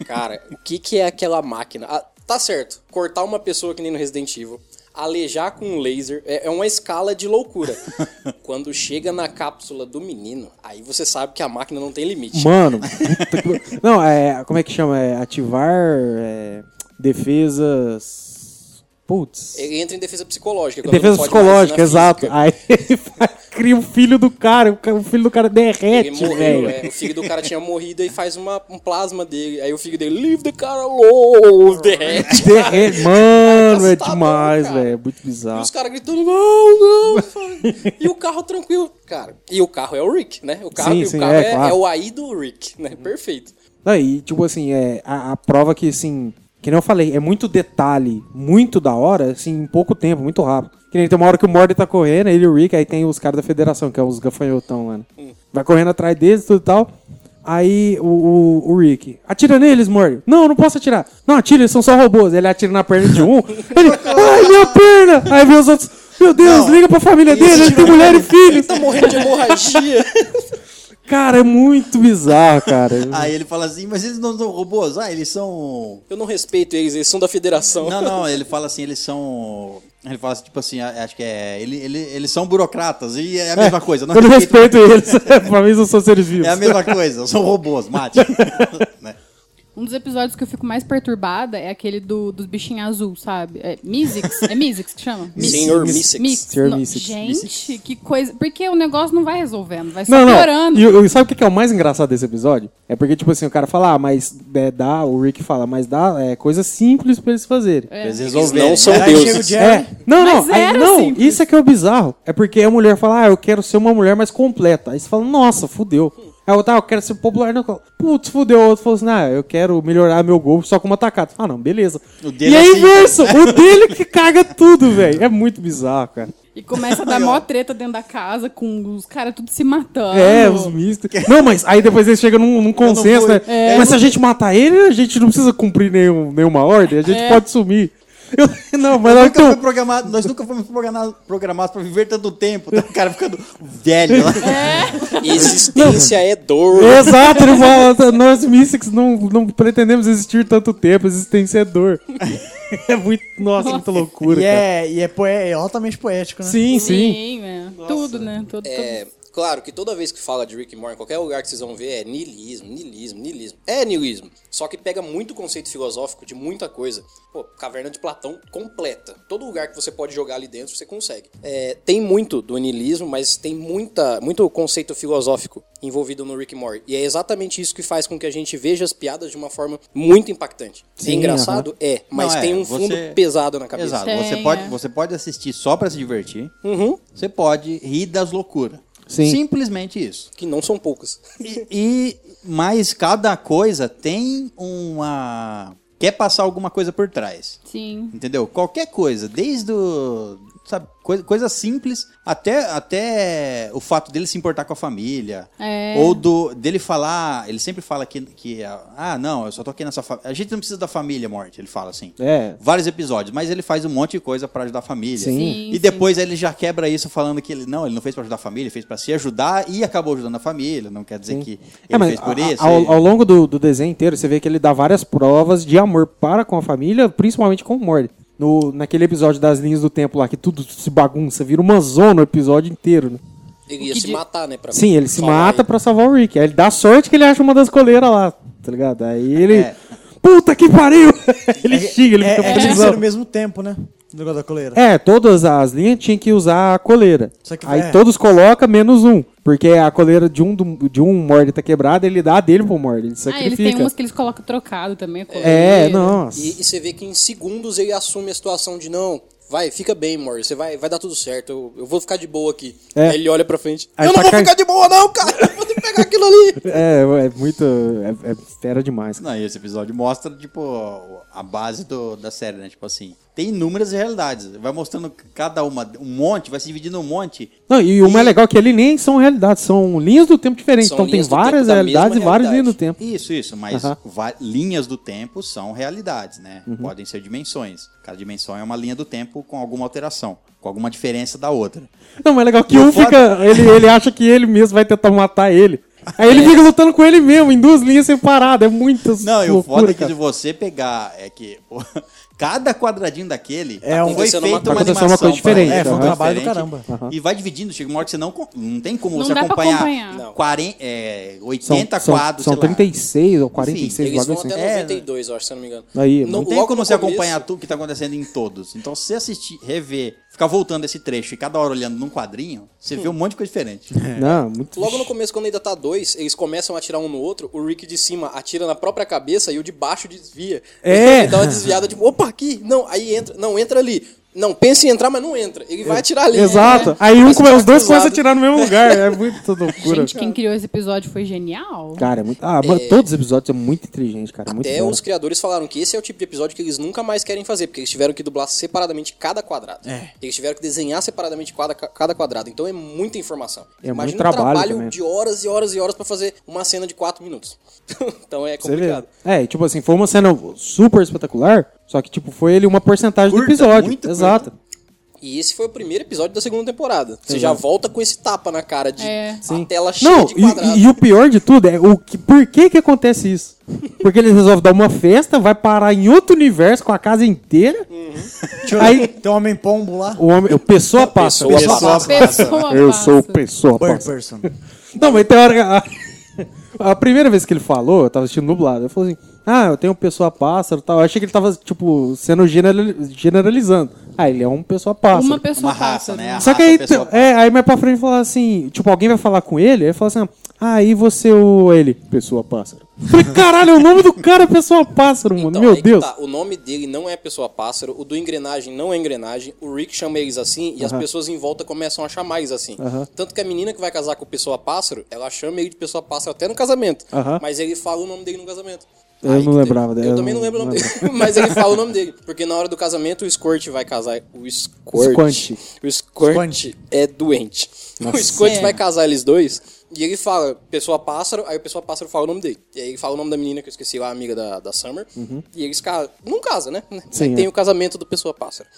[SPEAKER 6] Cara, o que, que é aquela máquina? Ah, tá certo, cortar uma pessoa que nem no Resident Evil, alejar com um laser, é, é uma escala de loucura. Quando chega na cápsula do menino, aí você sabe que a máquina não tem limite.
[SPEAKER 3] Mano, puta que- não, é. Como é que chama? É ativar é, defesas. Putz.
[SPEAKER 6] Ele entra em defesa psicológica. quando
[SPEAKER 3] Defesa
[SPEAKER 6] É, não pode mais
[SPEAKER 3] psicológica,
[SPEAKER 6] na
[SPEAKER 3] exato.
[SPEAKER 6] física.
[SPEAKER 3] Aí ele faz- cria o filho do cara, o ca- o filho do cara
[SPEAKER 6] Ele
[SPEAKER 3] derrete,
[SPEAKER 6] morreu,
[SPEAKER 3] velho.
[SPEAKER 6] é. O filho do cara tinha morrido e faz uma, um plasma dele. Aí o filho dele, leave the car alone, derrete.
[SPEAKER 3] Derrete, mano, é
[SPEAKER 6] tá assustador,
[SPEAKER 3] demais,
[SPEAKER 6] cara.
[SPEAKER 3] velho. É muito
[SPEAKER 6] E
[SPEAKER 3] bizarro.
[SPEAKER 6] os caras gritando, não, não. e o carro tranquilo. Cara, e o carro é o Rick, né? O carro,
[SPEAKER 3] Sim,
[SPEAKER 6] e o
[SPEAKER 3] sim,
[SPEAKER 6] carro
[SPEAKER 3] é,
[SPEAKER 6] é,
[SPEAKER 3] claro.
[SPEAKER 6] é o AI do Rick, né? Perfeito.
[SPEAKER 3] Não, e tipo assim, é, a, a prova que assim, que nem eu falei, é muito detalhe, muito da hora, assim, em pouco tempo, muito rápido. Que nem tem uma hora que o Morty tá correndo, ele e o Rick, aí tem os caras da federação, que é os gafanhotão lá, né? Vai correndo atrás deles, tudo e tal. Aí o, o, o Rick, atira neles, Morty. Não, não posso atirar. Não, atira, eles são só robôs. Ele atira na perna de um, ele, ai, minha perna! Aí vem os outros, meu Deus, liga pra família dele, ele tem mulher e filhos.
[SPEAKER 6] Tá morrendo de hemorragia.
[SPEAKER 3] Cara, é muito bizarro, cara. É
[SPEAKER 1] Aí ele fala assim, mas eles não são robôs? Ah, eles são...
[SPEAKER 6] Eu não respeito eles, eles são da federação.
[SPEAKER 1] Não, não, ele fala assim, eles são... Ele fala assim, tipo assim, a- acho que é... Ele, ele- eles são burocratas e é a mesma coisa.
[SPEAKER 3] Eu não respeito eles. É, pra mim, eu sou seres vivos.
[SPEAKER 1] É a mesma coisa, são robôs, mate. Né?
[SPEAKER 4] Um dos episódios que eu fico mais perturbada é aquele do, dos bichinhos azul, sabe? É Mizix? É Mizix que chama?
[SPEAKER 6] Senhor Missix.
[SPEAKER 4] Mix.
[SPEAKER 3] Senhor
[SPEAKER 4] Não,
[SPEAKER 3] Mixix.
[SPEAKER 4] Gente, que coisa. Porque o negócio não vai resolvendo, vai só
[SPEAKER 3] Não, não.
[SPEAKER 4] piorando.
[SPEAKER 3] E, eu- sabe o que que é o mais engraçado desse episódio? É porque, tipo assim, o cara fala, ah, mas é, dá, o Rick fala, mas dá é, coisa simples pra eles fazerem. É.
[SPEAKER 1] Eles
[SPEAKER 6] Eles
[SPEAKER 1] resolveram.
[SPEAKER 6] não são
[SPEAKER 1] né?
[SPEAKER 5] Aí chega o
[SPEAKER 6] deuses.
[SPEAKER 5] Jerry.
[SPEAKER 3] Não,
[SPEAKER 4] Mas
[SPEAKER 3] não, aí-
[SPEAKER 4] era
[SPEAKER 3] não,
[SPEAKER 4] simples.
[SPEAKER 3] isso é que é o bizarro. É porque a mulher fala, ah, eu quero ser uma mulher mais completa. Aí você fala, nossa, fudeu. Aí o outro, ah, eu quero ser popular. Não, putz, fudeu. O outro falou assim, ah, eu quero melhorar meu gol só com uma tacada. Ah, não, beleza.
[SPEAKER 1] O dele
[SPEAKER 3] E é
[SPEAKER 1] é simples.
[SPEAKER 3] inverso, o dele que caga tudo, velho. É muito bizarro, cara.
[SPEAKER 4] E começa a dar mó treta dentro da casa, com os caras tudo se matando.
[SPEAKER 3] É, os mistos. Não, mas aí depois eles chegam num, num consenso, né? Mas se a gente matar ele, a gente não precisa cumprir nenhum- nenhuma ordem, a gente pode sumir. É. Eu- não,
[SPEAKER 1] Nós
[SPEAKER 3] mas não,
[SPEAKER 1] nunca fomos programados, nós nunca fomos programa- programados pra viver tanto tempo. Tá? O cara ficando velho lá.
[SPEAKER 6] Existência é dor.
[SPEAKER 3] Exato, ele fala, nós Mystics não, não pretendemos existir tanto tempo, existência é dor. É muito, nossa, muita loucura,
[SPEAKER 5] E
[SPEAKER 3] cara.
[SPEAKER 5] é, e é, poe- é altamente poético, né?
[SPEAKER 3] Sim, sim.
[SPEAKER 4] é. Tudo, né? Todo,
[SPEAKER 6] É, claro que toda vez que fala de Rick and Morty, em qualquer lugar que vocês vão ver é niilismo, niilismo, niilismo. É niilismo. Só que pega muito conceito filosófico de muita coisa. Pô, Caverna de Platão completa. Todo lugar que você pode jogar ali dentro, você consegue. É, tem muito do niilismo, mas tem muita, muito conceito filosófico envolvido no Rick and Morty. E é exatamente isso que faz com que a gente veja as piadas de uma forma muito impactante. é engraçado? É. Mas
[SPEAKER 1] Não, é,
[SPEAKER 6] tem um
[SPEAKER 1] você-
[SPEAKER 6] fundo pesado na cabeça.
[SPEAKER 1] Exato.
[SPEAKER 4] Tem,
[SPEAKER 1] você, pode,
[SPEAKER 4] é.
[SPEAKER 1] você pode assistir só pra se divertir.
[SPEAKER 6] Uhum.
[SPEAKER 1] Você pode rir das loucuras.
[SPEAKER 3] Sim.
[SPEAKER 1] Simplesmente isso.
[SPEAKER 6] Que não são poucas.
[SPEAKER 1] E, e- mas cada coisa tem uma. Quer passar alguma coisa por trás.
[SPEAKER 4] Sim.
[SPEAKER 1] Entendeu? Qualquer coisa, desde o. Sabe, coisa, coisa simples, até, até o fato dele se importar com a família.
[SPEAKER 4] É.
[SPEAKER 1] Ou do, dele falar. Ele sempre fala que, que. Ah, não, eu só tô aqui nessa família. A gente não precisa da família, morte, ele fala assim.
[SPEAKER 3] É.
[SPEAKER 1] Vários episódios, mas ele faz um monte de coisa pra ajudar a família.
[SPEAKER 3] Sim.
[SPEAKER 4] Sim,
[SPEAKER 1] E depois ele já quebra isso falando que ele não, ele não fez pra ajudar a família, ele fez pra se ajudar e acabou ajudando a família. Não quer dizer que ele
[SPEAKER 3] É, mas
[SPEAKER 1] fez por
[SPEAKER 3] a- a-
[SPEAKER 1] isso. ele-
[SPEAKER 3] Ao, ao longo do, do desenho inteiro, você vê que ele dá várias provas de amor para com a família, principalmente com o Morty. No, naquele episódio das linhas do tempo lá, que tudo se bagunça, vira uma zona o episódio inteiro. Né?
[SPEAKER 6] Ele ia
[SPEAKER 4] que
[SPEAKER 6] se
[SPEAKER 4] di-
[SPEAKER 6] matar, né? Pra
[SPEAKER 3] Sim, ele se
[SPEAKER 6] salvar
[SPEAKER 3] mata
[SPEAKER 6] ele.
[SPEAKER 3] pra salvar o Rick. Aí ele dá sorte que ele acha uma das coleiras lá, tá ligado? Aí ele.
[SPEAKER 1] É.
[SPEAKER 3] Puta que pariu! ele xinga, ele
[SPEAKER 5] É,
[SPEAKER 3] fica
[SPEAKER 5] é, tinha que ser
[SPEAKER 3] felizão.
[SPEAKER 5] no mesmo tempo, né? No negócio da coleira.
[SPEAKER 3] É, todas as linhas tinham que usar a coleira.
[SPEAKER 5] Só que
[SPEAKER 3] Aí
[SPEAKER 5] é.
[SPEAKER 3] todos colocam menos um. Porque a coleira de um, do- de um morde tá quebrada, ele dá a dele pro morde. Ele
[SPEAKER 4] Ah, eles
[SPEAKER 3] sacrifica.
[SPEAKER 4] têm umas que eles colocam trocado também. a coleira.
[SPEAKER 3] É, nossa.
[SPEAKER 6] E, e você vê que em segundos ele assume a situação de não. Vai, fica bem, Morris. Você vai, vai dar tudo certo. Eu, eu vou ficar de boa aqui.
[SPEAKER 3] É.
[SPEAKER 6] Aí ele olha pra frente.
[SPEAKER 3] Aí
[SPEAKER 6] eu não
[SPEAKER 3] tá
[SPEAKER 6] vou
[SPEAKER 3] ca-
[SPEAKER 6] ficar de boa, não, cara. Eu vou ter que pegar aquilo ali.
[SPEAKER 3] É, é muito. É, é fera demais. cara.
[SPEAKER 1] Não, e esse episódio mostra, tipo, a base do- da série, né? Tipo assim, tem inúmeras realidades. Vai mostrando cada uma, um monte, vai se dividindo um monte.
[SPEAKER 3] Não, e o mais legal é que ele nem são realidades, são linhas do tempo diferentes.
[SPEAKER 6] São
[SPEAKER 3] então tem
[SPEAKER 6] linhas do
[SPEAKER 3] várias
[SPEAKER 6] tempo da
[SPEAKER 3] realidades e
[SPEAKER 6] mesma
[SPEAKER 3] várias linhas
[SPEAKER 6] realidade.
[SPEAKER 3] do tempo.
[SPEAKER 1] Isso, isso, mas
[SPEAKER 3] Aham. Uhum.
[SPEAKER 1] va- linhas do tempo são realidades, né? Podem ser dimensões. Cada dimensão é uma linha do tempo com alguma alteração, com alguma diferença da outra.
[SPEAKER 3] Não, mas é legal que
[SPEAKER 1] E o
[SPEAKER 3] um
[SPEAKER 1] foda-
[SPEAKER 3] fica. Ele, ele acha que ele mesmo vai tentar matar ele. Aí ele fica lutando com ele mesmo, em duas linhas separadas. É muito.
[SPEAKER 1] Não, e o
[SPEAKER 3] loucura,
[SPEAKER 1] foda é que
[SPEAKER 3] cara.
[SPEAKER 1] se você pegar, é que pô, cada quadradinho daquele
[SPEAKER 5] É um-
[SPEAKER 1] foi
[SPEAKER 6] acontecendo uma-
[SPEAKER 1] feita uma,
[SPEAKER 3] acontecendo
[SPEAKER 1] animação.
[SPEAKER 3] uma coisa
[SPEAKER 1] pra-
[SPEAKER 3] diferente,
[SPEAKER 1] É, foi um
[SPEAKER 3] aham.
[SPEAKER 1] trabalho do
[SPEAKER 5] Diferente.
[SPEAKER 1] caramba. E vai dividindo, chega uma hora que você não, con- não tem como
[SPEAKER 4] Não
[SPEAKER 1] você
[SPEAKER 4] dá pra
[SPEAKER 1] acompanhar,
[SPEAKER 4] acompanhar.
[SPEAKER 6] Não.
[SPEAKER 1] 40, é,
[SPEAKER 3] São,
[SPEAKER 1] 80
[SPEAKER 3] são,
[SPEAKER 1] quadros,
[SPEAKER 3] São
[SPEAKER 1] sei lá.
[SPEAKER 3] 36 ou 46
[SPEAKER 6] Eles vão
[SPEAKER 3] bagulho
[SPEAKER 6] até
[SPEAKER 3] assim.
[SPEAKER 1] É.
[SPEAKER 6] 92, eu acho, se eu não me engano.
[SPEAKER 3] Aí,
[SPEAKER 1] Não
[SPEAKER 3] mano.
[SPEAKER 1] tem
[SPEAKER 6] logo
[SPEAKER 1] como
[SPEAKER 6] no
[SPEAKER 1] você
[SPEAKER 6] começo-
[SPEAKER 1] acompanhar tudo que tá acontecendo em todos. Então, se você assistir, rever, ficar voltando esse trecho e cada hora olhando num quadrinho, você vê um monte de coisa diferente.
[SPEAKER 3] Não, muito.
[SPEAKER 6] Logo no começo, quando ainda tá dois, eles começam a atirar um no outro, o Rick de cima atira na própria cabeça e o de baixo desvia.
[SPEAKER 3] É.
[SPEAKER 6] Ele dá uma desviada, tipo, opa, aqui, não, aí entra, não, entra ali. Não, pensa em entrar, mas não entra. Ele vai atirar ali. É.
[SPEAKER 3] Exato. Aí um,
[SPEAKER 6] Mas tá
[SPEAKER 3] come- os dois
[SPEAKER 6] cruzado.
[SPEAKER 3] começam a tirar no mesmo lugar. É muito loucura.
[SPEAKER 4] Gente, quem criou esse episódio foi genial.
[SPEAKER 3] Cara, é muito. Ah, mano, todos os episódios são muito inteligentes, cara. é muito
[SPEAKER 6] Até
[SPEAKER 3] bom.
[SPEAKER 6] os criadores falaram que esse é o tipo de episódio que eles nunca mais querem fazer, porque eles tiveram que dublar separadamente cada quadrado.
[SPEAKER 3] É.
[SPEAKER 6] Eles tiveram que desenhar separadamente quadra- cada quadrado. Então é muita informação.
[SPEAKER 3] É muito
[SPEAKER 6] Imagina um
[SPEAKER 3] trabalho
[SPEAKER 6] trabalho
[SPEAKER 3] também.
[SPEAKER 6] de horas e horas e horas pra fazer uma cena de 4 minutos. então é
[SPEAKER 3] Você vê.
[SPEAKER 6] complicado.
[SPEAKER 3] É, e, tipo assim, foi uma cena super espetacular, só que tipo, foi ele uma porcentagem do
[SPEAKER 1] Curta,
[SPEAKER 3] episódio.
[SPEAKER 1] muito curta.
[SPEAKER 3] Exato.
[SPEAKER 6] E esse foi o primeiro episódio da segunda temporada. Você já volta com esse tapa na cara de
[SPEAKER 4] É.
[SPEAKER 6] a tela cheia
[SPEAKER 3] Não,
[SPEAKER 6] de quadrado.
[SPEAKER 3] e, e o pior de tudo é o que, por que que acontece isso? Porque eles resolvem dar uma festa, vai parar em outro universo com a casa inteira.
[SPEAKER 5] Deixa eu-
[SPEAKER 3] É, Aí-
[SPEAKER 5] Tem um homem pombo lá.
[SPEAKER 3] O homem, o pessoa passa.
[SPEAKER 1] Pessoa
[SPEAKER 6] Pessoa
[SPEAKER 4] Pessoa
[SPEAKER 3] Eu
[SPEAKER 4] passa.
[SPEAKER 3] sou o pessoa
[SPEAKER 5] Bird
[SPEAKER 3] passa.
[SPEAKER 5] person.
[SPEAKER 3] Não, mas tem hora que a, a primeira vez que ele falou, eu tava assistindo nublado. Eu falei assim: "Ah, eu tenho um pessoa pássaro", e tal. Eu achei que ele tava tipo sendo generali- generalizando. Ah, ele é um pessoa pássaro.
[SPEAKER 4] Uma pessoa
[SPEAKER 1] Uma raça,
[SPEAKER 4] passa.
[SPEAKER 1] né? A
[SPEAKER 3] Só que
[SPEAKER 1] raça,
[SPEAKER 3] aí,
[SPEAKER 1] a pessoa-
[SPEAKER 3] t- é, aí mais pra frente fala assim, tipo, alguém vai falar com ele, aí fala assim, ah, aí você ou ele, pessoa pássaro. Falei, caralho, o nome do cara é pessoa pássaro, mano,
[SPEAKER 6] Então,
[SPEAKER 3] meu
[SPEAKER 6] aí que
[SPEAKER 3] Deus.
[SPEAKER 6] tá. O nome dele não é Pessoa Pássaro, o do Engrenagem não é Engrenagem, o Rick chama eles assim e as pessoas em volta começam a chamar eles assim. Tanto que a menina que vai casar com o Pessoa Pássaro, ela chama ele de Pessoa Pássaro até no casamento,
[SPEAKER 3] Aham.
[SPEAKER 6] mas ele fala o nome dele no casamento.
[SPEAKER 3] Eu
[SPEAKER 6] Aí
[SPEAKER 3] não
[SPEAKER 6] que
[SPEAKER 3] lembrava
[SPEAKER 6] teve-
[SPEAKER 3] dela,
[SPEAKER 6] Eu
[SPEAKER 3] eu
[SPEAKER 6] também não
[SPEAKER 3] não
[SPEAKER 6] lembro o nome dele, mas ele fala o nome dele. Porque na hora do casamento o Squirt vai casar. O Squirt.
[SPEAKER 3] Squanch.
[SPEAKER 6] O Squirt,
[SPEAKER 5] Squanch.
[SPEAKER 6] é doente. O
[SPEAKER 3] É.
[SPEAKER 6] Squirt vai casar eles dois. E ele fala, pessoa pássaro, aí o pessoa pássaro fala o nome dele. E aí ele fala o nome da menina que eu esqueci lá, amiga da, da Summer. E eles casam. Não casa, né?
[SPEAKER 3] Uhum. Sim,
[SPEAKER 6] Aí
[SPEAKER 3] é.
[SPEAKER 6] tem o casamento do pessoa pássaro.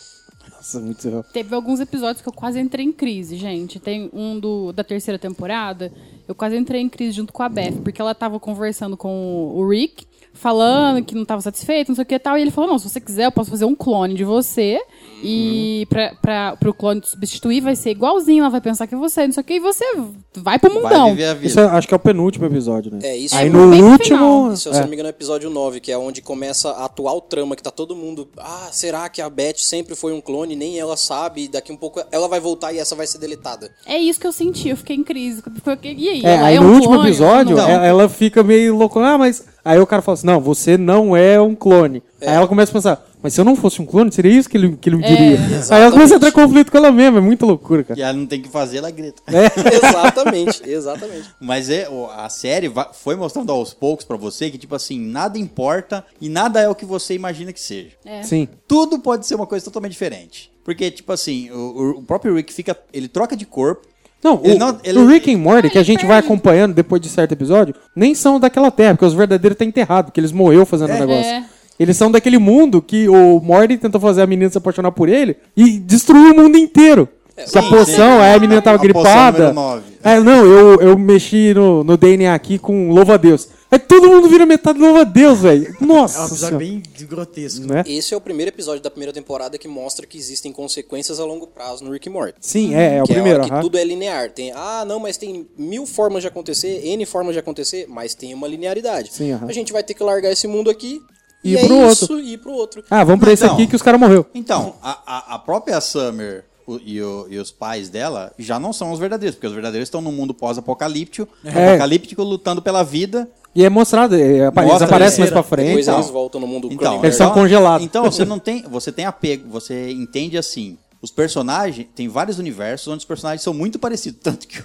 [SPEAKER 3] Nossa, muito...
[SPEAKER 4] Teve alguns episódios que eu quase entrei em crise, gente. Tem um do, da terceira temporada, eu quase entrei em crise junto com a Beth, porque ela tava conversando com o Rick, falando que não tava satisfeito, não sei o que e tal. E ele falou: não, se você quiser, eu posso fazer um clone de você.
[SPEAKER 3] Uhum.
[SPEAKER 4] E pra, pra, pro clone te substituir vai ser igualzinho, ela vai pensar que é você, não sei o que, e você vai pro
[SPEAKER 1] Vai
[SPEAKER 4] mundão.
[SPEAKER 1] viver a vida.
[SPEAKER 3] Isso é- acho que é o penúltimo episódio, né?
[SPEAKER 6] É, isso
[SPEAKER 3] Aí
[SPEAKER 6] é
[SPEAKER 3] no
[SPEAKER 4] bem no
[SPEAKER 3] último...
[SPEAKER 4] final.
[SPEAKER 6] Isso, se eu não me engano, é o episódio 9, que é onde começa a atual trama, que tá todo mundo. Ah, será que a Beth sempre foi um clone? Nem ela sabe. E daqui um pouco ela vai voltar e essa vai ser deletada.
[SPEAKER 4] É isso que eu senti, eu fiquei em crise. Porque- E aí?
[SPEAKER 3] É,
[SPEAKER 4] ela
[SPEAKER 3] aí
[SPEAKER 4] é
[SPEAKER 3] no
[SPEAKER 4] um
[SPEAKER 3] último
[SPEAKER 4] clone,
[SPEAKER 3] episódio,
[SPEAKER 6] né?
[SPEAKER 4] não é?
[SPEAKER 6] Então.
[SPEAKER 3] ela, ela fica meio louco, ah, mas... Aí o cara fala assim, não, você não é um clone. Aí ela começa a pensar, mas se eu não fosse um clone, seria isso que ele, que ele me diria.
[SPEAKER 6] É,
[SPEAKER 3] aí ela começa a entrar em conflito com ela mesma, é muita loucura, cara.
[SPEAKER 1] E ela não tem o que fazer, ela grita.
[SPEAKER 6] exatamente, exatamente.
[SPEAKER 1] Mas é, o- a série va- foi mostrando aos poucos pra você que, tipo assim, nada importa e nada é o que você imagina que seja.
[SPEAKER 6] É.
[SPEAKER 3] Sim.
[SPEAKER 1] Tudo pode ser uma coisa totalmente diferente. Porque, tipo assim, o, o próprio Rick fica. Ele troca de corpo.
[SPEAKER 3] Não,
[SPEAKER 1] Ele
[SPEAKER 3] o,
[SPEAKER 1] não- ele-
[SPEAKER 3] o Rick and Morty, que a gente vai acompanhando depois de certo episódio, nem são daquela terra, porque os verdadeiros tá enterrado, porque eles morreu fazendo o negócio.
[SPEAKER 4] É.
[SPEAKER 3] Eles são daquele mundo que o Morty tentou fazer a menina se apaixonar por ele e destruiu o mundo inteiro. Que a
[SPEAKER 1] sim,
[SPEAKER 3] poção,
[SPEAKER 1] sim.
[SPEAKER 3] aí a menina tava
[SPEAKER 1] A poção
[SPEAKER 3] gripada.
[SPEAKER 1] número nove.
[SPEAKER 3] É, não, eu, eu mexi no, no DNA aqui com louva a Deus. Aí todo mundo vira metade louva a Deus, velho.
[SPEAKER 5] É um
[SPEAKER 3] Nossa.
[SPEAKER 5] episódio
[SPEAKER 3] senhora.
[SPEAKER 5] bem grotesco.
[SPEAKER 3] Né?
[SPEAKER 6] Esse é o primeiro episódio da primeira temporada que mostra que existem consequências a longo prazo no Rick and Morty.
[SPEAKER 3] Sim, é, é o
[SPEAKER 6] que
[SPEAKER 3] primeiro.
[SPEAKER 6] é a hora que
[SPEAKER 3] aham.
[SPEAKER 6] tudo é linear. Tem, ah, não, mas tem mil formas de acontecer, N formas de acontecer, mas tem uma linearidade.
[SPEAKER 3] Sim, aham.
[SPEAKER 6] A gente vai ter que largar esse mundo aqui
[SPEAKER 3] E,
[SPEAKER 6] é
[SPEAKER 3] pro
[SPEAKER 6] isso,
[SPEAKER 3] outro.
[SPEAKER 6] e pro outro.
[SPEAKER 3] Ah, vamos pra esse
[SPEAKER 1] Não.
[SPEAKER 3] aqui que os caras morreu.
[SPEAKER 1] Então, a, a- a própria Summer o- e, o- e os pais dela já não são os verdadeiros, porque os verdadeiros estão num mundo pós-apocalíptico, apocalíptico lutando pela vida.
[SPEAKER 3] E é mostrado, é, apa- eles
[SPEAKER 1] Mostra
[SPEAKER 3] aparecem mais
[SPEAKER 1] isso.
[SPEAKER 3] pra frente.
[SPEAKER 6] Depois
[SPEAKER 1] então.
[SPEAKER 6] eles voltam no mundo
[SPEAKER 1] Então,
[SPEAKER 6] Cronenberg.
[SPEAKER 3] Eles são congelados.
[SPEAKER 1] Então, você não tem, você tem apego, você entende assim, os personagens, tem vários universos onde os personagens são muito parecidos, tanto que o-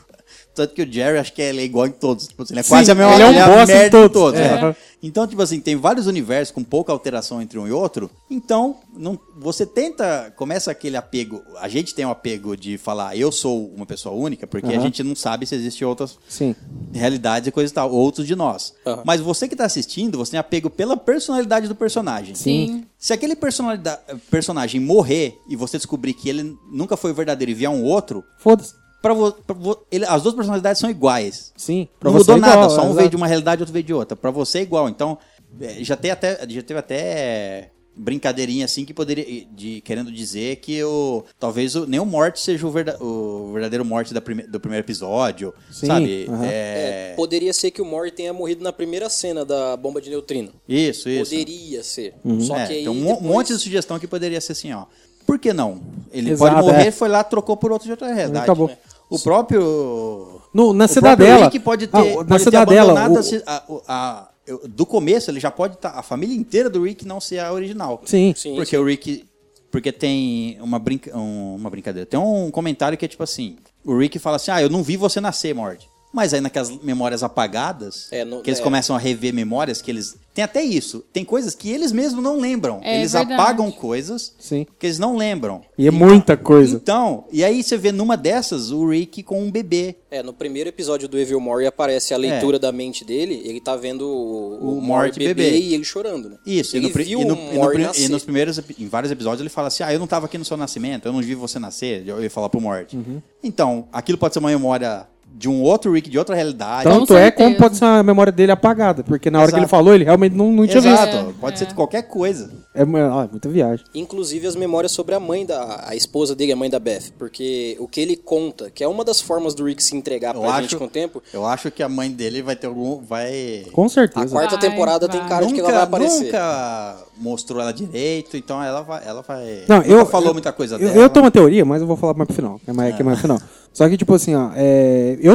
[SPEAKER 1] tanto que o Jerry acho que ele é igual em todos, tipo assim, ele é quase a mesma
[SPEAKER 3] ele é um
[SPEAKER 1] a
[SPEAKER 3] boss em
[SPEAKER 1] merda
[SPEAKER 3] todos.
[SPEAKER 1] é.
[SPEAKER 3] É.
[SPEAKER 1] Então, tipo assim, tem vários universos com pouca alteração entre um e outro. Então, não- você tenta. Começa aquele apego. A gente tem um apego de falar, eu sou uma pessoa única, porque a gente não sabe se existem outras
[SPEAKER 3] Sim.
[SPEAKER 1] realidades e é coisa e tal, outros de nós.
[SPEAKER 6] Aham.
[SPEAKER 1] Mas você que tá assistindo, você tem apego pela personalidade do personagem.
[SPEAKER 4] Sim.
[SPEAKER 1] Se aquele personalida- personagem morrer e você descobrir que ele nunca foi o verdadeiro e vier um outro,
[SPEAKER 3] Foda-se.
[SPEAKER 1] pra vo- pra vo- ele- as duas personalidades são iguais
[SPEAKER 3] Sim.
[SPEAKER 1] não mudou
[SPEAKER 3] é igual,
[SPEAKER 1] nada, só um
[SPEAKER 3] exato.
[SPEAKER 1] veio de uma realidade, outro veio de outra. Pra você é igual. Então, eh, já, tem até, já teve até brincadeirinha assim que poderia. De, querendo dizer que o, talvez o, nem o Morte seja o, verda- o verdadeiro Morte da prime- do primeiro episódio.
[SPEAKER 3] Sim,
[SPEAKER 1] sabe?
[SPEAKER 3] aham.
[SPEAKER 1] É,
[SPEAKER 6] É, poderia ser que o Mori tenha morrido na primeira cena da bomba de neutrino.
[SPEAKER 1] isso, isso.
[SPEAKER 6] É, Poderia ser.
[SPEAKER 3] Uhum.
[SPEAKER 6] Só
[SPEAKER 1] É,
[SPEAKER 6] que aí
[SPEAKER 1] tem um mo-
[SPEAKER 6] depois-
[SPEAKER 1] monte de sugestão que poderia ser assim, ó. Por que não? Ele
[SPEAKER 3] Exato,
[SPEAKER 1] pode morrer,
[SPEAKER 3] é.
[SPEAKER 1] foi lá, trocou por outro de outra realidade.
[SPEAKER 3] Acabou.
[SPEAKER 1] né? O próprio.
[SPEAKER 3] No- na
[SPEAKER 1] o
[SPEAKER 3] Cidadela.
[SPEAKER 1] próprio Rick pode ter,
[SPEAKER 3] Ah, o-
[SPEAKER 1] pode
[SPEAKER 3] na
[SPEAKER 1] ter
[SPEAKER 3] Cidadela,
[SPEAKER 1] abandonado
[SPEAKER 3] o-
[SPEAKER 1] a ci- a- o- a- eu- do começo, ele já pode estar. a família inteira do Rick não ser a original.
[SPEAKER 3] Sim.
[SPEAKER 6] Sim,
[SPEAKER 1] Porque o Rick. Porque tem uma, brinca, um- uma brincadeira. Tem um comentário que é tipo assim: o Rick fala assim, ah, eu não vi você nascer, Mord. Mas aí naquelas memórias apagadas,
[SPEAKER 6] É, não-
[SPEAKER 1] que eles
[SPEAKER 6] é.
[SPEAKER 1] começam a rever memórias, que eles. Tem até isso. Tem coisas que eles mesmos não lembram.
[SPEAKER 4] É
[SPEAKER 1] eles
[SPEAKER 4] verdade.
[SPEAKER 1] apagam coisas
[SPEAKER 3] Sim.
[SPEAKER 1] que eles não lembram.
[SPEAKER 3] E é muita coisa.
[SPEAKER 1] Então, e aí você vê numa dessas o Rick com um bebê.
[SPEAKER 6] É, no primeiro episódio do Evil Mori aparece a leitura da mente dele, ele tá vendo o,
[SPEAKER 1] É. O
[SPEAKER 6] Mori
[SPEAKER 1] Mori
[SPEAKER 6] bebê,
[SPEAKER 1] bebê.
[SPEAKER 6] e ele chorando, né?
[SPEAKER 1] Isso,
[SPEAKER 6] ele
[SPEAKER 1] e, no, pri-
[SPEAKER 6] viu
[SPEAKER 1] e, no,
[SPEAKER 6] o
[SPEAKER 1] e, no,
[SPEAKER 6] Mori
[SPEAKER 1] pri-
[SPEAKER 6] nascer.
[SPEAKER 1] e nos primeiros, epi- em vários episódios ele fala assim, ah, eu não tava aqui no seu nascimento, eu não vi você nascer, eu ia falar pro Mort.
[SPEAKER 3] Uhum.
[SPEAKER 1] Então, aquilo pode ser uma memória de um outro Rick, de outra realidade.
[SPEAKER 4] Com
[SPEAKER 3] Tanto é
[SPEAKER 4] certeza.
[SPEAKER 3] como pode ser a memória dele apagada, porque na hora que
[SPEAKER 1] Então, Exato.
[SPEAKER 3] ele falou, ele realmente é não, não tinha visto.
[SPEAKER 1] Exato, pode ser qualquer coisa.
[SPEAKER 3] É, ah, muita viagem.
[SPEAKER 6] Inclusive as memórias sobre a mãe da a esposa dele, a mãe da Beth, porque o que ele conta, que é uma das formas do Rick se entregar
[SPEAKER 1] Eu
[SPEAKER 6] pra
[SPEAKER 1] acho-
[SPEAKER 6] gente com o tempo,
[SPEAKER 1] Eu acho que a mãe dele vai ter algum... vai...
[SPEAKER 3] Com
[SPEAKER 6] a
[SPEAKER 3] certeza.
[SPEAKER 6] quarta
[SPEAKER 4] Vai,
[SPEAKER 6] temporada tem
[SPEAKER 4] vai.
[SPEAKER 6] cara de que ela vai aparecer.
[SPEAKER 1] nunca mostrou ela direito, então ela vai... Ela vai
[SPEAKER 3] Não,
[SPEAKER 1] nunca
[SPEAKER 3] eu
[SPEAKER 1] falou
[SPEAKER 3] eu-
[SPEAKER 1] muita coisa
[SPEAKER 3] eu,
[SPEAKER 1] dela.
[SPEAKER 3] Eu tenho uma teoria, mas eu vou falar mais pro final. É mais, que é mais pro final. Só que, tipo assim, ó, é, eu.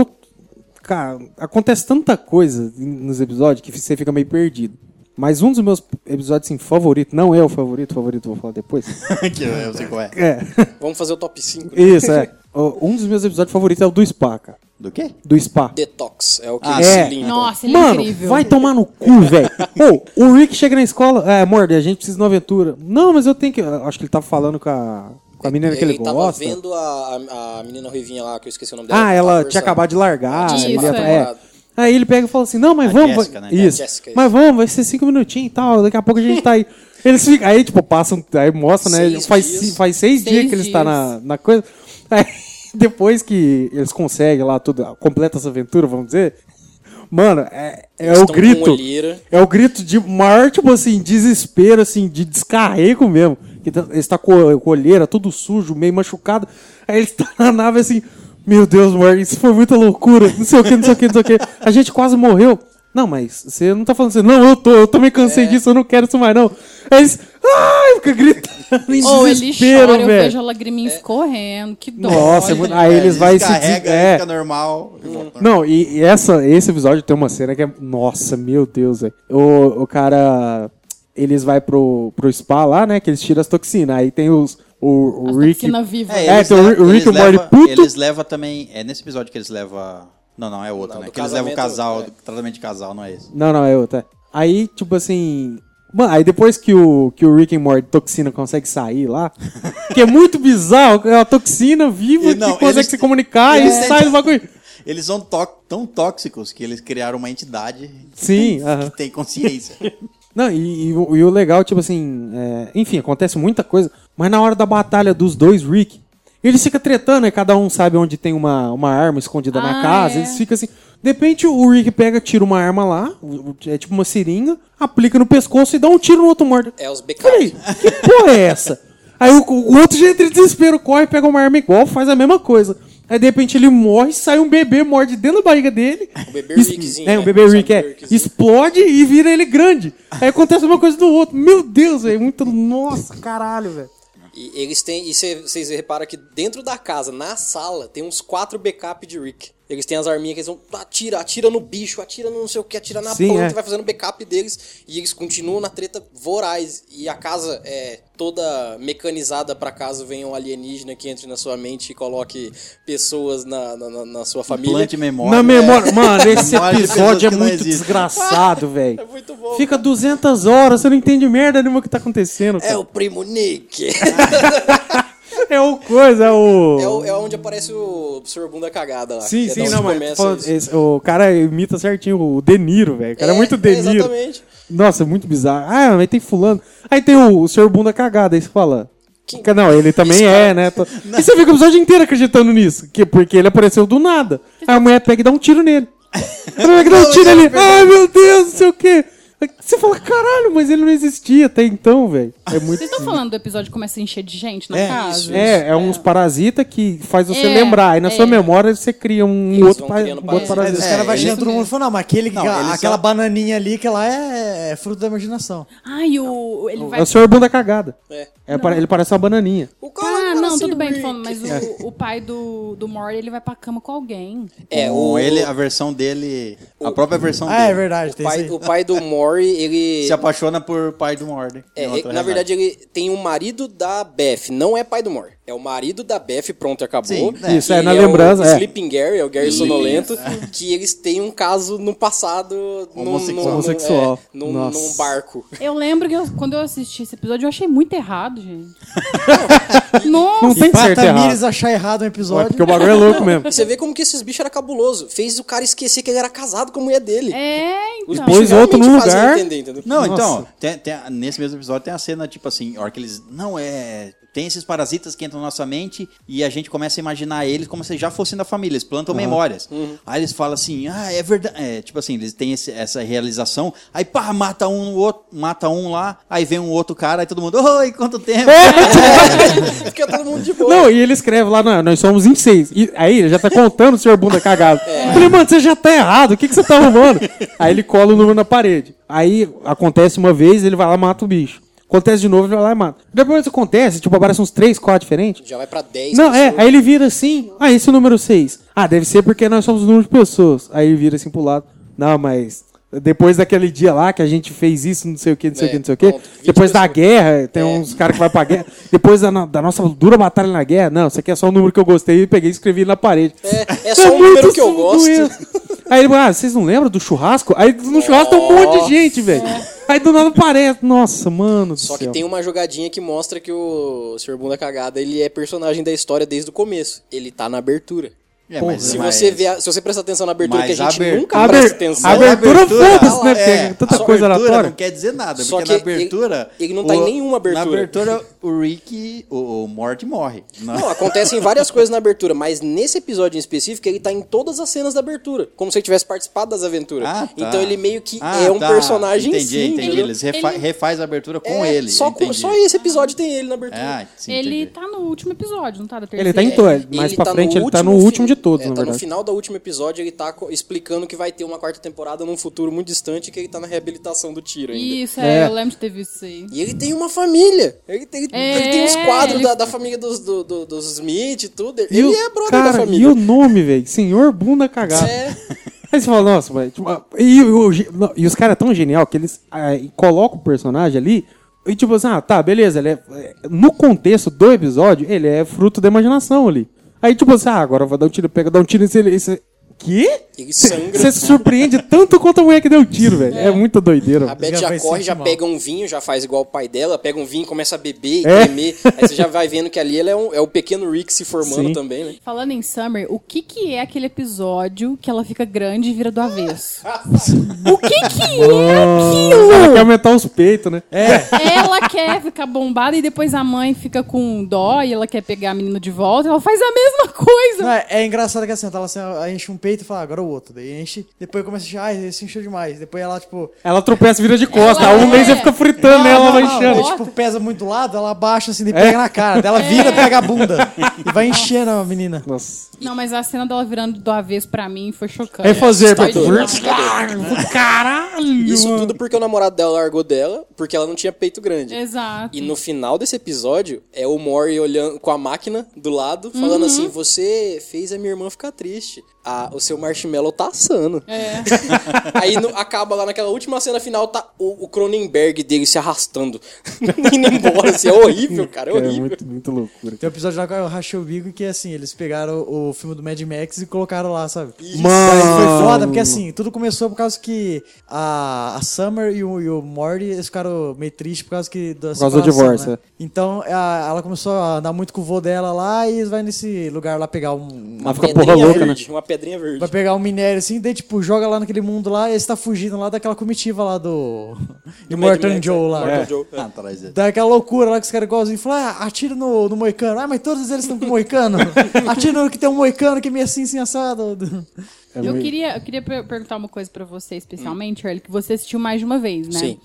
[SPEAKER 3] Cara, acontece tanta coisa nos episódios que você fica meio perdido. Mas um dos meus episódios assim, favorito, não é o favorito, favorito eu vou falar depois.
[SPEAKER 1] que eu, eu sei qual é.
[SPEAKER 3] É,
[SPEAKER 6] Vamos fazer o top 5.
[SPEAKER 3] isso, é. O- Um dos meus episódios favoritos é o do Spa, cara.
[SPEAKER 1] Do quê?
[SPEAKER 3] Do Spa.
[SPEAKER 6] Detox, é o que
[SPEAKER 1] Ah,
[SPEAKER 6] ele
[SPEAKER 3] é.
[SPEAKER 6] se limpa.
[SPEAKER 4] Nossa, ele é
[SPEAKER 3] Mano,
[SPEAKER 4] incrível.
[SPEAKER 3] vai tomar no cu, velho. Ô, o Rick chega na escola, é, Morde, a gente precisa de uma aventura. Não, mas eu tenho que. eu Acho que ele tava falando com a, com a menina que ele
[SPEAKER 6] ele tava
[SPEAKER 3] gosta.
[SPEAKER 6] vendo a, a, a menina ruivinha lá, que eu esqueci o nome dela.
[SPEAKER 3] Ah,
[SPEAKER 6] que tava
[SPEAKER 3] ela tinha
[SPEAKER 6] conversando.
[SPEAKER 3] acabado de largar.
[SPEAKER 4] Isso,
[SPEAKER 3] ele ia-
[SPEAKER 4] é.
[SPEAKER 3] é. Aí ele pega e fala assim: Não, mas
[SPEAKER 1] A
[SPEAKER 3] vamos.
[SPEAKER 1] Jéssica,
[SPEAKER 3] vai-
[SPEAKER 1] né?
[SPEAKER 3] Isso.
[SPEAKER 6] A Jéssica,
[SPEAKER 3] mas vamos, vai ser cinco minutinhos e tal. Daqui a pouco a gente tá aí. Eles ficam. Aí, tipo, passam. Aí mostra, né?
[SPEAKER 6] Seis
[SPEAKER 3] faz,
[SPEAKER 6] dias.
[SPEAKER 3] se- faz seis,
[SPEAKER 4] Seis
[SPEAKER 3] dias que eles estão na,
[SPEAKER 4] dias.
[SPEAKER 3] na coisa. Aí, depois que eles conseguem lá tudo, completa essa aventura, vamos dizer. Mano, é, é
[SPEAKER 6] Eles
[SPEAKER 3] o
[SPEAKER 6] tão com
[SPEAKER 3] grito.
[SPEAKER 6] olheira.
[SPEAKER 3] É o grito de maior, tipo assim, desespero, assim, de descarrego mesmo. Que tá- Eles tá com com a olheira, tudo sujo, meio machucado. Aí eles tá na nave assim, meu Deus, Morgan, isso foi muita loucura. Não sei o que, não sei o que, não sei o que. A gente quase morreu. Não, mas você não tá falando assim, não, eu tô, eu também cansei
[SPEAKER 4] É.
[SPEAKER 3] disso, eu não quero isso mais, não. Aí eles. Ai, fica gritando em
[SPEAKER 4] Ou ele
[SPEAKER 3] desespero,
[SPEAKER 4] chora, eu
[SPEAKER 3] velho. É.
[SPEAKER 4] vejo a lagriminha escorrendo, que dó.
[SPEAKER 3] Nossa, é
[SPEAKER 4] olha. né?
[SPEAKER 3] muito- aí eles vai se.
[SPEAKER 1] Descarrega,
[SPEAKER 3] des- é.
[SPEAKER 1] fica normal. e
[SPEAKER 6] Uhum.
[SPEAKER 1] volta.
[SPEAKER 3] Não, e, e essa, esse episódio tem uma cena que é. Nossa, meu Deus, velho. O, o cara. Eles vai pro, pro spa lá, né? Que eles tiram as toxinas. Aí tem os. O, o
[SPEAKER 4] As
[SPEAKER 3] Rick.
[SPEAKER 4] toxina viva.
[SPEAKER 1] É,
[SPEAKER 3] É,
[SPEAKER 1] eles
[SPEAKER 3] tem o Rick- o Rick
[SPEAKER 1] eles
[SPEAKER 3] e o Morty
[SPEAKER 1] leva-
[SPEAKER 3] puto.
[SPEAKER 1] Eles levam também. É nesse episódio que eles levam. Não, não, é outro,
[SPEAKER 6] Não,
[SPEAKER 1] né?
[SPEAKER 6] do
[SPEAKER 1] Que eles levam o casal,
[SPEAKER 6] casamento, é
[SPEAKER 1] do tratamento de casal, não é esse.
[SPEAKER 3] Não, não, é outra. Aí, tipo assim. Mano, aí depois que o, que o Rick and Morty toxina consegue sair lá, que é muito bizarro, é uma toxina viva
[SPEAKER 1] E não,
[SPEAKER 3] que consegue
[SPEAKER 1] eles-
[SPEAKER 3] se comunicar e
[SPEAKER 1] eles-
[SPEAKER 3] sai do bagulho.
[SPEAKER 1] Eles são tó- tão tóxicos que eles criaram uma entidade
[SPEAKER 3] Sim,
[SPEAKER 1] que
[SPEAKER 3] aham.
[SPEAKER 1] tem consciência.
[SPEAKER 3] Não, e, e o- e o legal, tipo assim, é, enfim, acontece muita coisa, mas na hora da batalha dos dois Rick, eles ficam tretando, e cada um sabe onde tem uma, uma arma escondida na
[SPEAKER 4] Ah,
[SPEAKER 3] casa,
[SPEAKER 4] é.
[SPEAKER 3] eles ficam assim. De repente o Rick pega, tira uma arma lá, o- o- é tipo uma seringa, aplica no pescoço e dá um tiro no outro morto.
[SPEAKER 6] É os
[SPEAKER 3] Falei,
[SPEAKER 6] becados.
[SPEAKER 3] que porra é essa? Aí o, o outro já entra em desespero, corre, pega uma arma igual, faz a mesma coisa. Aí de repente ele morre, sai um bebê, morde dentro da barriga dele.
[SPEAKER 6] O bebê
[SPEAKER 3] Es-
[SPEAKER 6] Rickzinho,
[SPEAKER 3] É, um
[SPEAKER 6] né?
[SPEAKER 3] bebê
[SPEAKER 6] Sabe
[SPEAKER 3] Rick,
[SPEAKER 6] o
[SPEAKER 3] é.
[SPEAKER 6] Rickzinho?
[SPEAKER 3] Explode e vira ele grande. Aí acontece uma coisa do outro. Meu Deus, velho. Muito. Nossa, caralho, velho.
[SPEAKER 6] E eles têm. E vocês reparam que dentro da casa, na sala, tem uns quatro backup de Rick. Eles têm as arminhas que eles vão. Atira, atira no bicho, atira no não sei o que, atira na
[SPEAKER 3] Sim,
[SPEAKER 6] planta,
[SPEAKER 3] é.
[SPEAKER 6] vai fazendo backup deles. E eles continuam na treta voraz. E a casa é toda mecanizada pra caso venha um alienígena que entre na sua mente e coloque pessoas na, na, na- na sua família.
[SPEAKER 1] Plante memória.
[SPEAKER 3] Na memória. Mano, esse
[SPEAKER 1] Memória de pessoas
[SPEAKER 3] episódio é
[SPEAKER 1] que não
[SPEAKER 3] muito
[SPEAKER 1] existem.
[SPEAKER 3] desgraçado, velho.
[SPEAKER 6] É muito bom.
[SPEAKER 3] Fica 200 horas, você não entende merda nenhuma que tá acontecendo.
[SPEAKER 6] É o primo Nick.
[SPEAKER 3] É o coisa, é o.
[SPEAKER 6] é, o- é onde aparece o Sr. Bunda Cagada lá.
[SPEAKER 3] Sim,
[SPEAKER 6] que é
[SPEAKER 3] sim,
[SPEAKER 6] da onde
[SPEAKER 3] não, mas
[SPEAKER 6] começa
[SPEAKER 3] fala-
[SPEAKER 6] isso.
[SPEAKER 3] esse- o cara imita certinho o De Niro, velho. O cara é, muito De Niro.
[SPEAKER 6] Exatamente.
[SPEAKER 3] Nossa, é muito bizarro. Ah, mas tem fulano. Aí tem o, o senhor bunda cagada, aí você fala.
[SPEAKER 6] Quem-
[SPEAKER 3] "Ca- Não, ele também
[SPEAKER 6] Isso,
[SPEAKER 3] é,
[SPEAKER 6] cara.
[SPEAKER 3] né? Tô- E você fica o episódio inteiro acreditando nisso. Que, porque ele apareceu do nada. Aí a mulher pega e dá um tiro nele. A mulher dá um tiro
[SPEAKER 6] é
[SPEAKER 3] ali. Ai, meu Deus, não sei o quê. Aí Você fala, caralho, mas ele não existia até então, velho. É muito.
[SPEAKER 4] Vocês estão falando do episódio que começa a encher de gente na
[SPEAKER 1] É,
[SPEAKER 4] casa?
[SPEAKER 1] isso,
[SPEAKER 3] É, é uns parasita que faz você
[SPEAKER 4] É,
[SPEAKER 3] lembrar. Aí na sua
[SPEAKER 4] é.
[SPEAKER 3] memória você cria um
[SPEAKER 6] Eles
[SPEAKER 3] outro,
[SPEAKER 6] vão
[SPEAKER 3] pa-
[SPEAKER 6] criando
[SPEAKER 3] um outro
[SPEAKER 6] parasita.
[SPEAKER 5] Mas
[SPEAKER 3] parasita.
[SPEAKER 5] os caras vão
[SPEAKER 1] é
[SPEAKER 5] chegando todo mundo falando, não, mas aquele,
[SPEAKER 1] Não,
[SPEAKER 5] aquela,
[SPEAKER 1] eles são-
[SPEAKER 5] bananinha ali que ela é, é fruto da imaginação.
[SPEAKER 4] Ai, o, ele vai...
[SPEAKER 3] É o senhor bunda cagada.
[SPEAKER 6] É.
[SPEAKER 3] É, pare- ele parece uma bananinha.
[SPEAKER 6] O cara
[SPEAKER 4] Ah,
[SPEAKER 6] parece
[SPEAKER 3] assim,
[SPEAKER 4] não, tudo bem, tô
[SPEAKER 6] assim, Rick.
[SPEAKER 4] falando, mas o, o pai do, do Morty, ele vai pra cama com alguém.
[SPEAKER 6] É,
[SPEAKER 1] Com
[SPEAKER 6] o,
[SPEAKER 1] ele, a versão dele. A própria versão
[SPEAKER 5] Ah, é
[SPEAKER 1] dele.
[SPEAKER 5] verdade,
[SPEAKER 6] o
[SPEAKER 5] tem
[SPEAKER 6] pai,
[SPEAKER 5] isso aí.
[SPEAKER 6] o pai do Mori, ele.
[SPEAKER 1] Se apaixona por pai de uma ordem.
[SPEAKER 6] é,
[SPEAKER 1] Em
[SPEAKER 6] ele-
[SPEAKER 1] outra
[SPEAKER 6] na
[SPEAKER 1] realidade.
[SPEAKER 6] verdade, ele tem um marido da Beth, não é pai do Mori. É o marido da Beth, pronto, acabou.
[SPEAKER 1] Sim,
[SPEAKER 6] E
[SPEAKER 3] Isso, é, na
[SPEAKER 6] ele
[SPEAKER 3] lembrança,
[SPEAKER 6] O
[SPEAKER 3] é.
[SPEAKER 6] Sleeping Gary, é o Gary Sonolento, que eles têm um caso no passado. num-
[SPEAKER 1] Homossexual.
[SPEAKER 6] num- num-
[SPEAKER 3] Homossexual.
[SPEAKER 6] é, num-
[SPEAKER 3] Nossa.
[SPEAKER 6] num barco.
[SPEAKER 4] Eu lembro que eu- quando eu assisti esse episódio, eu achei muito errado, gente. Nossa!
[SPEAKER 3] Não tem que ser
[SPEAKER 5] Pata
[SPEAKER 3] errado.
[SPEAKER 5] Mires achar errado um
[SPEAKER 3] Ué,
[SPEAKER 5] episódio.
[SPEAKER 3] porque o bagulho é louco mesmo.
[SPEAKER 6] E você vê como que esses bichos eram cabuloso. Fez o cara esquecer que ele era casado com a mulher dele.
[SPEAKER 4] É,
[SPEAKER 6] Os
[SPEAKER 4] então.
[SPEAKER 3] Pôs
[SPEAKER 6] bichos realmente
[SPEAKER 3] outro no
[SPEAKER 6] fazem
[SPEAKER 3] lugar.
[SPEAKER 6] entender, entendeu?
[SPEAKER 1] Não,
[SPEAKER 3] Nossa.
[SPEAKER 1] então, tem- tem- nesse mesmo episódio tem a cena, tipo assim, a hora que eles. Não, é. Tem esses parasitas que entram na nossa mente e a gente começa a imaginar eles como se já fossem da família, eles plantam memórias.
[SPEAKER 6] Uhum.
[SPEAKER 1] Aí eles falam assim, ah, é verdade. É, tipo assim, eles têm esse- essa realização, aí pá, mata um no outro, mata um lá, aí vem um outro cara, aí todo mundo, oi, quanto tempo!
[SPEAKER 3] É?
[SPEAKER 1] é.
[SPEAKER 6] Fica todo mundo de boa.
[SPEAKER 3] Não, e ele escreve lá, "Não, nós somos em seis. E aí ele já tá contando o senhor bunda cagado. Eu Falei, mano, você já tá errado, o que, que você tá arrumando? aí ele cola o número na parede. Aí acontece uma vez, ele vai lá e mata o bicho. Acontece de novo, ele vai lá e mata. Depois acontece, tipo, aparece uns três, quatro diferentes.
[SPEAKER 6] Já vai pra 10
[SPEAKER 3] Não, é,
[SPEAKER 6] pessoas.
[SPEAKER 3] aí ele vira assim, ah, esse é o número 6. Ah, deve ser porque nós somos o número de pessoas. Aí ele vira assim pro lado. Não, mas depois daquele dia lá que a gente fez isso, não sei o que, não sei o
[SPEAKER 6] É,
[SPEAKER 3] que, não sei o que.
[SPEAKER 6] pronto, 20
[SPEAKER 3] Depois da
[SPEAKER 6] pessoas. É.
[SPEAKER 3] guerra, tem uns caras que vai pra guerra. Depois da, no- da nossa dura batalha na guerra, não, isso aqui é só um número que eu gostei e peguei e escrevi na parede.
[SPEAKER 6] É- é só um número que eu gosto.
[SPEAKER 3] Aí ele, ah, vocês não lembram do churrasco? Aí no churrasco tem um monte de gente, velho. Aí do nada parece, nossa, mano do
[SPEAKER 6] Só que
[SPEAKER 3] céu.
[SPEAKER 6] tem um uma jogadinha que mostra que o Sr. Bunda Cagada, ele é personagem da história desde o começo. Ele tá na abertura.
[SPEAKER 1] É, mas-
[SPEAKER 6] Se
[SPEAKER 1] mas-
[SPEAKER 6] você, vê a- se você prestar atenção na abertura,
[SPEAKER 1] Mas
[SPEAKER 6] que a gente
[SPEAKER 1] aber-
[SPEAKER 6] nunca
[SPEAKER 3] Aber-
[SPEAKER 6] presta atenção.
[SPEAKER 3] abertura,
[SPEAKER 1] abertura,
[SPEAKER 3] foda-se, né?
[SPEAKER 6] é,
[SPEAKER 3] Porque é, tanta
[SPEAKER 1] Só
[SPEAKER 3] coisa
[SPEAKER 1] abertura
[SPEAKER 3] aleatória.
[SPEAKER 1] não quer dizer nada,
[SPEAKER 6] Só
[SPEAKER 1] porque na
[SPEAKER 6] que ele-
[SPEAKER 1] abertura...
[SPEAKER 6] ele não tá em nenhuma abertura.
[SPEAKER 1] Na abertura, o Rick, o, o Morty morre.
[SPEAKER 6] Não, acontecem várias coisas na abertura, mas nesse episódio em específico ele tá em todas as cenas da abertura, como se ele tivesse participado das aventuras.
[SPEAKER 1] Ah, tá.
[SPEAKER 6] Então ele meio que
[SPEAKER 1] Ah,
[SPEAKER 6] é um
[SPEAKER 1] tá.
[SPEAKER 6] personagem
[SPEAKER 1] entendi,
[SPEAKER 6] sim.
[SPEAKER 1] Entendi,
[SPEAKER 6] entendeu?
[SPEAKER 1] Eles refa-
[SPEAKER 4] ele-
[SPEAKER 1] refaz a abertura com
[SPEAKER 6] É,
[SPEAKER 1] ele.
[SPEAKER 6] Só, com-
[SPEAKER 1] entendi.
[SPEAKER 6] só esse episódio tem ele na abertura.
[SPEAKER 1] Ah, sim,
[SPEAKER 4] Ele
[SPEAKER 1] entendi.
[SPEAKER 4] tá no último episódio, não tá? Da terceira.
[SPEAKER 3] Ele tá em torno, mais pra frente ele tá no último
[SPEAKER 6] fi-
[SPEAKER 3] de todos,
[SPEAKER 6] é,
[SPEAKER 3] na
[SPEAKER 6] tá no
[SPEAKER 3] verdade.
[SPEAKER 6] final do último episódio, ele tá co- explicando que vai ter uma quarta temporada num futuro muito distante, que ele tá na reabilitação do tiro ainda.
[SPEAKER 4] Isso, é,
[SPEAKER 3] É.
[SPEAKER 4] eu lembro de ter visto isso aí.
[SPEAKER 6] E ele tem uma família. Ele tem,
[SPEAKER 4] É,
[SPEAKER 6] ele tem os quadros
[SPEAKER 4] ele-
[SPEAKER 6] da, da família dos, do, do- dos Smith e tudo.
[SPEAKER 3] E
[SPEAKER 6] ele
[SPEAKER 3] o-
[SPEAKER 6] é brother
[SPEAKER 3] cara,
[SPEAKER 6] da
[SPEAKER 3] E
[SPEAKER 6] família.
[SPEAKER 3] o nome, velho? Senhor Bunda Cagada.
[SPEAKER 6] É.
[SPEAKER 3] Aí você fala, nossa, velho. tipo, ah, e, o- o ge- não, e os caras é tão genial que eles ah, colocam o personagem ali. E tipo assim, ah, tá, beleza. Ele é, é, no contexto do episódio, ele é fruto da imaginação ali. Aí tipo assim, ah, agora eu vou dar um tiro, pega, dá um tiro nesse. Esse... Quê?
[SPEAKER 6] Ele sangra.
[SPEAKER 3] Você se surpreende tanto quanto a mulher que deu o tiro, velho. É. muita doideira.
[SPEAKER 6] A
[SPEAKER 3] velho.
[SPEAKER 6] Beth
[SPEAKER 5] já
[SPEAKER 6] já
[SPEAKER 5] vai
[SPEAKER 6] corre,
[SPEAKER 5] sentir
[SPEAKER 6] já
[SPEAKER 5] mal.
[SPEAKER 6] pega um vinho, já faz igual o pai dela, pega um vinho, começa a beber e
[SPEAKER 3] É.
[SPEAKER 6] tremer. Aí você já vai vendo que ali ela é, um- é o pequeno Rick se formando
[SPEAKER 3] Sim.
[SPEAKER 6] também, né?
[SPEAKER 4] Falando em Summer, o que que é aquele episódio que ela fica grande e vira do avesso? o que que
[SPEAKER 3] Ela
[SPEAKER 4] é aquilo?
[SPEAKER 3] quer aumentar os peitos, né?
[SPEAKER 6] É.
[SPEAKER 4] Ela quer ficar bombada e depois a mãe fica com dó e ela quer pegar a menina de volta. Ela faz a mesma coisa.
[SPEAKER 5] Não, é, é engraçado que é assim, ela assim, ela enche um peito e fala, "Ah, agora o outro. Daí enche, depois começa a encher, ai, esse encheu demais. Depois ela, tipo, "Ah,
[SPEAKER 3] Ela tropeça e vira de costa.
[SPEAKER 4] Ela
[SPEAKER 3] um
[SPEAKER 4] é.
[SPEAKER 3] mês você fica fritando ela, vai
[SPEAKER 5] Ela,
[SPEAKER 3] enchendo. É.
[SPEAKER 4] Bota.
[SPEAKER 5] tipo, pesa muito do lado, ela abaixa assim, e pega na cara. Daí ela vira, pega a bunda. E vai enchendo a menina.
[SPEAKER 3] Nossa.
[SPEAKER 4] Não, mas a cena dela virando do avesso pra mim foi chocante.
[SPEAKER 3] Aí fazer,
[SPEAKER 4] Foi
[SPEAKER 3] Pedro.
[SPEAKER 4] demais.
[SPEAKER 3] Caralho!
[SPEAKER 6] Isso tudo porque o namorado dela largou dela, porque ela não tinha peito grande.
[SPEAKER 4] Exato.
[SPEAKER 6] E no final desse episódio, é o Mori olhando com a máquina do lado, falando
[SPEAKER 4] Uhum.
[SPEAKER 6] assim: Você fez a minha irmã ficar triste. Ah, o seu marshmallow tá assando.
[SPEAKER 4] É.
[SPEAKER 6] Aí no- acaba lá naquela última cena final, tá o, o Cronenberg dele se arrastando, indo embora. Assim, é horrível, cara, é
[SPEAKER 3] É
[SPEAKER 6] horrível.
[SPEAKER 3] muito, muito loucura.
[SPEAKER 5] Tem um episódio lá que eu rachei o bico que, assim, eles pegaram o o filme do Mad Max e colocaram lá, sabe? Daí foi foda, porque assim, tudo começou por causa que a, a Summer e o, e o Morty eles ficaram meio tristes por causa que da
[SPEAKER 3] Por causa do
[SPEAKER 5] separação,
[SPEAKER 3] divórcio, é.
[SPEAKER 5] né? Então a- ela começou a andar muito com o vô dela lá e eles vai nesse lugar lá pegar um.
[SPEAKER 3] Mas fica porra louca, né?
[SPEAKER 6] É verde, uma pedrinha verde.
[SPEAKER 5] Vai pegar um minério assim, daí tipo, joga lá naquele mundo lá e eles tá fugindo lá daquela comitiva lá do. Do
[SPEAKER 6] Mad
[SPEAKER 5] Morton
[SPEAKER 6] Max,
[SPEAKER 5] Joe lá.
[SPEAKER 6] Morton Joe, é.
[SPEAKER 3] tá
[SPEAKER 1] Ah, atrás dele.
[SPEAKER 5] Daquela loucura lá que os caras igualzinho falam, ah, atira no, no moicano. Ah, mas todos eles estão com moicano. atira no que tem um moicano que é meio assim, assim, assado.
[SPEAKER 4] Eu queria, eu queria per- perguntar uma coisa pra você, especialmente, Earl, que você assistiu mais de uma vez, né?
[SPEAKER 6] Sim.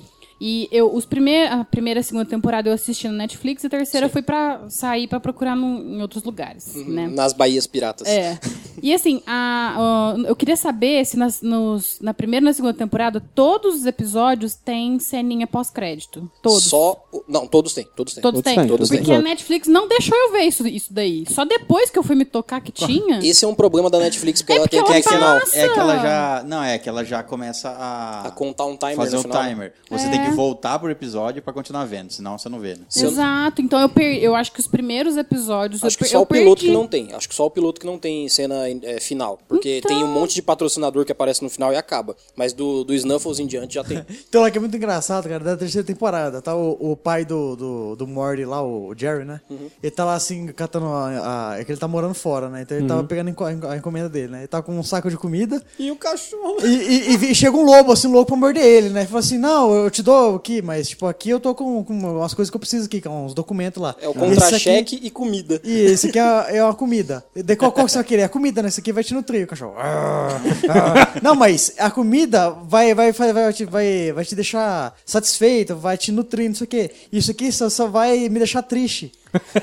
[SPEAKER 4] E eu, os prime a primeira e a segunda temporada eu assisti no Netflix, e a terceira foi pra sair pra procurar num- em outros lugares,
[SPEAKER 6] Uhum.
[SPEAKER 4] né?
[SPEAKER 6] ah, Nas Bahias Piratas.
[SPEAKER 4] É. E assim, a- a- eu queria saber se nas- nos- na primeira e na segunda temporada todos os episódios têm ceninha pós-crédito. Todos.
[SPEAKER 6] Só. o- Não, todos têm, todos têm.
[SPEAKER 4] Todos
[SPEAKER 3] Todos
[SPEAKER 4] têm.
[SPEAKER 3] têm,
[SPEAKER 6] todos
[SPEAKER 4] Porque
[SPEAKER 3] têm.
[SPEAKER 4] a Netflix não deixou eu ver isso, isso daí. Só depois que eu fui me tocar que tinha.
[SPEAKER 6] Esse é um problema da Netflix, porque
[SPEAKER 4] É
[SPEAKER 6] ela
[SPEAKER 4] porque
[SPEAKER 6] tem
[SPEAKER 4] ela
[SPEAKER 1] É
[SPEAKER 6] aquele
[SPEAKER 1] que,
[SPEAKER 6] final.
[SPEAKER 4] passa.
[SPEAKER 1] é que ela já. Não, é que ela já começa a.
[SPEAKER 6] A contar um timer
[SPEAKER 1] Fazer
[SPEAKER 6] no
[SPEAKER 1] o
[SPEAKER 6] final.
[SPEAKER 1] timer. Você tem que
[SPEAKER 3] É.
[SPEAKER 1] voltar pro episódio pra continuar vendo, senão você não vê, né?
[SPEAKER 6] Se eu-
[SPEAKER 4] Exato. Então eu, per- eu acho que os primeiros episódios.
[SPEAKER 6] Acho
[SPEAKER 4] eu,
[SPEAKER 6] que
[SPEAKER 4] per-
[SPEAKER 6] só
[SPEAKER 4] eu
[SPEAKER 6] o piloto que
[SPEAKER 4] perdi.
[SPEAKER 6] não tem. Acho que só o piloto que não tem cena é, final. Porque
[SPEAKER 4] Então.
[SPEAKER 6] tem um monte de patrocinador que aparece no final e acaba. Mas do, do Snuffles em diante já tem.
[SPEAKER 5] Então, é que é muito engraçado, cara, da terceira temporada, tá? O, o pai do, do, do Morty lá, o Jerry, né?
[SPEAKER 6] Uhum.
[SPEAKER 5] Ele tá lá assim, catando a, a- É que ele tá morando fora, né? Então ele
[SPEAKER 6] Uhum.
[SPEAKER 5] tava pegando enco- a encomenda dele, né? Ele tá com um saco de comida
[SPEAKER 6] e o cachorro.
[SPEAKER 5] e, e- e vi- chega um lobo, assim, um lobo pra morder ele, né? Ele fala assim, não, eu te dou aqui, mas tipo, aqui eu tô com, com umas coisas que eu preciso aqui, que é uns documentos lá.
[SPEAKER 6] É o
[SPEAKER 5] E esse aqui-
[SPEAKER 6] contra-cheque e comida.
[SPEAKER 5] E esse aqui é, é uma comida. De qual, qual que você vai querer? A comida, né? Isso aqui vai te nutrir, cachorro. Ah, ah. Não, mas a comida vai, vai, vai, vai, te, vai, vai te deixar satisfeito, vai te nutrir, não sei o quê. Isso aqui só, só vai me deixar triste.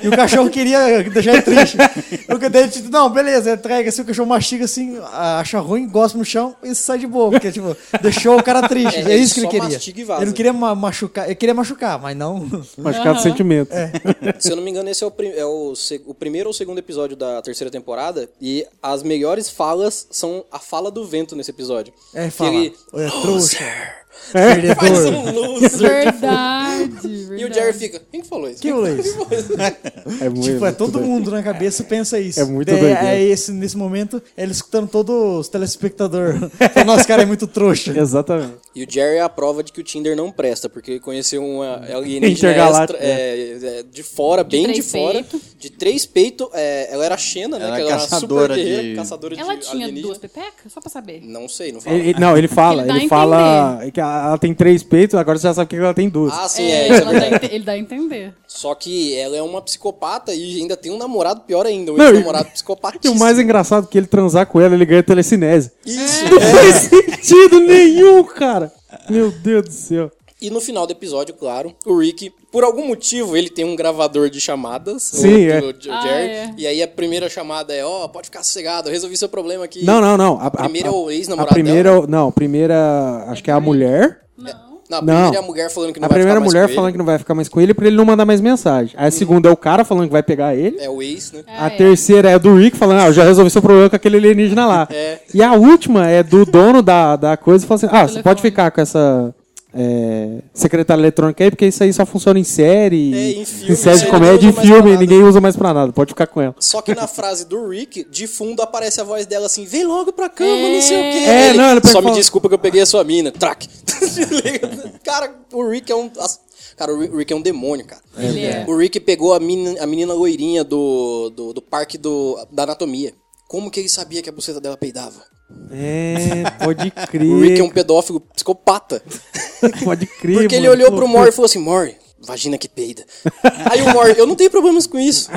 [SPEAKER 5] E o cachorro queria deixar ele triste. Eu que dei, tipo, não, beleza, entrega. Se o cachorro mastiga assim, acha ruim, gosta no chão e sai de boa. Porque, tipo, deixou o cara triste.
[SPEAKER 6] É,
[SPEAKER 5] É, isso que ele
[SPEAKER 6] só
[SPEAKER 5] queria.
[SPEAKER 6] mastiga e vaza.
[SPEAKER 5] Ele não queria ma- machucar, ele queria machucar, mas não.
[SPEAKER 3] Machucado de sentimento.
[SPEAKER 5] É,
[SPEAKER 6] Se eu não me engano, esse é, o, prim- é o, seg- o primeiro ou segundo episódio da terceira temporada. E as melhores falas são a fala do vento nesse episódio.
[SPEAKER 5] É,
[SPEAKER 6] Que
[SPEAKER 5] fala.
[SPEAKER 6] ele-
[SPEAKER 5] É trouxa.
[SPEAKER 6] Faz
[SPEAKER 5] Perdedor.
[SPEAKER 6] um loser.
[SPEAKER 4] Verdade, verdade.
[SPEAKER 6] E o Jerry fica. Quem que falou isso?
[SPEAKER 5] Quem falou isso?
[SPEAKER 3] É muito.
[SPEAKER 5] Tipo, é todo
[SPEAKER 3] muito
[SPEAKER 5] mundo na cabeça pensa isso.
[SPEAKER 3] É muito
[SPEAKER 5] Daí,
[SPEAKER 3] doideira.
[SPEAKER 5] é esse Nesse momento, é ele escutando todos os telespectadores. Falando, Nossa, cara é muito trouxa.
[SPEAKER 3] bem. Exatamente.
[SPEAKER 6] E o Jerry é a prova de que o Tinder não presta, porque ele conheceu uma alienígena
[SPEAKER 3] Intergaláct-
[SPEAKER 6] extra, é, é, de fora, bem de,
[SPEAKER 4] três
[SPEAKER 6] fora,
[SPEAKER 4] peito.
[SPEAKER 6] de três peitos. ela era Xena, né?
[SPEAKER 1] Ela
[SPEAKER 6] que
[SPEAKER 1] era
[SPEAKER 6] ela
[SPEAKER 1] caçadora
[SPEAKER 6] era super guerreira,
[SPEAKER 1] de-
[SPEAKER 6] caçadora de
[SPEAKER 4] Ela tinha
[SPEAKER 6] alienígena.
[SPEAKER 4] duas pepecas? Só pra saber.
[SPEAKER 6] Não sei, não fala.
[SPEAKER 3] Ele- ele- não, ele fala.
[SPEAKER 4] Ele dá
[SPEAKER 3] Ele,
[SPEAKER 4] a
[SPEAKER 3] fala que a- ela tem três peitos, agora você já sabe que ela tem duas.
[SPEAKER 6] Ah, sim, é, isso é
[SPEAKER 4] ela dá a
[SPEAKER 6] verdade.
[SPEAKER 4] ente- ele dá a entender.
[SPEAKER 6] Só que ela é uma psicopata e ainda tem um namorado pior ainda, um
[SPEAKER 3] Não,
[SPEAKER 6] namorado
[SPEAKER 3] E o
[SPEAKER 6] psicopatíssimo.
[SPEAKER 3] mais engraçado é que ele transar com ela, ele ganha telecinese.
[SPEAKER 6] Isso.
[SPEAKER 3] Não faz sentido nenhum, cara. Meu Deus do céu.
[SPEAKER 6] E no final do episódio, claro, o Rick, por algum motivo, ele tem um gravador de chamadas.
[SPEAKER 3] Sim,
[SPEAKER 6] o,
[SPEAKER 3] é.
[SPEAKER 6] do- do
[SPEAKER 4] Ah,
[SPEAKER 6] Jerry,
[SPEAKER 4] é.
[SPEAKER 6] E aí a primeira chamada é, ó, pode ficar sossegado, eu resolvi seu problema aqui.
[SPEAKER 3] Não, não, não. A, a-
[SPEAKER 6] Primeiro é o
[SPEAKER 3] a
[SPEAKER 6] ex-namorado
[SPEAKER 3] primeira, não, a primeira, acho que é a mulher.
[SPEAKER 6] Não, a
[SPEAKER 3] Não.
[SPEAKER 6] primeira é a mulher falando que não
[SPEAKER 3] a
[SPEAKER 6] vai
[SPEAKER 3] primeira
[SPEAKER 6] ficar mais
[SPEAKER 3] mulher
[SPEAKER 6] com ele. Hum.
[SPEAKER 3] falando que não vai ficar mais com ele pra ele não mandar mais mensagem. Aí a segunda é o cara falando que vai pegar ele.
[SPEAKER 6] É o ex, né?
[SPEAKER 4] Ah,
[SPEAKER 3] a terceira é do Rick falando, ah, eu já resolvi seu problema com aquele alienígena lá.
[SPEAKER 6] É.
[SPEAKER 3] E a última é do dono da, da coisa falando assim, ah, você pode ficar com essa é, secretária eletrônica aí, porque isso aí só funciona em série,
[SPEAKER 6] É, em
[SPEAKER 3] em,
[SPEAKER 6] filme,
[SPEAKER 3] série
[SPEAKER 6] série
[SPEAKER 3] de
[SPEAKER 6] não usa
[SPEAKER 3] comédia, em
[SPEAKER 6] mais pra
[SPEAKER 3] filme,
[SPEAKER 6] nada.
[SPEAKER 3] ninguém usa mais pra nada, pode ficar com ela.
[SPEAKER 6] Só que na frase do Rick, de fundo aparece a voz dela assim: vem logo pra cama, não sei o quê.
[SPEAKER 3] É,
[SPEAKER 6] Ele,
[SPEAKER 3] não, ele
[SPEAKER 6] Só me
[SPEAKER 3] fala-
[SPEAKER 6] desculpa que eu peguei a sua mina. Track. cara, o Rick é um. as- Cara, o Ri- o Rick é um demônio, cara.
[SPEAKER 4] Ele é.
[SPEAKER 6] O Rick pegou a menina, a menina loirinha do, do, do parque do, da anatomia. Como que ele sabia que a buceta dela peidava?
[SPEAKER 3] É, pode crer.
[SPEAKER 6] O Rick é um pedófilo psicopata.
[SPEAKER 3] Pode crer.
[SPEAKER 6] Porque ele
[SPEAKER 3] mano.
[SPEAKER 6] olhou pro Mori e falou assim: Mori, vagina que peida. Aí o Mori, eu não tenho problemas com isso.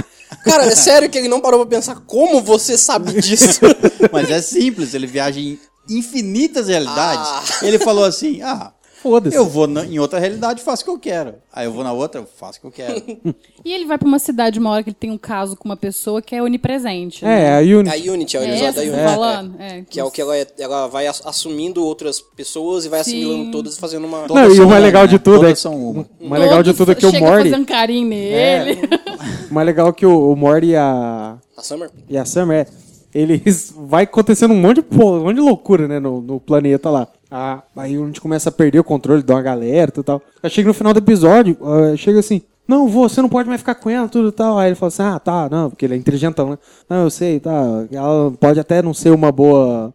[SPEAKER 6] Cara, é sério que ele não parou pra pensar como você sabe disso?
[SPEAKER 1] Mas é simples, ele viaja em infinitas realidades. Ele falou assim: ah,
[SPEAKER 3] Foda-se.
[SPEAKER 1] eu vou na- em outra realidade e faço o que eu quero. Aí eu vou na outra, eu faço o que eu quero.
[SPEAKER 4] E ele vai pra uma cidade uma hora que ele tem um caso com uma pessoa que é onipresente. né?
[SPEAKER 3] É, a Uni.
[SPEAKER 6] a Unity, é o
[SPEAKER 4] É
[SPEAKER 6] episódio
[SPEAKER 4] essa
[SPEAKER 6] da
[SPEAKER 4] que eu
[SPEAKER 6] Unity.
[SPEAKER 4] tô falando?
[SPEAKER 6] é.
[SPEAKER 4] É.
[SPEAKER 6] Que é o que ela, é- ela vai ass- assumindo outras pessoas e vai
[SPEAKER 4] Sim.
[SPEAKER 6] assimilando todas, fazendo uma.
[SPEAKER 3] Não, e o
[SPEAKER 1] são uma,
[SPEAKER 3] mais legal de
[SPEAKER 1] né?
[SPEAKER 3] tudo é
[SPEAKER 1] Todas são uma.
[SPEAKER 3] o mais legal de
[SPEAKER 4] Todos
[SPEAKER 3] tudo é que o
[SPEAKER 4] chega
[SPEAKER 3] Morty,
[SPEAKER 4] fazendo carinho nele.
[SPEAKER 3] o mais legal é que o, o Morty e a
[SPEAKER 6] A Summer.
[SPEAKER 3] e a Summer, é, eles vai acontecendo um monte de, po- um monte de loucura, né, no, no planeta lá. Ah, aí a gente começa a perder o controle de uma galera e tal. Aí chega no final do episódio, ah, chega assim, não, vô, você não pode mais ficar com ela, tudo e tal. Aí ele fala assim, ah, tá, não, porque ele é inteligentão, né? Não, eu sei, tá, ela pode até não ser uma boa...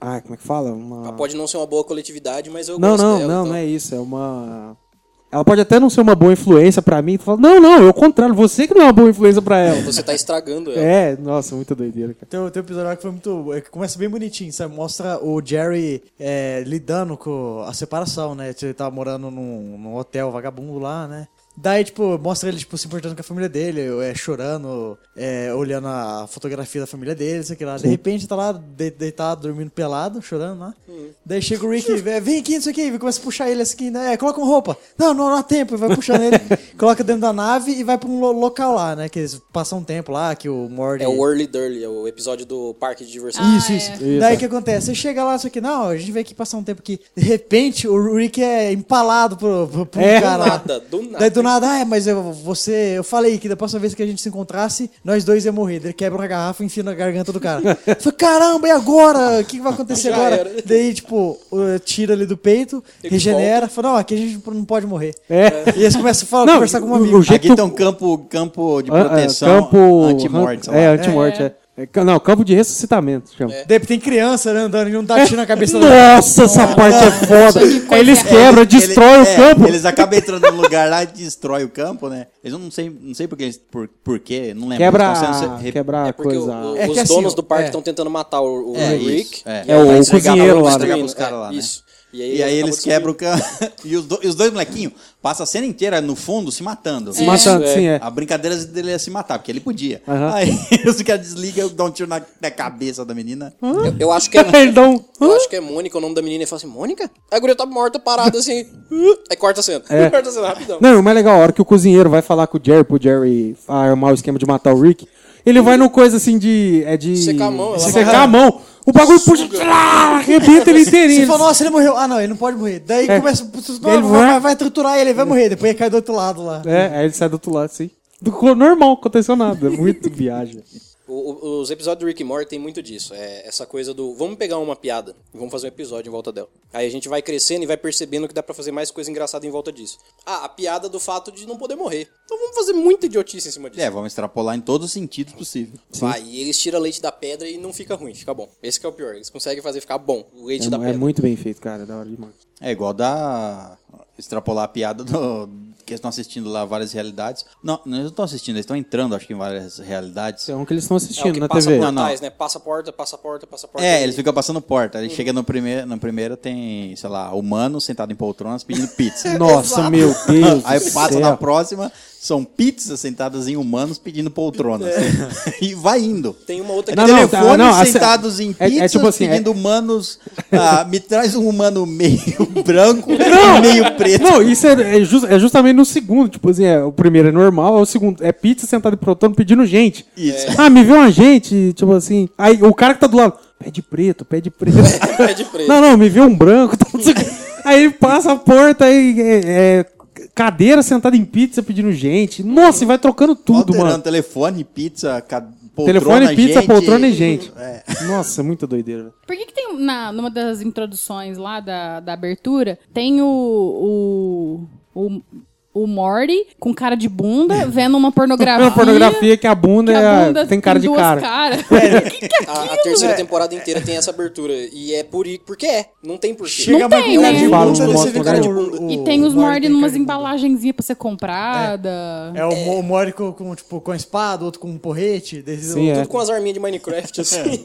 [SPEAKER 3] Ah, como é que fala? Uma...
[SPEAKER 6] Ela pode não ser uma boa coletividade, mas eu
[SPEAKER 3] Não,
[SPEAKER 6] gosto
[SPEAKER 3] não,
[SPEAKER 6] dela.
[SPEAKER 3] não,
[SPEAKER 6] então.
[SPEAKER 3] não é isso. É uma. Ela pode até não ser uma boa influência pra mim. Tu fala, não, não, é o contrário, você que não é uma boa influência pra ela.
[SPEAKER 6] Você tá estragando ela.
[SPEAKER 3] É, nossa, muita doideira, cara.
[SPEAKER 5] Tem, um- tem um episódio lá que foi muito. é, que Começa bem bonitinho, sabe? Mostra o Jerry é, lidando com a separação, né? Ele tava morando num, num hotel vagabundo lá, né? Daí, tipo, mostra ele tipo, se importando com a família dele, é, chorando, é, olhando a fotografia da família dele, sei o que lá. De repente tá lá de- deitado, dormindo pelado, chorando lá. Daí chega o Rick e vê, vem aqui, não sei o que, e começa a puxar ele assim, né? É, coloca uma roupa. Não, não dá tempo. E vai puxando ele, coloca dentro da nave e vai pra um lo- local lá, né? Que eles passam um tempo lá, que o Morty.
[SPEAKER 6] É o Whirly Durly, é o episódio do parque de diversão.
[SPEAKER 4] Ah,
[SPEAKER 5] Isso, isso. Daí o que acontece? Você chega lá, só que não, a gente veio aqui passar um tempo que, de repente, o Rick é empalado por, por, por um cara.
[SPEAKER 6] É. Do
[SPEAKER 5] lá.
[SPEAKER 6] nada, do nada.
[SPEAKER 5] Daí do nada, ah, é, mas eu, você. Eu falei que da próxima vez que a gente se encontrasse, nós dois ia morrer. Daí Ele quebra uma garrafa e enfia na garganta do cara. Eu Falei, caramba, e agora? O que que vai acontecer
[SPEAKER 6] Já
[SPEAKER 5] agora?
[SPEAKER 6] era.
[SPEAKER 5] Daí, tipo, uh, tira ele do peito,
[SPEAKER 6] Ele
[SPEAKER 5] regenera, fala, não, aqui a gente não pode morrer.
[SPEAKER 3] É.
[SPEAKER 5] E eles começam a falar,
[SPEAKER 3] Não,
[SPEAKER 5] conversar com um
[SPEAKER 3] o-
[SPEAKER 5] amigo.
[SPEAKER 3] o jeito-
[SPEAKER 1] Aqui tem um campo, campo de
[SPEAKER 3] Ah, ah,
[SPEAKER 1] proteção
[SPEAKER 3] campo.
[SPEAKER 1] anti-morte. sei lá.
[SPEAKER 3] É, anti-morte, é. É, ca- Não, campo de ressuscitamento, chama.
[SPEAKER 6] É.
[SPEAKER 3] É.
[SPEAKER 5] Daí tem criança né, andando e não dá tiro na cabeça do
[SPEAKER 3] Nossa, essa parte é foda. Aí
[SPEAKER 6] é-
[SPEAKER 3] eles quebram, destrói
[SPEAKER 1] Ele-
[SPEAKER 3] o
[SPEAKER 1] é,
[SPEAKER 3] campo.
[SPEAKER 1] Eles acabam entrando no lugar lá e destrói o campo, né? Eles não sei, não sei porque eles, por, por quê, não lembro.
[SPEAKER 3] Quebra,
[SPEAKER 1] Eles tão sendo-
[SPEAKER 3] a-
[SPEAKER 1] re-
[SPEAKER 3] quebra a
[SPEAKER 6] É porque o-
[SPEAKER 3] Ah, coisa.
[SPEAKER 6] o-
[SPEAKER 5] É
[SPEAKER 6] os
[SPEAKER 5] que assim,
[SPEAKER 6] donos
[SPEAKER 5] ó,
[SPEAKER 6] do parque
[SPEAKER 5] é.
[SPEAKER 6] estão tentando matar o, o
[SPEAKER 1] É,
[SPEAKER 6] Rick.
[SPEAKER 1] isso, é.
[SPEAKER 6] E aí
[SPEAKER 3] É, o
[SPEAKER 6] vai entregar
[SPEAKER 3] cozinheiro
[SPEAKER 6] pra-
[SPEAKER 3] lá, né?
[SPEAKER 6] entregar pros
[SPEAKER 1] Os caras lá, né?
[SPEAKER 6] Isso.
[SPEAKER 1] E aí
[SPEAKER 6] acabou
[SPEAKER 1] eles
[SPEAKER 6] descobrindo.
[SPEAKER 1] quebram o campo. e os, do- e os dois molequinhos passam a cena inteira no fundo se matando.
[SPEAKER 3] Se matando,
[SPEAKER 6] é.
[SPEAKER 3] sim, é.
[SPEAKER 1] A brincadeira dele é se matar, porque ele podia.
[SPEAKER 3] Aham.
[SPEAKER 1] Aí os caras desligam, dão um tiro na, na cabeça da menina.
[SPEAKER 6] Eu, eu acho que é.
[SPEAKER 3] Eles dão um-
[SPEAKER 6] Eu acho que é Mônica o nome da menina e fala assim, Mônica? Aí a guria tá morta, parada assim. Aí corta a cena.
[SPEAKER 3] É.
[SPEAKER 6] Corta a cena rapidão.
[SPEAKER 3] Não, o mais legal, a hora que o cozinheiro vai falar com o Jerry, pro Jerry ah, armar o esquema de matar o Rick, ele vai numa coisa assim de. É de.
[SPEAKER 6] Secar a mão, ela
[SPEAKER 3] secar
[SPEAKER 6] vai-
[SPEAKER 3] a mão. O bagulho puxa. Trá, arrebenta ele inteirinho.
[SPEAKER 5] Você fala, nossa, ele morreu. Ah, não, ele não pode morrer. Daí
[SPEAKER 3] É.
[SPEAKER 5] começa. putz, Não,
[SPEAKER 3] Ele
[SPEAKER 5] vai,
[SPEAKER 3] vai-
[SPEAKER 5] vai, vai triturar ele, ele vai morrer. Depois ele cai do outro lado lá.
[SPEAKER 3] É, aí ele sai do outro lado assim. Do co- normal, aconteceu nada. Muito viagem.
[SPEAKER 6] O- o- os episódios do Rick e Morty tem muito disso. É essa coisa do vamos pegar uma piada e vamos fazer um episódio em volta dela. Aí a gente vai crescendo e vai percebendo que dá pra fazer mais coisa engraçada em volta disso. Ah, a piada do fato de não poder morrer. Então vamos fazer muita idiotice em cima disso.
[SPEAKER 1] É, vamos extrapolar em todos os sentidos possíveis.
[SPEAKER 6] Vai, e eles tiram leite da pedra e não fica ruim, fica bom. Esse que é o pior, eles conseguem fazer ficar bom o leite da
[SPEAKER 3] É, é
[SPEAKER 6] pedra.
[SPEAKER 3] muito bem feito, cara. Da hora demais.
[SPEAKER 1] É igual da extrapolar a piada do que eles estão assistindo lá várias realidades. Não, não, eles não estão assistindo, eles estão entrando, acho que em várias realidades.
[SPEAKER 3] É um que eles estão
[SPEAKER 6] É o
[SPEAKER 3] assistindo
[SPEAKER 6] que
[SPEAKER 3] na
[SPEAKER 6] passa
[SPEAKER 3] TV.
[SPEAKER 6] por
[SPEAKER 1] Não,
[SPEAKER 6] trás, né? Passa a porta, passa a porta, passa a porta.
[SPEAKER 1] É, eles ficam passando porta. Aí chega no primeiro, no primeiro tem, sei lá, humano sentado em poltronas pedindo pizza.
[SPEAKER 3] Nossa, meu Deus.
[SPEAKER 1] É Aí
[SPEAKER 3] do
[SPEAKER 1] passa
[SPEAKER 3] céu.
[SPEAKER 1] na próxima, são pizzas sentadas em humanos pedindo poltronas. E vai indo.
[SPEAKER 6] Tem uma outra
[SPEAKER 3] Não,
[SPEAKER 6] que-
[SPEAKER 3] É. Tá, não,
[SPEAKER 1] Telefones
[SPEAKER 3] não, assim,
[SPEAKER 1] sentados em
[SPEAKER 3] é- é
[SPEAKER 1] pizzas
[SPEAKER 3] tipo assim,
[SPEAKER 1] pedindo humanos. ah, me traz um humano meio branco e meio preto.
[SPEAKER 3] Não, isso é, é jus- é justamente no segundo. Tipo assim, é, o primeiro é normal, é o segundo é pizza sentado e protando pedindo gente.
[SPEAKER 1] Isso.
[SPEAKER 3] Ah, me viu uma gente, tipo assim. Aí o cara que tá do lado, pé de preto, pé de preto.
[SPEAKER 6] Pé de preto.
[SPEAKER 3] Não, não, me viu um branco. tá, não sei o quê. aí ele passa a porta aí. É, é, cadeira sentada em pizza pedindo gente. Nossa, e vai trocando tudo,
[SPEAKER 1] Alterando
[SPEAKER 3] mano.
[SPEAKER 1] telefone, pizza, ca- poltrona,
[SPEAKER 3] Telefone, pizza,
[SPEAKER 1] gente.
[SPEAKER 3] poltrona e gente. Nossa, muita doideira. velho.
[SPEAKER 4] Por que, que tem um, na, numa das introduções lá da, da abertura, tem o. o, o o Morty com cara de bunda vendo uma pornografia.
[SPEAKER 3] Uma pornografia que a bunda,
[SPEAKER 4] que
[SPEAKER 3] é-
[SPEAKER 4] a bunda
[SPEAKER 3] tem cara de
[SPEAKER 4] duas
[SPEAKER 3] cara.
[SPEAKER 4] caras.
[SPEAKER 6] A, a terceira temporada inteira tem essa abertura. E é por porque é. Não tem porquê.
[SPEAKER 5] Chega uma
[SPEAKER 4] tem,
[SPEAKER 5] mulher
[SPEAKER 4] né?
[SPEAKER 5] um de
[SPEAKER 3] Falam do
[SPEAKER 5] bunda, daí você
[SPEAKER 3] nosso
[SPEAKER 5] vê
[SPEAKER 3] lugar
[SPEAKER 5] que
[SPEAKER 3] de
[SPEAKER 5] o-
[SPEAKER 6] bunda.
[SPEAKER 5] o-
[SPEAKER 4] E tem os
[SPEAKER 5] o Mori
[SPEAKER 4] Morty
[SPEAKER 5] tem
[SPEAKER 4] numas
[SPEAKER 5] cara de bunda.
[SPEAKER 4] embalagenzinhas pra ser comprada.
[SPEAKER 5] É, o, Mo- o Mori com, com, tipo, com a espada, outro com um porrete. Desse,
[SPEAKER 3] Sim,
[SPEAKER 5] outro-
[SPEAKER 3] é.
[SPEAKER 6] Tudo com as arminhas de Minecraft, assim.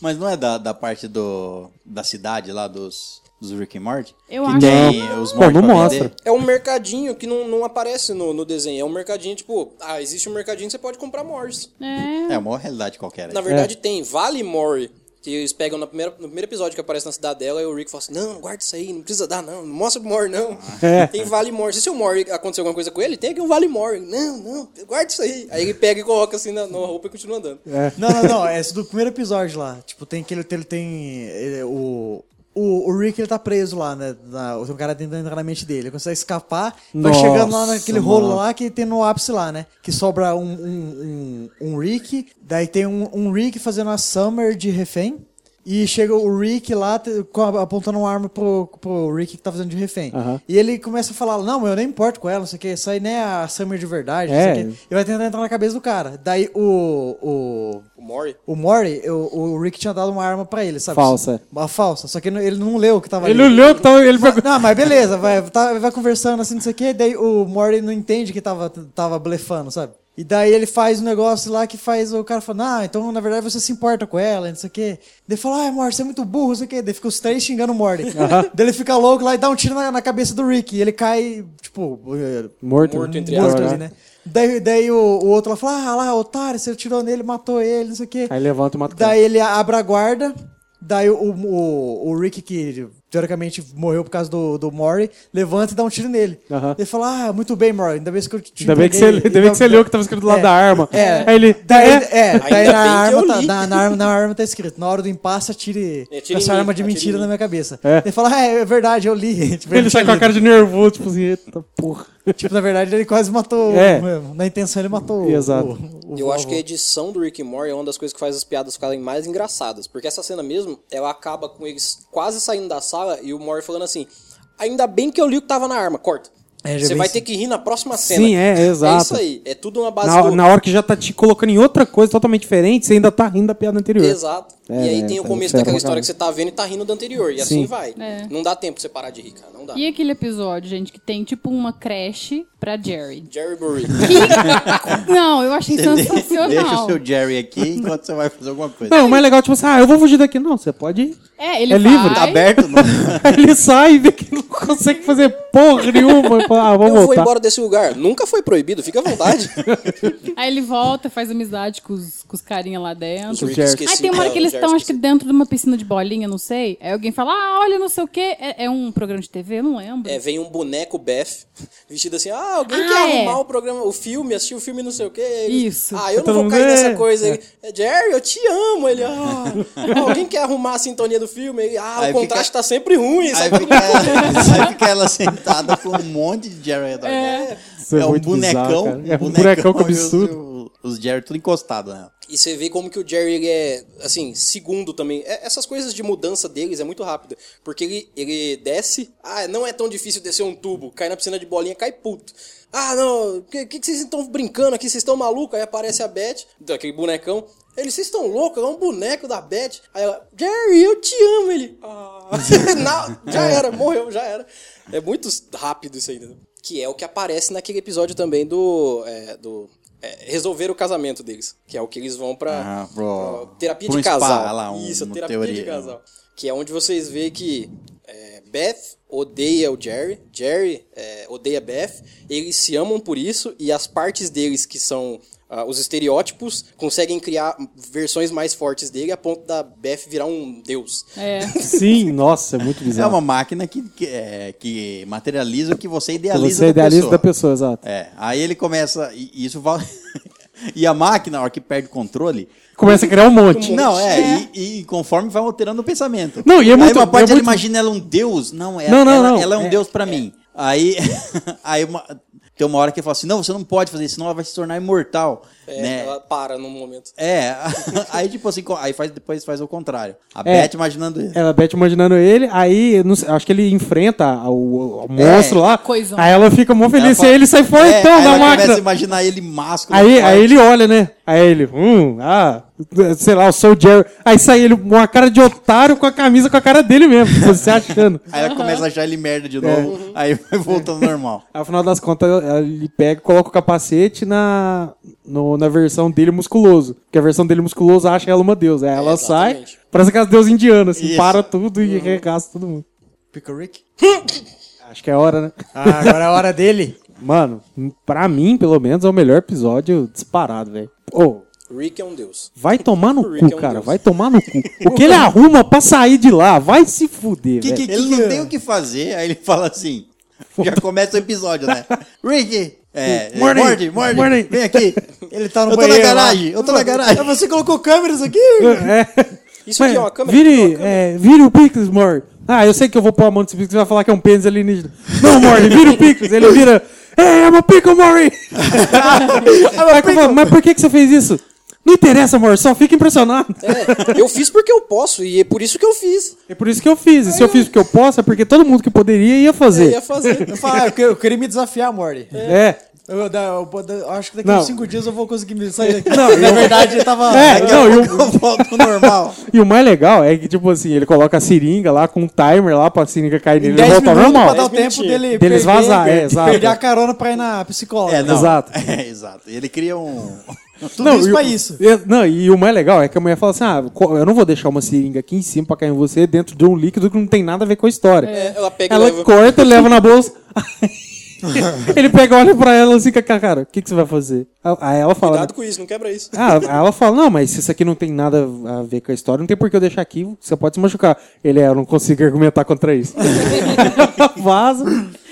[SPEAKER 1] Mas não é da, da parte do, da cidade lá dos. Dos Rick and Morty?
[SPEAKER 4] Eu
[SPEAKER 1] que
[SPEAKER 4] acho
[SPEAKER 1] tem os
[SPEAKER 3] Pô,
[SPEAKER 1] Morty
[SPEAKER 3] não
[SPEAKER 1] pra
[SPEAKER 3] mostra.
[SPEAKER 1] vender?
[SPEAKER 6] É um mercadinho que não, não aparece no, no desenho. É um mercadinho, tipo, ah, existe um mercadinho que você pode comprar Morse.
[SPEAKER 4] É.
[SPEAKER 1] É uma realidade qualquer. aí.
[SPEAKER 6] Na verdade, tem Vale Mori. Que eles pegam na primeira- no primeiro episódio que aparece na cidade dela, e o Rick fala assim: Não, guarda isso aí, não precisa dar, não, não mostra pro Mori, não.
[SPEAKER 3] É.
[SPEAKER 6] Tem Vale Mori. Se o Mori acontecer alguma coisa com ele, tem aqui um Vale Mori. Não, não, guarda isso aí. Aí ele pega e coloca assim na, na roupa e continua andando.
[SPEAKER 3] né?
[SPEAKER 5] Não, não, não. É isso do primeiro episódio lá. Tipo, tem aquele. Ele tem. ele- o, o, o Rick ele tá preso lá, né? Na, tem um cara tentando entrar na mente dele. Ele consegue escapar.
[SPEAKER 3] Nossa,
[SPEAKER 5] vai chegando lá naquele rolo
[SPEAKER 3] mano.
[SPEAKER 5] lá que tem no ápice lá, né? Que sobra um, um, um, um Rick. Daí tem um, um Rick fazendo a Summer de refém. E chega o Rick lá te- com a- apontando uma arma pro, pro Rick que tá fazendo de refém.
[SPEAKER 3] Aham.
[SPEAKER 5] E ele começa a falar: Não, eu nem importo com ela, não sei o que. Isso aí nem é a Summer de verdade. não sei o
[SPEAKER 3] É.
[SPEAKER 5] quê." E vai tentar entrar na cabeça do cara. Daí o- o
[SPEAKER 6] O Mori.
[SPEAKER 5] o Mori, o, o Rick tinha dado uma arma pra ele, sabe?
[SPEAKER 3] Falsa.
[SPEAKER 5] Uma falsa. Só que ele não- ele não leu o que tava
[SPEAKER 3] Ele
[SPEAKER 5] ali.
[SPEAKER 3] olhou, então ele
[SPEAKER 5] Mas-
[SPEAKER 3] pegou.
[SPEAKER 5] Não, mas beleza, vai, tá- vai conversando assim, não sei o que, daí o Mori não entende que tava, tava blefando, sabe? E daí ele faz um negócio lá que faz o cara falar, ah, então na verdade você se importa com ela, não sei o que. Daí fala, ah, Mori, você é muito burro, não sei o que. Daí fica os três xingando o Mori. Daí ele fica louco lá e dá um tiro na, na cabeça do Rick. E ele cai, tipo, eh,
[SPEAKER 3] Morto.
[SPEAKER 6] Morto, entre
[SPEAKER 5] morto
[SPEAKER 6] aspas.
[SPEAKER 5] ali, né? Daí, daí o, o outro lá fala, ah lá, otário, você atirou nele, matou ele, não sei o que.
[SPEAKER 3] Aí levanta e mata o cara.
[SPEAKER 5] Daí ele abre a guarda. Daí o, o, o Rick, que teoricamente morreu por causa do, do Mori, levanta e dá um tiro nele.
[SPEAKER 3] Aham.
[SPEAKER 5] Ele fala: Ah, muito bem, Mori, ainda bem que eu te
[SPEAKER 3] Ainda bem que você,
[SPEAKER 5] entreguei."
[SPEAKER 3] ainda bem que você
[SPEAKER 5] Então,
[SPEAKER 3] leu o que tava escrito do lado
[SPEAKER 5] É.
[SPEAKER 3] da arma.
[SPEAKER 5] É.
[SPEAKER 3] Aí ele.
[SPEAKER 5] Daí,
[SPEAKER 3] é,
[SPEAKER 5] é, daí
[SPEAKER 6] Ainda
[SPEAKER 5] na,
[SPEAKER 6] bem que eu
[SPEAKER 5] arma tá,
[SPEAKER 6] li.
[SPEAKER 5] na, na arma, na arma tá escrito: Na hora do impasse, atire,
[SPEAKER 6] Atire em
[SPEAKER 5] essa
[SPEAKER 6] mim,
[SPEAKER 5] arma de
[SPEAKER 6] atire em
[SPEAKER 5] mentira
[SPEAKER 6] mim.
[SPEAKER 5] na minha cabeça.
[SPEAKER 3] É.
[SPEAKER 5] Ele fala: "Ah, É, é verdade, eu li. Tipo,
[SPEAKER 3] ele sai com a cara de nervoso, tipo assim, eita porra.
[SPEAKER 5] Tipo, na verdade, ele quase matou.
[SPEAKER 3] É.
[SPEAKER 5] o- Na intenção, ele matou. o-
[SPEAKER 3] Exato.
[SPEAKER 5] o- o
[SPEAKER 6] Eu acho
[SPEAKER 5] vovô.
[SPEAKER 6] que a edição do Rick and Morty é uma das coisas que faz as piadas ficarem mais engraçadas. Porque essa cena mesmo, ela acaba com eles quase saindo da sala e o Morty falando assim: Ainda bem que eu li o que tava na arma, corta.
[SPEAKER 5] É, já
[SPEAKER 6] Você
[SPEAKER 5] vi
[SPEAKER 6] vai
[SPEAKER 5] isso.
[SPEAKER 6] ter que rir na próxima cena.
[SPEAKER 3] Sim, é,
[SPEAKER 6] É
[SPEAKER 3] exato.
[SPEAKER 6] isso aí. É tudo uma base
[SPEAKER 3] Na,
[SPEAKER 6] do-
[SPEAKER 3] na hora que já tá te colocando em outra coisa totalmente diferente, você ainda tá rindo da piada anterior.
[SPEAKER 6] Exato.
[SPEAKER 3] É,
[SPEAKER 6] e aí
[SPEAKER 3] é,
[SPEAKER 6] tem o
[SPEAKER 3] tá
[SPEAKER 6] começo
[SPEAKER 3] fera
[SPEAKER 6] daquela
[SPEAKER 3] pra
[SPEAKER 6] história
[SPEAKER 3] caralho.
[SPEAKER 6] que você tá vendo e tá rindo do anterior. E assim
[SPEAKER 3] Sim.
[SPEAKER 6] vai.
[SPEAKER 4] É.
[SPEAKER 6] Não dá tempo pra você parar de rir, cara. Não dá.
[SPEAKER 4] E aquele episódio, gente, que tem tipo uma creche pra Jerry.
[SPEAKER 6] Jerry Burry.
[SPEAKER 4] Não, eu achei
[SPEAKER 1] Deixa o
[SPEAKER 4] sensacional.
[SPEAKER 1] seu Jerry aqui enquanto você vai fazer alguma coisa.
[SPEAKER 3] Não, o mais legal, tipo assim, ah, eu vou fugir daqui. Não, você pode ir.
[SPEAKER 4] É, ele
[SPEAKER 3] É livre,
[SPEAKER 1] Tá
[SPEAKER 4] vai,
[SPEAKER 1] aberto? Não.
[SPEAKER 3] Aí ele sai e vê que não consegue fazer porra nenhuma. Ele fala, ah, vamos
[SPEAKER 6] Eu vou
[SPEAKER 3] voltar.
[SPEAKER 6] embora desse lugar. Nunca foi proibido, fica à vontade.
[SPEAKER 4] Aí ele volta, faz amizade com os, com os carinha lá dentro.
[SPEAKER 6] Rick
[SPEAKER 3] Jerry.
[SPEAKER 4] Aí tem uma
[SPEAKER 1] é,
[SPEAKER 4] hora que eles estão, acho que dentro de uma piscina de bolinha, não sei. Aí alguém fala, ah, olha, não sei o quê. É, é um programa de TV? Eu não lembro.
[SPEAKER 6] É, vem um boneco Beth, vestido assim, ah, alguém
[SPEAKER 4] Ah,
[SPEAKER 6] quer
[SPEAKER 4] é.
[SPEAKER 6] arrumar o programa, o filme, assistir o filme não sei o quê. Ele,
[SPEAKER 4] Isso.
[SPEAKER 6] Ah, eu não
[SPEAKER 3] Todo
[SPEAKER 6] vou
[SPEAKER 3] mundo,
[SPEAKER 6] cair
[SPEAKER 3] "É".
[SPEAKER 6] nessa coisa. aí. É. Jerry, eu te amo. Ele, ah, alguém quer arrumar a sintonia do filme? Ele, ah,
[SPEAKER 1] Aí
[SPEAKER 6] o contraste
[SPEAKER 1] fica-
[SPEAKER 6] tá sempre ruim.
[SPEAKER 1] Aí
[SPEAKER 6] Sabe?
[SPEAKER 1] fica, ela, aí fica ela sentada com um monte de Jerry ao redor dela.
[SPEAKER 3] Isso é
[SPEAKER 1] um
[SPEAKER 3] muito bizarro,
[SPEAKER 1] bonecão.
[SPEAKER 3] cara. É um bonecão que
[SPEAKER 1] e os-
[SPEAKER 3] absurdo.
[SPEAKER 1] Os, Jerry tudo encostado né? nela.
[SPEAKER 6] E você vê como que o Jerry ele é, assim, segundo também. É- essas coisas de mudança deles é muito rápida. Porque ele, ele desce. Ah, não é tão difícil descer um tubo. Cai na piscina de bolinha, cai puto. Ah, não, o que, que, que vocês estão brincando aqui? Vocês estão malucos? Aí aparece a Beth, daquele bonecão. Ele, vocês estão loucos? É um boneco da Beth. Aí ela, Jerry, eu te amo. Ele, ah. não, já era, morreu, já era. É muito rápido isso ainda. Né? Que é o que aparece naquele episódio também do. é, do é, resolver o casamento deles, que é o que eles vão pra
[SPEAKER 1] Ah, pro-
[SPEAKER 6] pra terapia
[SPEAKER 1] pra
[SPEAKER 6] de
[SPEAKER 1] um spa
[SPEAKER 6] casal.
[SPEAKER 1] lá, um-
[SPEAKER 6] Isso,
[SPEAKER 1] uma
[SPEAKER 6] terapia
[SPEAKER 1] teoria.
[SPEAKER 6] de casal. Que é onde vocês vê que é, Beth odeia o Jerry, Jerry é, odeia Beth, eles se amam por isso e as partes deles que são ah, os estereótipos conseguem criar versões mais fortes dele a ponto da Beth virar um deus.
[SPEAKER 4] É.
[SPEAKER 3] Sim, nossa, é muito
[SPEAKER 1] É
[SPEAKER 3] bizarro.
[SPEAKER 1] uma máquina que, que, é, que materializa o que você É idealiza
[SPEAKER 3] Você
[SPEAKER 1] da
[SPEAKER 3] idealiza
[SPEAKER 1] pessoa.
[SPEAKER 3] da pessoa, exato.
[SPEAKER 1] É, aí ele começa... E isso vai... E a máquina, na hora que perde o controle...
[SPEAKER 3] Começa a criar um monte.
[SPEAKER 1] Não, é, E, e conforme vai alterando o pensamento.
[SPEAKER 3] Não, e é
[SPEAKER 1] Aí
[SPEAKER 3] muito-
[SPEAKER 1] uma parte
[SPEAKER 3] é
[SPEAKER 1] ele
[SPEAKER 3] muito-
[SPEAKER 1] imagina ela um deus. Não, ela,
[SPEAKER 3] Não, não,
[SPEAKER 1] ela,
[SPEAKER 3] não.
[SPEAKER 1] ela é um
[SPEAKER 3] É,
[SPEAKER 1] deus pra mim. Aí, aí uma- tem uma hora que ele fala assim, não, você não pode fazer isso, senão ela vai se tornar imortal.
[SPEAKER 6] É,
[SPEAKER 1] né?
[SPEAKER 6] Ela para num momento.
[SPEAKER 1] É, aí tipo assim, co- aí faz, depois faz o contrário. A
[SPEAKER 3] É.
[SPEAKER 1] Beth imaginando ele.
[SPEAKER 3] Ela um Beth imaginando ele, aí eu não sei, acho que ele enfrenta o, o monstro lá.
[SPEAKER 4] coisão.
[SPEAKER 3] Aí ela fica
[SPEAKER 1] É.
[SPEAKER 3] mó
[SPEAKER 1] Ela
[SPEAKER 3] feliz
[SPEAKER 1] fala-
[SPEAKER 3] e aí ele sai
[SPEAKER 1] É,
[SPEAKER 3] fortão
[SPEAKER 1] aí
[SPEAKER 3] da
[SPEAKER 1] ela começa a
[SPEAKER 3] máquina.
[SPEAKER 1] imaginar ele másculo.
[SPEAKER 3] Aí,
[SPEAKER 1] forte.
[SPEAKER 3] aí ele olha, né? Aí ele, hum, ah, sei lá, eu sou o Jerry. Aí sai ele com uma cara de otário com a camisa com a cara dele mesmo, você achando.
[SPEAKER 1] Aí ela começa a achar ele merda
[SPEAKER 3] É.
[SPEAKER 1] de novo, aí vai voltando ao normal.
[SPEAKER 3] Aí, Afinal das contas, ela- ele pega e coloca o capacete na, no- na versão dele musculoso. Porque a versão dele musculoso acha ela uma deusa. Aí ela sai,
[SPEAKER 6] É, exatamente. Uhum.
[SPEAKER 3] parece aquelas deusas indianas, assim,
[SPEAKER 1] Isso.
[SPEAKER 3] para tudo e arregaça todo mundo.
[SPEAKER 5] Pickle Rick?
[SPEAKER 3] Acho que é hora, né?
[SPEAKER 5] Ah, agora é a hora dele.
[SPEAKER 3] Mano, pra mim, pelo menos, é o melhor episódio disparado, velho. Ô,
[SPEAKER 6] Rick é um deus.
[SPEAKER 3] vai tomar no
[SPEAKER 6] O Rick
[SPEAKER 3] cu,
[SPEAKER 6] é um
[SPEAKER 3] cara.
[SPEAKER 6] deus.
[SPEAKER 3] Vai tomar no cu. O que ele arruma pra sair de lá? Vai se fuder, velho.
[SPEAKER 1] Ele não tem o que fazer, aí ele fala assim. Já começa o episódio, né? Rick! É, é,
[SPEAKER 3] Morning.
[SPEAKER 1] morde, morde,
[SPEAKER 3] Morning.
[SPEAKER 1] vem aqui.
[SPEAKER 5] Ele tá no
[SPEAKER 1] Eu tô na
[SPEAKER 5] banheiro. lá.
[SPEAKER 1] garagem, eu tô na garagem.
[SPEAKER 5] Ah, Você colocou câmeras aqui?
[SPEAKER 3] É.
[SPEAKER 6] Isso aqui é uma câmera. aqui é uma
[SPEAKER 3] Vire,
[SPEAKER 6] câmera.
[SPEAKER 3] é, vire o Pickles, Mor. Ah, eu sei que eu vou pôr a mão nesse Pickles e vai falar que é um pênis alienígena. Não, Mor, vira o Pickles. Ele vira. Hey, I'm a Pickle,
[SPEAKER 6] É
[SPEAKER 3] Mori! Aí que eu falo, Mas por que, que você fez isso? Não interessa, Mor, só fica impressionado.
[SPEAKER 6] É, eu fiz porque eu posso, e é por isso que eu fiz.
[SPEAKER 3] É por isso que eu fiz. E se eu fiz porque eu posso, é porque todo mundo que poderia ia
[SPEAKER 6] Eu
[SPEAKER 3] fazer.
[SPEAKER 6] É, ia fazer.
[SPEAKER 5] Eu falo, ah, eu que- eu queria me desafiar, Morty.
[SPEAKER 3] É.
[SPEAKER 5] Eu, da- eu- eu acho que daqui a
[SPEAKER 3] Não.
[SPEAKER 5] uns cinco dias eu vou conseguir me sair daqui. Na verdade, eu
[SPEAKER 6] Ah,
[SPEAKER 5] tava.
[SPEAKER 3] É, não, e o-
[SPEAKER 1] Eu volto ao normal.
[SPEAKER 3] E o mais legal é que, tipo assim, ele coloca a seringa lá com um timer lá pra seringa cair nele e
[SPEAKER 5] Dez
[SPEAKER 3] voltar ao
[SPEAKER 5] minutos pra
[SPEAKER 3] normal.
[SPEAKER 5] dar o
[SPEAKER 6] Dez
[SPEAKER 5] tempo dele
[SPEAKER 3] Deles
[SPEAKER 5] perder,
[SPEAKER 3] vazar, é,
[SPEAKER 5] de
[SPEAKER 3] exato.
[SPEAKER 5] perder a carona pra ir na psicóloga.
[SPEAKER 1] É, não.
[SPEAKER 3] Exato.
[SPEAKER 1] É, exato. Ele cria um.
[SPEAKER 5] Tudo isso
[SPEAKER 3] e,
[SPEAKER 5] pra
[SPEAKER 3] o-
[SPEAKER 5] isso.
[SPEAKER 3] e- não, e o mais legal é que a mulher fala assim: ah, co- eu não vou deixar uma seringa aqui em cima pra cair em você dentro de um líquido que não tem nada a ver com a história.
[SPEAKER 6] É, ela pega e
[SPEAKER 3] ela
[SPEAKER 6] leva.
[SPEAKER 3] corta e leva na bolsa. Ele pega, olha pra ela assim, com a cara, o que, que você vai fazer? Aí ela fala.
[SPEAKER 6] Cuidado com isso, não quebra isso.
[SPEAKER 3] Ah, aí ela fala, não, mas isso aqui não tem nada a ver com a história, não tem por que eu deixar aqui, você pode se machucar. Ele é, eu não consigo argumentar contra isso. Vaza.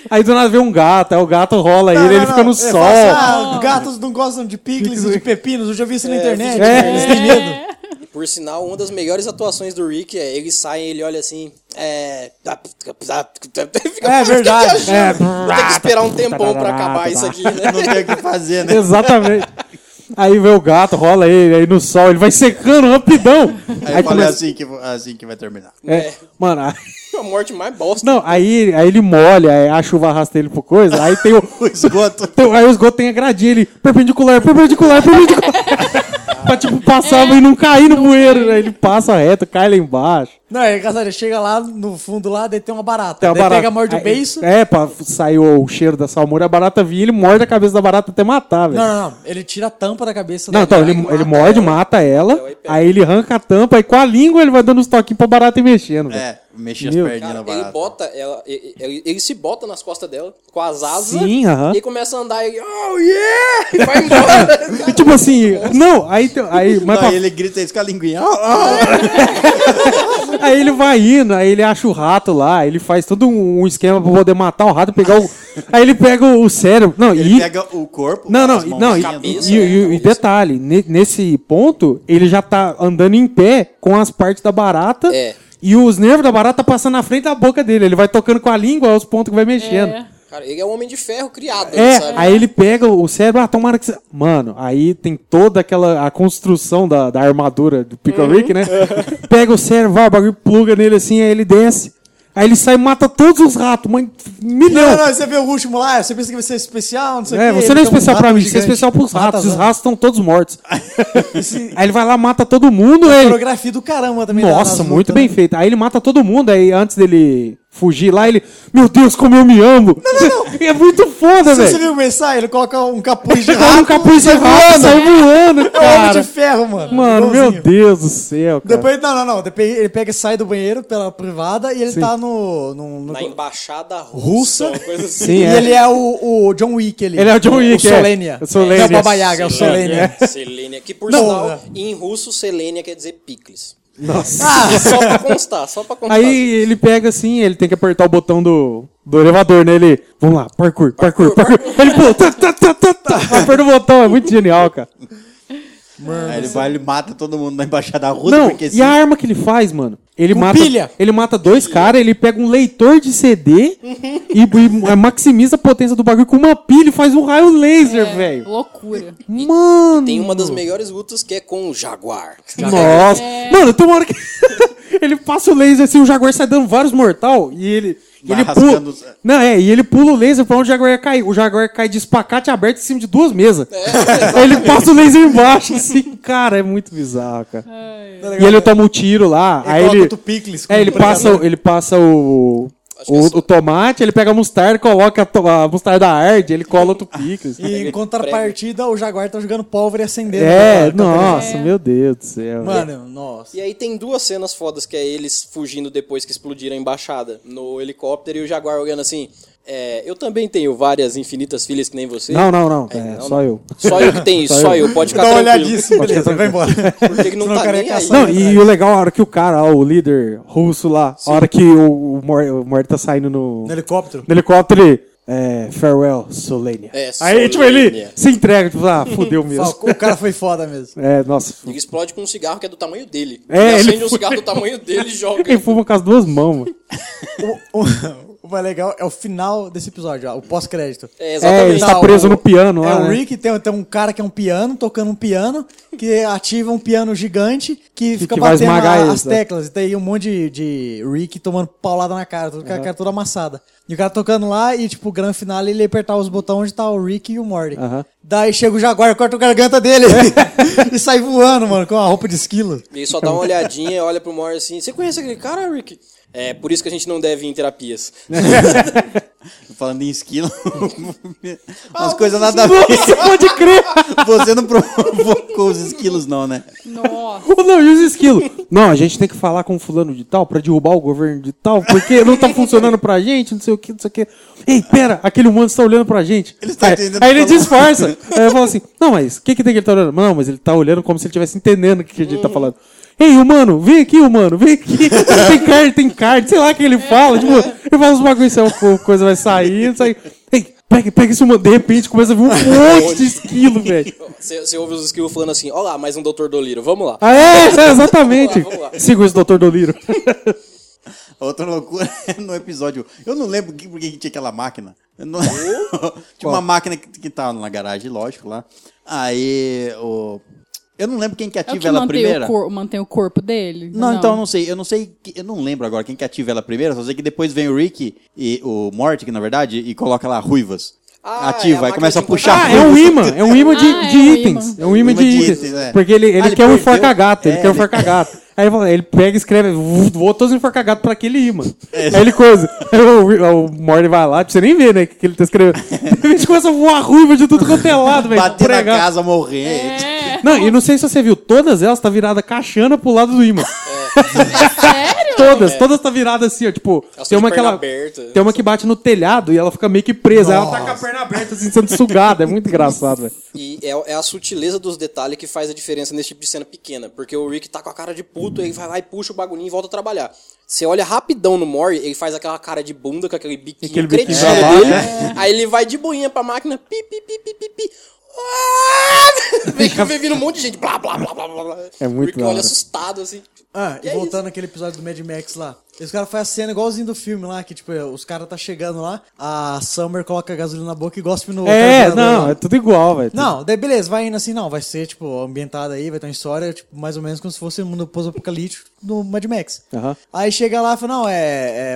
[SPEAKER 3] Aí do nada vê um gato, aí o gato rola ele, ele fica no
[SPEAKER 5] É,
[SPEAKER 3] sol. É.
[SPEAKER 5] fala assim, ah, gatos não gostam de pigles e de pepinos. Eu já vi isso na internet.
[SPEAKER 6] vídeo
[SPEAKER 5] né? Eles têm medo.
[SPEAKER 6] Por sinal, uma das melhores atuações do Rick é ele sai e ele olha assim. É. Fica-
[SPEAKER 5] É verdade.
[SPEAKER 3] É,
[SPEAKER 6] Tem que esperar um tempão pra acabar isso aqui, né?
[SPEAKER 1] Não tem o que fazer, né?
[SPEAKER 3] Exatamente. Aí vê o gato, rola ele, aí no sol, ele vai secando rapidão.
[SPEAKER 1] Aí eu falei
[SPEAKER 3] começa-
[SPEAKER 1] assim que, assim que vai terminar.
[SPEAKER 3] é, mano, aí-
[SPEAKER 6] A morte mais bosta.
[SPEAKER 3] não, aí, aí ele molha, aí a chuva arrasta ele pro coisa, aí tem o.
[SPEAKER 1] O esgoto.
[SPEAKER 3] tem- aí o esgoto tem a gradinha, ele perpendicular, perpendicular, perpendicular. pra tipo passar e não cair no bueiro, né? Ele passa reto, cai lá embaixo.
[SPEAKER 5] Não, é engraçado. Ele chega lá no fundo lá, daí tem uma barata.
[SPEAKER 3] Tem uma
[SPEAKER 5] daí
[SPEAKER 3] barata-
[SPEAKER 5] pega, morde o
[SPEAKER 3] aí-
[SPEAKER 5] beiço.
[SPEAKER 3] É, pra sair o cheiro da salmoura, a barata vinha, ele morde a cabeça da barata até matar, velho.
[SPEAKER 5] Não, não, não. Ele tira a tampa da cabeça
[SPEAKER 3] Não,
[SPEAKER 5] da
[SPEAKER 3] então, ele, ele
[SPEAKER 1] é
[SPEAKER 3] morde, mata ela, aí, ele arranca a tampa, aí com a língua ele vai dando os toquinhos pra barata e mexendo, velho.
[SPEAKER 1] É, mexer as
[SPEAKER 3] Meu.
[SPEAKER 1] perninhas
[SPEAKER 6] Cara,
[SPEAKER 1] na
[SPEAKER 6] ele
[SPEAKER 1] barata.
[SPEAKER 6] bota ela, ele, ele- ele se bota nas costas dela com as asas
[SPEAKER 3] Sim, aham.
[SPEAKER 6] e começa a andar e ele, oh yeah! E vai embora.
[SPEAKER 3] E tipo assim, não, aí, tem- aí, mas
[SPEAKER 1] Não,
[SPEAKER 3] pra-
[SPEAKER 1] É. ele grita isso com a linguinha. Ah, ah.
[SPEAKER 3] aí ele vai indo, aí ele acha o rato lá, ele faz todo um, um esquema pra poder matar o rato, pegar o. aí ele pega o cérebro. Não,
[SPEAKER 1] Ele
[SPEAKER 3] e.
[SPEAKER 1] pega o corpo.
[SPEAKER 3] Não, não,
[SPEAKER 1] as
[SPEAKER 3] e-
[SPEAKER 1] mãos,
[SPEAKER 3] não, e,
[SPEAKER 1] assim,
[SPEAKER 6] cabeça.
[SPEAKER 1] as-
[SPEAKER 3] e- e-
[SPEAKER 6] né?
[SPEAKER 3] e detalhe, ne- nesse ponto, ele já tá andando em pé com as partes da barata
[SPEAKER 6] É.
[SPEAKER 3] e os nervos da barata passando na frente da boca dele. Ele vai tocando com a língua os pontos que vai mexendo.
[SPEAKER 4] É.
[SPEAKER 6] Cara, ele é um homem de ferro criado,
[SPEAKER 3] É,
[SPEAKER 6] sabe?
[SPEAKER 3] aí ele pega o cérebro, ah, tomara que você... Mano, aí tem toda aquela a construção da, da armadura do Pickle
[SPEAKER 5] Uhum.
[SPEAKER 3] Rick, né? pega o cérebro, vai, o bagulho pluga nele assim, aí ele desce. Aí ele sai e mata todos os ratos, mãe, milhão.
[SPEAKER 5] Não, não, você vê o último lá, você pensa que vai ser especial, não sei o
[SPEAKER 3] É,
[SPEAKER 5] quê,
[SPEAKER 3] você não é
[SPEAKER 5] ele tem um
[SPEAKER 3] especial pra
[SPEAKER 5] rato
[SPEAKER 3] mim, você é
[SPEAKER 5] gigante.
[SPEAKER 3] especial pros
[SPEAKER 5] Mata
[SPEAKER 3] ratos. É.
[SPEAKER 5] as
[SPEAKER 3] Os ratos estão todos mortos.
[SPEAKER 5] Esse-
[SPEAKER 3] Aí ele vai lá, mata todo mundo, aí. ele-
[SPEAKER 5] Coreografia do caramba também. da-
[SPEAKER 3] Nossa,
[SPEAKER 5] das
[SPEAKER 3] muito
[SPEAKER 5] lutas,
[SPEAKER 3] bem
[SPEAKER 5] né?
[SPEAKER 3] feito. Aí ele mata todo mundo, aí antes dele fugir lá, ele. Meu Deus, como eu me amo! é muito foda,
[SPEAKER 5] Você, você
[SPEAKER 3] velho.
[SPEAKER 5] viu o Mensai? Ele coloca um capuz de
[SPEAKER 3] Ele coloca
[SPEAKER 5] rato.
[SPEAKER 3] um capuz de
[SPEAKER 5] sai
[SPEAKER 3] rato,
[SPEAKER 5] voando.
[SPEAKER 3] sai voando,
[SPEAKER 5] É um homem
[SPEAKER 3] cara.
[SPEAKER 5] de ferro, mano.
[SPEAKER 3] Mano,
[SPEAKER 5] Igualzinho.
[SPEAKER 3] meu Deus do céu, cara.
[SPEAKER 5] Depois, não, não, não. Depois ele pega e sai do banheiro pela privada e ele tá no. no, no-
[SPEAKER 6] Na embaixada
[SPEAKER 5] Russa.
[SPEAKER 6] russa. uma coisa assim.
[SPEAKER 3] Sim,
[SPEAKER 5] e
[SPEAKER 3] é.
[SPEAKER 5] ele é o, o John Wick ali.
[SPEAKER 3] Ele é o John Wick,
[SPEAKER 5] O
[SPEAKER 3] é.
[SPEAKER 5] Solenia.
[SPEAKER 3] O Solenia.
[SPEAKER 5] Não, o Baba Yaga, é o Solenia.
[SPEAKER 6] Selênia, que por
[SPEAKER 5] Não,
[SPEAKER 6] sinal,
[SPEAKER 5] é.
[SPEAKER 6] em russo, Selênia quer dizer picles.
[SPEAKER 3] Nossa.
[SPEAKER 6] Só pra constar, só pra constar.
[SPEAKER 3] Ah, Aí ele pega assim, ele tem que apertar o botão do, do elevador, né? Ele. Vamos lá, parkour, parkour, parkour. Ele pula. tá, tá, tá, tá, tá, Aperta o botão, é muito genial, cara.
[SPEAKER 6] né?
[SPEAKER 1] Aí ele vai, ele mata todo mundo na embaixada russa,
[SPEAKER 3] Não,
[SPEAKER 1] porque assim,
[SPEAKER 3] e a arma que ele faz, mano? Ele mata,
[SPEAKER 5] pilha.
[SPEAKER 3] ele mata dois caras, ele pega um leitor de CD e, e é, maximiza a potência do bagulho com uma pilha e faz um raio laser, velho.
[SPEAKER 4] É, Loucura.
[SPEAKER 3] Mano!
[SPEAKER 6] Tem uma das melhores lutas que é com o Jaguar.
[SPEAKER 3] Nossa! Mano, tem uma hora que. ele passa o laser assim, o Jaguar sai dando vários mortal e ele. e
[SPEAKER 1] Vai
[SPEAKER 3] ele pula.
[SPEAKER 1] rasgando os-
[SPEAKER 3] Não, é, e ele pula o laser pra onde o Jaguar ia cair. O Jaguar cai de espacate aberto em cima de duas mesas. Aí ele passa o laser embaixo, assim, cara, é muito bizarro, cara. E ele toma um tiro lá, aí
[SPEAKER 5] Tá coloca
[SPEAKER 3] ele.
[SPEAKER 5] outro picles com um
[SPEAKER 3] é, ele
[SPEAKER 5] pregador.
[SPEAKER 3] passa, o- ele passa o.
[SPEAKER 6] Acho que
[SPEAKER 3] O,
[SPEAKER 6] essa-
[SPEAKER 3] o tomate, ele pega a mostarda, coloca a, to- a mostarda arde, ele cola outro pico.
[SPEAKER 5] E em contrapartida, o Jaguar tá jogando pólvora e acendendo.
[SPEAKER 3] É,
[SPEAKER 5] Tá ligado?
[SPEAKER 3] nossa, meu Deus do céu.
[SPEAKER 5] Mano, nossa.
[SPEAKER 6] E aí tem duas cenas fodas, que é eles fugindo depois que explodiram a embaixada no helicóptero e o Jaguar olhando assim. é, eu também tenho várias infinitas filhas que nem você.
[SPEAKER 3] Não, não, não.
[SPEAKER 6] É,
[SPEAKER 3] É,
[SPEAKER 6] não,
[SPEAKER 3] só
[SPEAKER 6] não.
[SPEAKER 3] eu.
[SPEAKER 6] Só eu que tenho, só, eu. Pode ficar
[SPEAKER 5] Dá uma
[SPEAKER 6] tranquilo.
[SPEAKER 5] olhadíssima, beleza, vai embora.
[SPEAKER 6] Porque ele não
[SPEAKER 5] Senão
[SPEAKER 6] tá
[SPEAKER 5] o cara é
[SPEAKER 6] nem aí.
[SPEAKER 5] caçado.
[SPEAKER 3] Não, e o legal, a hora que o cara, ó, o líder russo lá, a hora que o, o, Mor o Mor tá saindo no,
[SPEAKER 5] No helicóptero.
[SPEAKER 3] no helicóptero, ele, é, farewell, Solenia.
[SPEAKER 6] É,
[SPEAKER 3] Aí, tipo, ele
[SPEAKER 6] Solenia.
[SPEAKER 3] se entrega, tipo, ah, fudeu mesmo.
[SPEAKER 5] Falcão, o cara foi foda mesmo.
[SPEAKER 3] É, nossa. fu-
[SPEAKER 6] Ele explode com um cigarro que é do tamanho dele.
[SPEAKER 3] É,
[SPEAKER 6] ele acende
[SPEAKER 3] ele
[SPEAKER 6] um
[SPEAKER 3] foi-
[SPEAKER 6] cigarro do tamanho dele e joga.
[SPEAKER 3] Ele fuma com as duas mãos, mano.
[SPEAKER 5] O, o- o mais legal é o final desse episódio, ó, o pós-crédito.
[SPEAKER 6] É,
[SPEAKER 3] É, ele
[SPEAKER 6] exatamente.
[SPEAKER 3] tá
[SPEAKER 5] Não,
[SPEAKER 3] preso
[SPEAKER 5] o-
[SPEAKER 3] no piano
[SPEAKER 5] É
[SPEAKER 3] lá,
[SPEAKER 5] o
[SPEAKER 3] né?
[SPEAKER 5] Rick, tem, tem um cara que é um piano, tocando um piano, que ativa um piano gigante que fica
[SPEAKER 3] que vai
[SPEAKER 5] batendo
[SPEAKER 3] esmagar
[SPEAKER 5] a-
[SPEAKER 3] eles,
[SPEAKER 5] as
[SPEAKER 3] né?
[SPEAKER 5] teclas. E tem um monte de, de Rick tomando paulada na cara, tudo, com a cara toda amassada. E o cara tocando lá e, tipo, o grande final ele apertar os botões onde tá o Rick e o Morty.
[SPEAKER 3] Aham. É.
[SPEAKER 5] Daí chega o Jaguar, corta a garganta dele e sai voando, mano, com a roupa de esquilo.
[SPEAKER 6] E ele só dá uma olhadinha, olha pro Mor assim. Você conhece aquele cara, Rick? É, por isso que a gente não deve ir em terapias.
[SPEAKER 1] Falando em esquilo, umas coisas nada a ver.
[SPEAKER 3] Você pode crer!
[SPEAKER 1] Você não provocou os esquilos, não, né?
[SPEAKER 4] Nossa.
[SPEAKER 3] Ou não, e os esquilos? Não, a gente tem que falar com fulano de tal pra derrubar o governo de tal, porque não tá funcionando pra gente, não sei o que, não sei o que. Ei, pera, aquele humano está olhando pra gente.
[SPEAKER 1] Ele está
[SPEAKER 3] aí,
[SPEAKER 1] entendendo
[SPEAKER 3] aí ele
[SPEAKER 1] o que
[SPEAKER 3] disfarça. Aí eu falo assim, não, mas o que, que tem que ele tá olhando? Não, mas ele tá olhando como se ele estivesse entendendo o que, que a gente tá falando. Ei, humano, vem aqui, humano, vem aqui. tem card, tem card, sei lá o que ele fala. Tipo, ele fala uns bagulho, sei lá, pô, coisa vai sair, não sai. Ei, pega, pega esse humano. De repente começa a vir um monte de esquilo, velho.
[SPEAKER 6] Você você ouve os esquilos falando assim, ó lá, mais um Dr. Doliro, vamos lá.
[SPEAKER 3] Ah, é, é, exatamente.
[SPEAKER 6] Vamos lá, vamos lá.
[SPEAKER 3] Siga esse doutor Doliro.
[SPEAKER 1] A Outra loucura é no episódio. Eu não lembro que- porque que tinha aquela máquina. Eu não- tinha uma máquina que, que tava na garagem, lógico, lá. Aí. O... Eu não lembro quem que
[SPEAKER 4] É o
[SPEAKER 1] ativa
[SPEAKER 4] que
[SPEAKER 1] ela
[SPEAKER 4] mantém
[SPEAKER 1] primeiro.
[SPEAKER 4] o, cor- mantém o corpo dele?
[SPEAKER 1] Não, então eu não sei. Eu não sei. que- Eu não lembro agora quem que ativa ela primeiro. Só sei que depois vem o Rick e o Morty, que na verdade, e coloca lá ruivas.
[SPEAKER 6] Ah, é a
[SPEAKER 1] ativa, aí
[SPEAKER 6] máquina
[SPEAKER 1] começa a
[SPEAKER 6] de
[SPEAKER 1] puxar
[SPEAKER 3] Ah, é um imã, é um imã de,
[SPEAKER 4] Ah, é
[SPEAKER 3] de
[SPEAKER 4] um imã.
[SPEAKER 3] itens. É um imã de, itens.
[SPEAKER 1] é.
[SPEAKER 3] Porque ele, ele
[SPEAKER 1] Ah, ele
[SPEAKER 3] quer um
[SPEAKER 1] perdeu?
[SPEAKER 3] enforca-gato, ele
[SPEAKER 1] É,
[SPEAKER 3] quer um
[SPEAKER 1] ele-
[SPEAKER 3] enforca-gato. Aí ele, fala- ele pega e escreve, "Vu, vou todos os enforca-gatos pra aquele imã. Aí ele coisa. Aí o, o Morty vai lá, pra você nem ver, né, o que que ele tá escrevendo. De repente começa a voar ruiva de tudo quanto é lado,
[SPEAKER 4] um
[SPEAKER 3] velho.
[SPEAKER 1] Bater na
[SPEAKER 3] pregar.
[SPEAKER 1] casa, morrer.
[SPEAKER 3] Não, e não sei se você viu, todas elas tá virada caixana pro lado do imã.
[SPEAKER 4] Sério?
[SPEAKER 3] Todas, todas tá virada assim, ó, tipo,
[SPEAKER 6] Elas
[SPEAKER 3] tem
[SPEAKER 6] tão de
[SPEAKER 3] uma que
[SPEAKER 6] perna
[SPEAKER 3] ela,
[SPEAKER 6] aberta.
[SPEAKER 3] tem uma que bate no telhado e ela fica meio que presa, ela tá com a perna aberta assim, sendo sugada, é muito engraçado, velho.
[SPEAKER 6] E é, é a sutileza dos detalhes que faz a diferença nesse tipo de cena pequena. Porque o Rick tá com a cara de puto, ele vai lá e puxa o bagulhinho e volta a trabalhar. Você olha rapidão no Mori, ele faz aquela cara de bunda com aquele biquinho
[SPEAKER 3] Aquele biquinho
[SPEAKER 6] cretino
[SPEAKER 3] pra
[SPEAKER 6] dele.
[SPEAKER 3] baixo,
[SPEAKER 6] Aí ele vai de boinha pra máquina, pi, pi, pi, pi, pi, pi. Ah! Vem, vem vindo um monte de gente, blá, blá, blá, blá, blá. blá.
[SPEAKER 3] É muito
[SPEAKER 6] Rick
[SPEAKER 3] da hora.
[SPEAKER 6] olha assustado, assim.
[SPEAKER 5] Ah, e
[SPEAKER 6] é
[SPEAKER 5] voltando àquele episódio do Mad Max lá. Os caras fazem a cena igualzinho do filme lá, que tipo, os caras tá chegando lá, a Summer coloca gasolina na boca e gospe no né?
[SPEAKER 3] É,
[SPEAKER 5] carburador
[SPEAKER 3] não,
[SPEAKER 5] lá.
[SPEAKER 3] é tudo igual, velho.
[SPEAKER 5] tá Não, daí beleza, vai indo assim, não, vai ser, tipo, ambientada aí, vai ter uma história, tipo, mais ou menos como se fosse um mundo pós-apocalíptico no Mad Max.
[SPEAKER 3] Aham.
[SPEAKER 5] Aí chega lá e fala, não, é,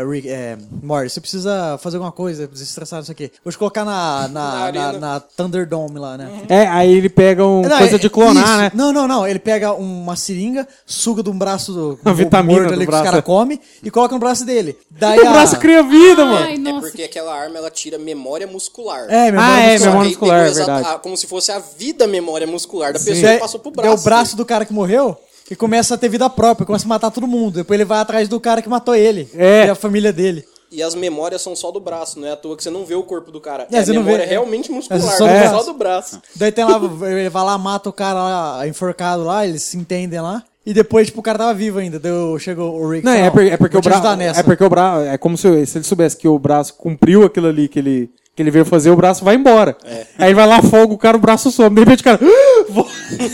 [SPEAKER 5] é, Rick, é, Morty, você precisa fazer alguma coisa, precisa estressar isso aqui. Vou te colocar na, na,
[SPEAKER 6] Na
[SPEAKER 5] na,
[SPEAKER 6] arena.
[SPEAKER 5] na Thunderdome lá, né?
[SPEAKER 3] É, aí ele pega um
[SPEAKER 5] Não,
[SPEAKER 3] coisa
[SPEAKER 5] é-
[SPEAKER 3] de clonar,
[SPEAKER 5] isso.
[SPEAKER 3] né?
[SPEAKER 5] Não, não, não. Ele pega uma seringa, suga de um braço do
[SPEAKER 3] A
[SPEAKER 5] do
[SPEAKER 3] vitamina
[SPEAKER 5] morto
[SPEAKER 3] do
[SPEAKER 5] ali que os
[SPEAKER 3] braço, é.
[SPEAKER 5] caras comem e coloca no braço dele. Daí
[SPEAKER 3] O
[SPEAKER 5] a-
[SPEAKER 3] braço cria vida, mano.
[SPEAKER 4] Ai,
[SPEAKER 6] É
[SPEAKER 4] nossa.
[SPEAKER 6] porque aquela arma, ela tira memória muscular.
[SPEAKER 5] É, meu
[SPEAKER 3] Ah, é,
[SPEAKER 6] Só que
[SPEAKER 3] memória
[SPEAKER 6] aí
[SPEAKER 3] muscular,
[SPEAKER 6] pegou
[SPEAKER 3] é
[SPEAKER 6] exata-
[SPEAKER 3] verdade.
[SPEAKER 6] a- Como se fosse a vida memória muscular da pessoa
[SPEAKER 5] Daí-
[SPEAKER 6] que passou pro
[SPEAKER 5] daí É,
[SPEAKER 6] braço.
[SPEAKER 5] o
[SPEAKER 1] né?
[SPEAKER 5] braço do cara que morreu e começa a ter vida própria, começa a matar todo mundo. Depois ele vai atrás do cara que matou ele
[SPEAKER 3] É.
[SPEAKER 5] e a família dele.
[SPEAKER 6] E as memórias são só do braço, não é à toa que você não vê o corpo do cara.
[SPEAKER 5] É,
[SPEAKER 6] É, a
[SPEAKER 5] você não
[SPEAKER 6] memória
[SPEAKER 5] vê.
[SPEAKER 6] realmente muscular,
[SPEAKER 5] É
[SPEAKER 6] é
[SPEAKER 5] só
[SPEAKER 6] só,
[SPEAKER 5] do braço.
[SPEAKER 6] do braço.
[SPEAKER 5] Daí tem lá, ele vai lá, mata o cara lá, enforcado lá, eles se entendem lá. E depois, tipo, o cara tava vivo ainda. Deu, chegou o Rick.
[SPEAKER 3] Não,
[SPEAKER 5] e fala,
[SPEAKER 3] é, por- é porque
[SPEAKER 5] "Vou
[SPEAKER 3] o
[SPEAKER 5] te
[SPEAKER 3] braço.
[SPEAKER 5] ajudar nessa."
[SPEAKER 3] É porque o braço. É como se, se ele soubesse que o braço cumpriu aquilo ali que ele, que ele veio fazer, o braço vai embora.
[SPEAKER 5] É.
[SPEAKER 3] Aí ele vai lá, afoga o cara, o braço some. De repente o cara. "Ah, "Vou-"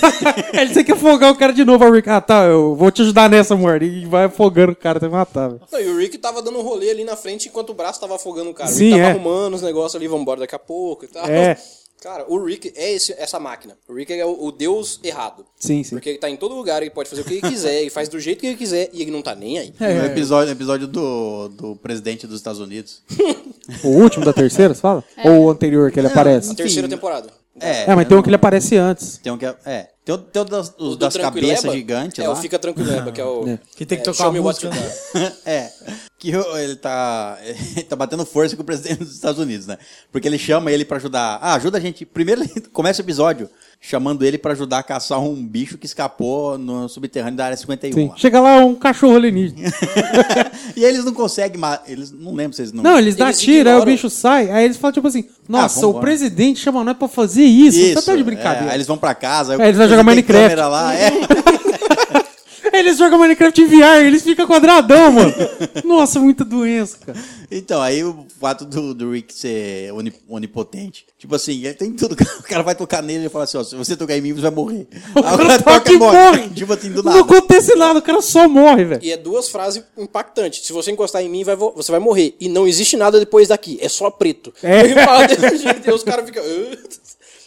[SPEAKER 3] Aí ele tem que afogar o cara de novo. Aí o Rick, ah, tá, eu vou te ajudar nessa, amor. E vai afogando o cara até matar, velho.
[SPEAKER 6] Não, e o Rick tava dando um rolê ali na frente enquanto o braço tava afogando o cara.
[SPEAKER 3] Sim,
[SPEAKER 6] Ele tava
[SPEAKER 3] é.
[SPEAKER 6] arrumando os negócios ali, vambora daqui a pouco e tal.
[SPEAKER 3] É.
[SPEAKER 6] Cara, o Rick é esse- essa máquina. O Rick é o, o deus errado.
[SPEAKER 3] Sim, sim.
[SPEAKER 6] Porque ele tá em todo lugar, ele pode fazer o que ele quiser, ele faz do jeito que ele quiser e ele não tá nem aí.
[SPEAKER 4] É.
[SPEAKER 1] No episódio, episódio do, do presidente dos Estados Unidos.
[SPEAKER 3] O último da terceira, você
[SPEAKER 5] É.
[SPEAKER 3] fala? Ou o anterior que ele aparece?
[SPEAKER 6] Terceira temporada.
[SPEAKER 1] É,
[SPEAKER 3] É, mas tem um que ele aparece antes.
[SPEAKER 1] Tem um que é, é, tem Tem, o- tem o das, os
[SPEAKER 6] O do
[SPEAKER 1] das
[SPEAKER 6] Tranquileba
[SPEAKER 1] cabeças gigantes
[SPEAKER 6] é
[SPEAKER 1] lá.
[SPEAKER 6] o Fica Tranquileba, que é o...
[SPEAKER 5] Que tem que
[SPEAKER 6] é,
[SPEAKER 5] tocar
[SPEAKER 6] Show Me
[SPEAKER 5] a
[SPEAKER 6] What You
[SPEAKER 5] música, né?
[SPEAKER 6] Got.
[SPEAKER 1] é. Que o- ele tá, ele tá batendo força com o presidente dos Estados Unidos, né? Porque ele chama ele pra ajudar. Ah, ajuda a gente. Primeiro ele começa o episódio chamando ele pra ajudar a caçar um bicho que escapou no subterrâneo da área 51.
[SPEAKER 3] Sim.
[SPEAKER 1] lá.
[SPEAKER 3] Chega lá um cachorro alienígena.
[SPEAKER 1] e aí eles não conseguem. ma- Eles não lembro se eles não.
[SPEAKER 3] Não, eles dão
[SPEAKER 6] Eles
[SPEAKER 3] tiro, aí o
[SPEAKER 6] ignoram.
[SPEAKER 3] bicho sai, aí eles falam tipo assim: Nossa, o
[SPEAKER 1] vambora."
[SPEAKER 3] presidente chama nós pra fazer isso. Você tá de
[SPEAKER 1] é,
[SPEAKER 3] brincadeira.
[SPEAKER 1] aí eles vão pra casa.
[SPEAKER 3] Aí eles vão
[SPEAKER 1] tem
[SPEAKER 3] jogar Minecraft.
[SPEAKER 1] câmera Lá, é.
[SPEAKER 3] Eles jogam Minecraft em VR, eles ficam quadradão, mano. Nossa, muita doença, cara.
[SPEAKER 1] Então, aí o fato do, do Rick ser oni- onipotente. Tipo assim, ele tem tudo. O cara vai tocar nele e fala assim: ó, se você tocar em mim, você vai morrer.
[SPEAKER 3] O
[SPEAKER 1] Aí o
[SPEAKER 3] cara toca e morre.
[SPEAKER 1] Tipo assim, do
[SPEAKER 3] Não
[SPEAKER 1] nada.
[SPEAKER 3] acontece nada, o cara só morre, velho.
[SPEAKER 6] E é duas frases impactantes. Se você encostar em mim, vai vo- você vai morrer. E não existe nada depois daqui. É só preto.
[SPEAKER 3] É.
[SPEAKER 6] Ele fala desse jeito e os caras ficam. "Ah".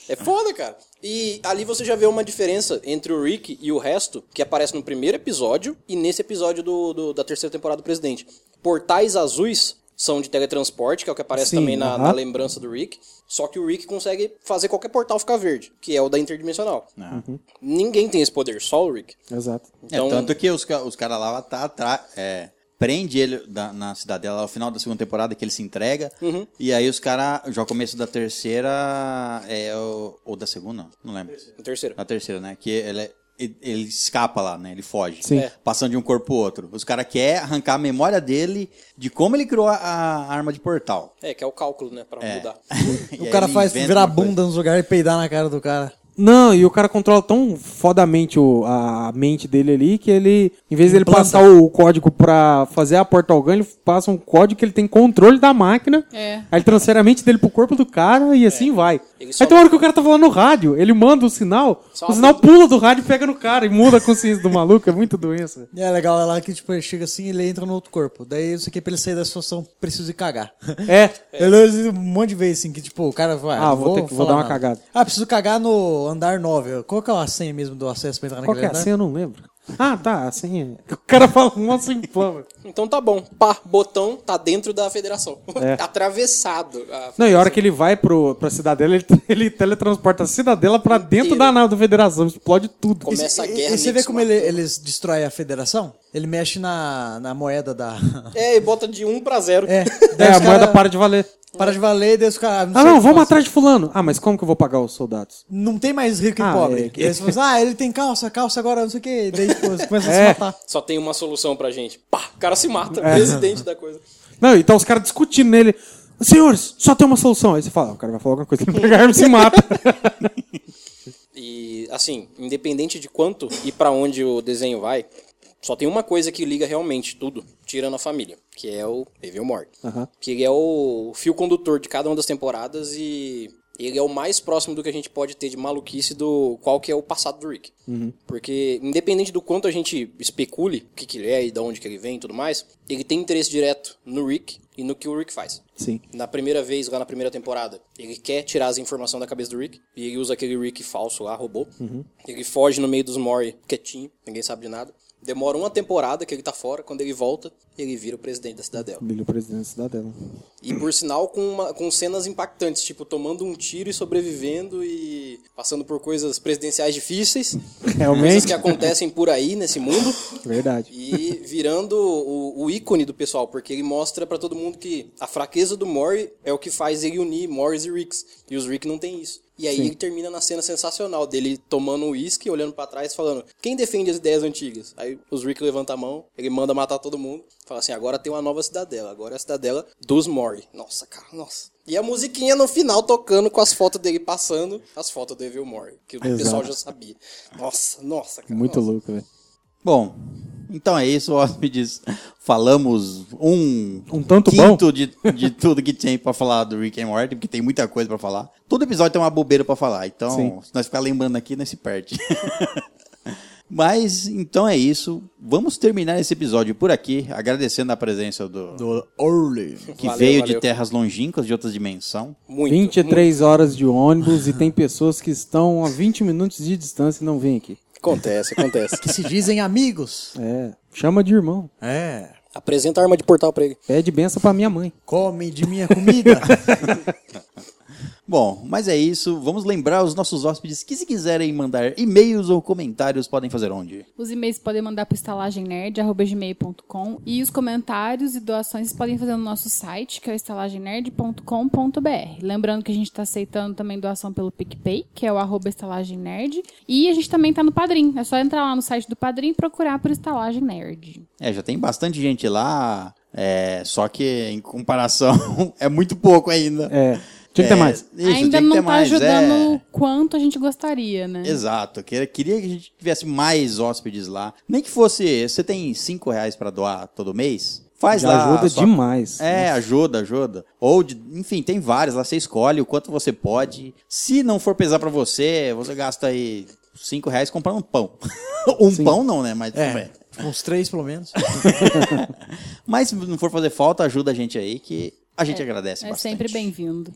[SPEAKER 6] É foda, cara. E ali você já vê uma diferença entre o Rick e o resto, que aparece no primeiro episódio e nesse episódio do, do- da terceira temporada do Presidente. Portais azuis são de teletransporte, que é o que aparece
[SPEAKER 3] Sim,
[SPEAKER 6] também na,
[SPEAKER 3] aham.
[SPEAKER 6] na lembrança do Rick. Só que o Rick consegue fazer qualquer portal ficar verde, que é o da interdimensional. Ninguém tem esse poder, só o Rick.
[SPEAKER 3] Exato.
[SPEAKER 1] É, tanto que os, ca- os caras lá tá atrás. É, prende ele da- na cidadela ao final da segunda temporada, que ele se entrega. E aí os caras, já o começo da terceira. É, o- ou da segunda? Não lembro.
[SPEAKER 6] No terceiro.
[SPEAKER 1] Na terceira, né? Que ele, é- ele- ele escapa lá, né? Ele foge.
[SPEAKER 3] Sim.
[SPEAKER 6] É.
[SPEAKER 1] Passando de um corpo pro outro. Os caras querem arrancar a memória dele de como ele criou a, a arma de portal.
[SPEAKER 6] É, que é o cálculo, né, pra mudar.
[SPEAKER 1] E aí
[SPEAKER 5] O cara
[SPEAKER 1] ele
[SPEAKER 5] faz
[SPEAKER 1] inventa
[SPEAKER 5] virar
[SPEAKER 1] uma coisa.
[SPEAKER 5] bunda nos lugares e peidar na cara do cara.
[SPEAKER 3] Não, e o cara controla tão fodamente o- a mente dele ali que ele, em vez dele
[SPEAKER 5] Implanta.
[SPEAKER 3] passar o código pra fazer a portal gun, ele passa um código que ele tem controle da máquina.
[SPEAKER 4] É.
[SPEAKER 3] Aí ele transfere a mente dele pro corpo do cara e assim vai.
[SPEAKER 6] Ele
[SPEAKER 3] Aí
[SPEAKER 6] só-
[SPEAKER 3] tem uma hora que o cara tá falando no rádio, ele manda o sinal,
[SPEAKER 6] Só
[SPEAKER 3] o sinal
[SPEAKER 6] abre-
[SPEAKER 3] pula do rádio e pega no cara e muda a consciência do maluco. É muita doença. velho.
[SPEAKER 5] E é legal, é lá que tipo, ele chega assim e ele entra no outro corpo. Daí isso aqui é pra ele sair da situação, preciso ir cagar.
[SPEAKER 3] É.
[SPEAKER 5] Ele usa um monte de vezes assim, que tipo, o cara vai.
[SPEAKER 3] Ah,
[SPEAKER 5] não
[SPEAKER 3] vou ter que- vou dar uma
[SPEAKER 5] falar nada.
[SPEAKER 3] cagada.
[SPEAKER 5] Ah, preciso cagar no andar 9. Qual que é a senha mesmo do acesso pra entrar
[SPEAKER 3] Qual
[SPEAKER 5] naquele
[SPEAKER 3] que é a
[SPEAKER 5] andar?
[SPEAKER 3] senha? Eu não lembro. Ah, tá, a senha. O cara fala um simplão, velho.
[SPEAKER 6] Então tá bom. Pá, botão tá dentro da federação.
[SPEAKER 3] É.
[SPEAKER 6] Tá atravessado. a
[SPEAKER 3] Não, e a hora
[SPEAKER 6] federação.
[SPEAKER 3] que ele vai pro, pra cidadela, ele, ele teletransporta a cidadela pra dentro
[SPEAKER 6] Inteiro.
[SPEAKER 3] da nave da federação, explode tudo.
[SPEAKER 6] Começa essa
[SPEAKER 5] E-
[SPEAKER 6] guerra.
[SPEAKER 5] E você vê
[SPEAKER 6] Nix
[SPEAKER 5] como
[SPEAKER 6] mata.
[SPEAKER 5] ele- eles destroem a federação? Ele mexe na, na moeda da.
[SPEAKER 6] É, e bota de 1 pra 0.
[SPEAKER 5] É,
[SPEAKER 3] É,
[SPEAKER 5] daí
[SPEAKER 3] a
[SPEAKER 5] os
[SPEAKER 3] moeda
[SPEAKER 5] cara-
[SPEAKER 3] para de valer.
[SPEAKER 5] Para de valer, daí os caras.
[SPEAKER 3] Ah, não, vamos atrás de fulano. Ah, mas como que eu vou pagar os soldados?
[SPEAKER 5] Não tem mais rico e
[SPEAKER 3] Ah,
[SPEAKER 5] pobre.
[SPEAKER 3] é que-
[SPEAKER 5] Daí você fala assim, ah, ele tem calça, calça agora, não sei o que. Daí tipo, você começa a
[SPEAKER 3] É.
[SPEAKER 5] se matar.
[SPEAKER 6] Só tem uma solução pra gente. Pá, o cara se mata. Presidente da coisa.
[SPEAKER 3] Não, então os caras discutindo nele. Senhores, só tem uma solução. Aí você fala, ah, o cara vai falar alguma coisa, ele pega a arma e se mata.
[SPEAKER 6] E, assim, independente de quanto e pra onde o desenho vai, só tem uma coisa que liga realmente tudo, tirando a família, que é o Evil Mort. Que ele é o fio condutor de cada uma das temporadas e ele é o mais próximo do que a gente pode ter de maluquice do qual que é o passado do Rick. Porque, independente do quanto a gente especule o que, que ele é e de onde que ele vem e tudo mais, ele tem interesse direto no Rick e no que o Rick faz.
[SPEAKER 3] Sim.
[SPEAKER 6] Na primeira vez, lá na primeira temporada, ele quer tirar as informações da cabeça do Rick. E ele usa aquele Rick falso lá, robô.
[SPEAKER 3] Uhum.
[SPEAKER 6] Ele foge no meio dos Mori quietinho, ninguém sabe de nada. Demora uma temporada que ele tá fora, quando ele volta, ele vira o presidente da cidadela.
[SPEAKER 3] Bilho, presidente da cidadela.
[SPEAKER 6] E por sinal, com, uma- com cenas impactantes, tipo tomando um tiro e sobrevivendo e passando por coisas presidenciais difíceis. Coisas
[SPEAKER 3] Realmente?
[SPEAKER 6] que acontecem por aí nesse mundo.
[SPEAKER 3] Verdade.
[SPEAKER 6] E virando o, o ícone do pessoal, porque ele mostra pra todo mundo que a fraqueza do Mori é o que faz ele unir Morris e Ricks. E os Rick não tem isso. E aí ele termina na cena sensacional dele tomando um uísque, olhando pra trás, falando: Quem defende as ideias antigas? Aí os Rick levantam a mão, ele manda matar todo mundo. Fala assim: Agora tem uma nova cidadela, agora é a cidadela dos Mori. Nossa, cara, nossa. E a musiquinha no final tocando com as fotos dele passando, as fotos do Evil Mori, que o pessoal já sabia. Nossa, nossa, cara.
[SPEAKER 3] Muito
[SPEAKER 6] nossa.
[SPEAKER 3] louco, velho.
[SPEAKER 1] Bom, então é isso, hóspedes. Falamos um,
[SPEAKER 3] Um tanto
[SPEAKER 1] quinto de, de tudo que tem pra falar do Rick and Morty, porque tem muita coisa pra falar. Todo episódio tem uma bobeira pra falar, então
[SPEAKER 3] Sim.
[SPEAKER 1] se nós ficar lembrando aqui, nós se perde. Mas então é isso. Vamos terminar esse episódio por aqui, agradecendo a presença do,
[SPEAKER 5] Do Orly.
[SPEAKER 1] que
[SPEAKER 6] Valeu,
[SPEAKER 1] veio de
[SPEAKER 6] valeu.
[SPEAKER 1] terras longínquas, de outras dimensão.
[SPEAKER 6] Muito,
[SPEAKER 3] 23 horas de ônibus e tem pessoas que estão a 20 minutos de distância e não vêm aqui.
[SPEAKER 6] Acontece, acontece.
[SPEAKER 5] Que se dizem amigos.
[SPEAKER 3] É, chama de irmão.
[SPEAKER 5] É.
[SPEAKER 6] Apresenta a arma de portal pra ele.
[SPEAKER 3] Pede benção pra minha mãe.
[SPEAKER 5] Comem de minha comida.
[SPEAKER 1] Bom, mas é isso. Vamos lembrar os nossos hóspedes que se quiserem mandar e-mails ou comentários, podem fazer onde?
[SPEAKER 4] Os e-mails podem mandar para estalagemnerd.com e os comentários e doações podem fazer no nosso site, que é o estalagemnerd.com.br. Lembrando que a gente está aceitando também doação pelo PicPay, que é o arroba estalagemnerd. E a gente também está no Padrim. É só entrar lá no site do Padrim e procurar por Estalagem Nerd.
[SPEAKER 1] É, já tem bastante gente lá, é, só que em comparação é muito pouco ainda.
[SPEAKER 3] É. Tinha que
[SPEAKER 1] É,
[SPEAKER 3] ter mais.
[SPEAKER 1] isso,
[SPEAKER 4] Ainda
[SPEAKER 1] tinha que
[SPEAKER 4] não
[SPEAKER 1] ter
[SPEAKER 4] tá
[SPEAKER 1] mais, é.
[SPEAKER 4] ajudando o quanto a gente gostaria, né?
[SPEAKER 1] Exato, eu queria, queria que a gente tivesse mais hóspedes lá. Nem que fosse, você tem cinco reais pra doar todo mês? Faz
[SPEAKER 3] Já
[SPEAKER 1] lá.
[SPEAKER 3] ajuda
[SPEAKER 1] só-
[SPEAKER 3] demais. né?
[SPEAKER 1] É, ajuda, ajuda. Ou, de- enfim, tem várias lá, você escolhe o quanto você pode. Se não for pesar pra você, você gasta aí cinco reais comprando um pão. um pão não, né? Mas tudo bem.
[SPEAKER 5] É, uns três pelo menos.
[SPEAKER 1] Mas se não for fazer falta, ajuda a gente aí que a gente agradece
[SPEAKER 4] É
[SPEAKER 1] bastante.
[SPEAKER 4] sempre bem-vindo.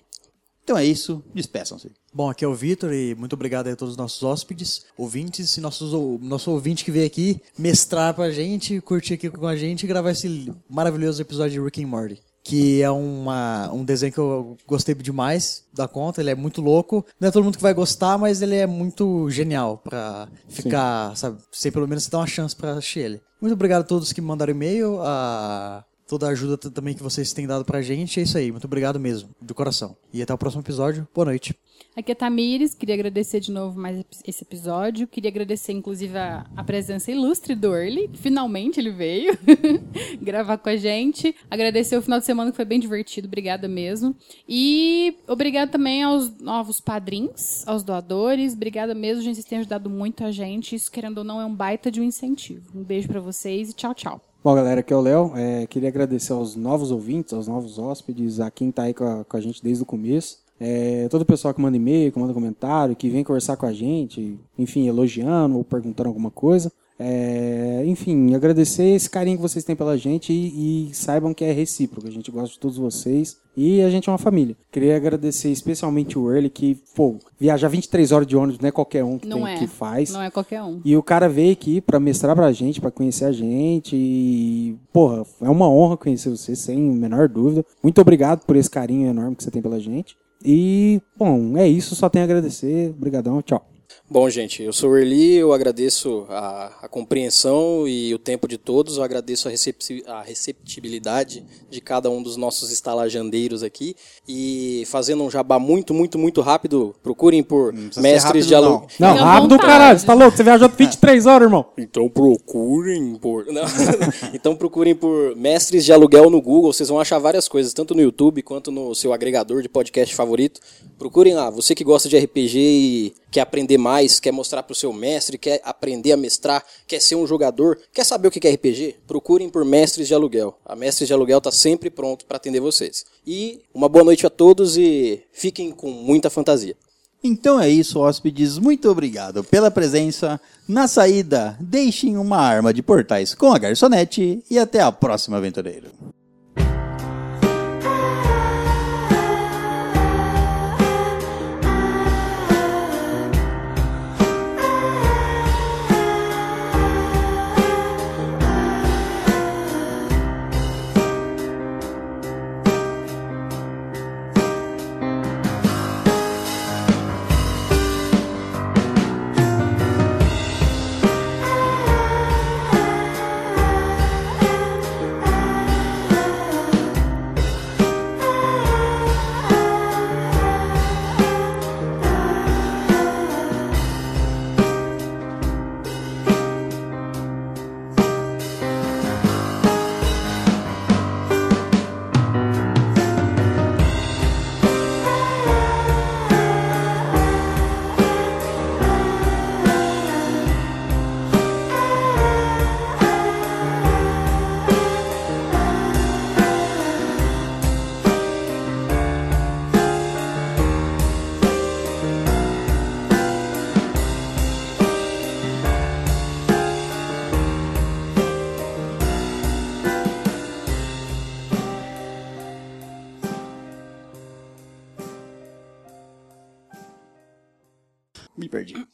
[SPEAKER 1] Então é isso, despeçam-se.
[SPEAKER 5] Bom, aqui é o Vitor e muito obrigado aí a todos os nossos hóspedes, ouvintes e nossos, o nosso ouvinte que veio aqui mestrar pra gente, curtir aqui com a gente e gravar esse maravilhoso episódio de Rick and Morty. Que é uma, um desenho que eu gostei demais da conta, ele é muito louco. Não é todo mundo que vai gostar, mas ele é muito genial pra ficar, sabe, sem pelo menos dar uma chance pra assistir ele. Muito obrigado a todos que mandaram e-mail, a toda a ajuda t- também que vocês têm dado pra gente. É isso aí, muito obrigado mesmo, do coração. E até o próximo episódio, boa noite.
[SPEAKER 4] Aqui é Tamires, queria agradecer de novo mais ep- esse episódio. Queria agradecer, inclusive, a, a presença ilustre do Early. que Finalmente ele veio gravar com a gente. Agradecer o final de semana, que foi bem divertido. Obrigada mesmo. E obrigada também aos novos padrinhos, aos doadores. Obrigada mesmo, gente. Vocês têm ajudado muito a gente. Isso, querendo ou não, é um baita de um incentivo. Um beijo pra vocês e tchau, tchau.
[SPEAKER 3] Bom, galera, aqui é o Léo. É, queria agradecer aos novos ouvintes, aos novos hóspedes, a quem tá aí com a, com a gente desde o começo. É, todo o pessoal que manda e-mail, que manda comentário, que vem conversar com a gente, enfim, elogiando ou perguntando alguma coisa. É, enfim, agradecer esse carinho que vocês têm pela gente e, e saibam que é recíproco. A gente gosta de todos vocês e a gente é uma família. Queria agradecer especialmente o Early, que, pô, viajar 23 horas de ônibus não é qualquer um que,
[SPEAKER 4] Não
[SPEAKER 3] tem-
[SPEAKER 4] é.
[SPEAKER 3] que faz.
[SPEAKER 4] Não é qualquer um.
[SPEAKER 3] E o cara veio aqui pra mestrar pra gente, pra conhecer a gente. E, porra, é uma honra conhecer você, sem a menor dúvida. Muito obrigado por esse carinho enorme que você tem pela gente. E, bom, é isso. Só tenho a agradecer. Obrigadão, tchau.
[SPEAKER 6] Bom, gente, eu sou o Erli, eu agradeço a, a compreensão e o tempo de todos, eu agradeço a, recepci- a receptibilidade de cada um dos nossos estalajandeiros aqui. E fazendo um jabá muito, muito, muito rápido, procurem por
[SPEAKER 1] precisa ser rápido,
[SPEAKER 6] mestres de aluno.
[SPEAKER 1] não.
[SPEAKER 3] Não,
[SPEAKER 4] Fica à
[SPEAKER 3] rápido,
[SPEAKER 4] vontade.
[SPEAKER 3] caralho. Você tá louco? Você viajou 23 horas, irmão.
[SPEAKER 6] Então procurem por. Não. então procurem por mestres de aluguel no Google. Vocês vão achar várias coisas, tanto no YouTube quanto no seu agregador de podcast favorito. Procurem lá. Você que gosta de RPG e quer aprender mais, quer mostrar pro seu mestre, quer aprender a mestrar, quer ser um jogador, quer saber o que é RPG? Procurem por mestres de aluguel. A mestres de aluguel tá sempre pronto para atender vocês. E uma boa noite a todos e fiquem com muita fantasia.
[SPEAKER 1] Então é isso, hóspedes. Muito obrigado pela presença. Na saída, deixem uma arma de portais com a garçonete e até a próxima, aventureiro. Me perdi.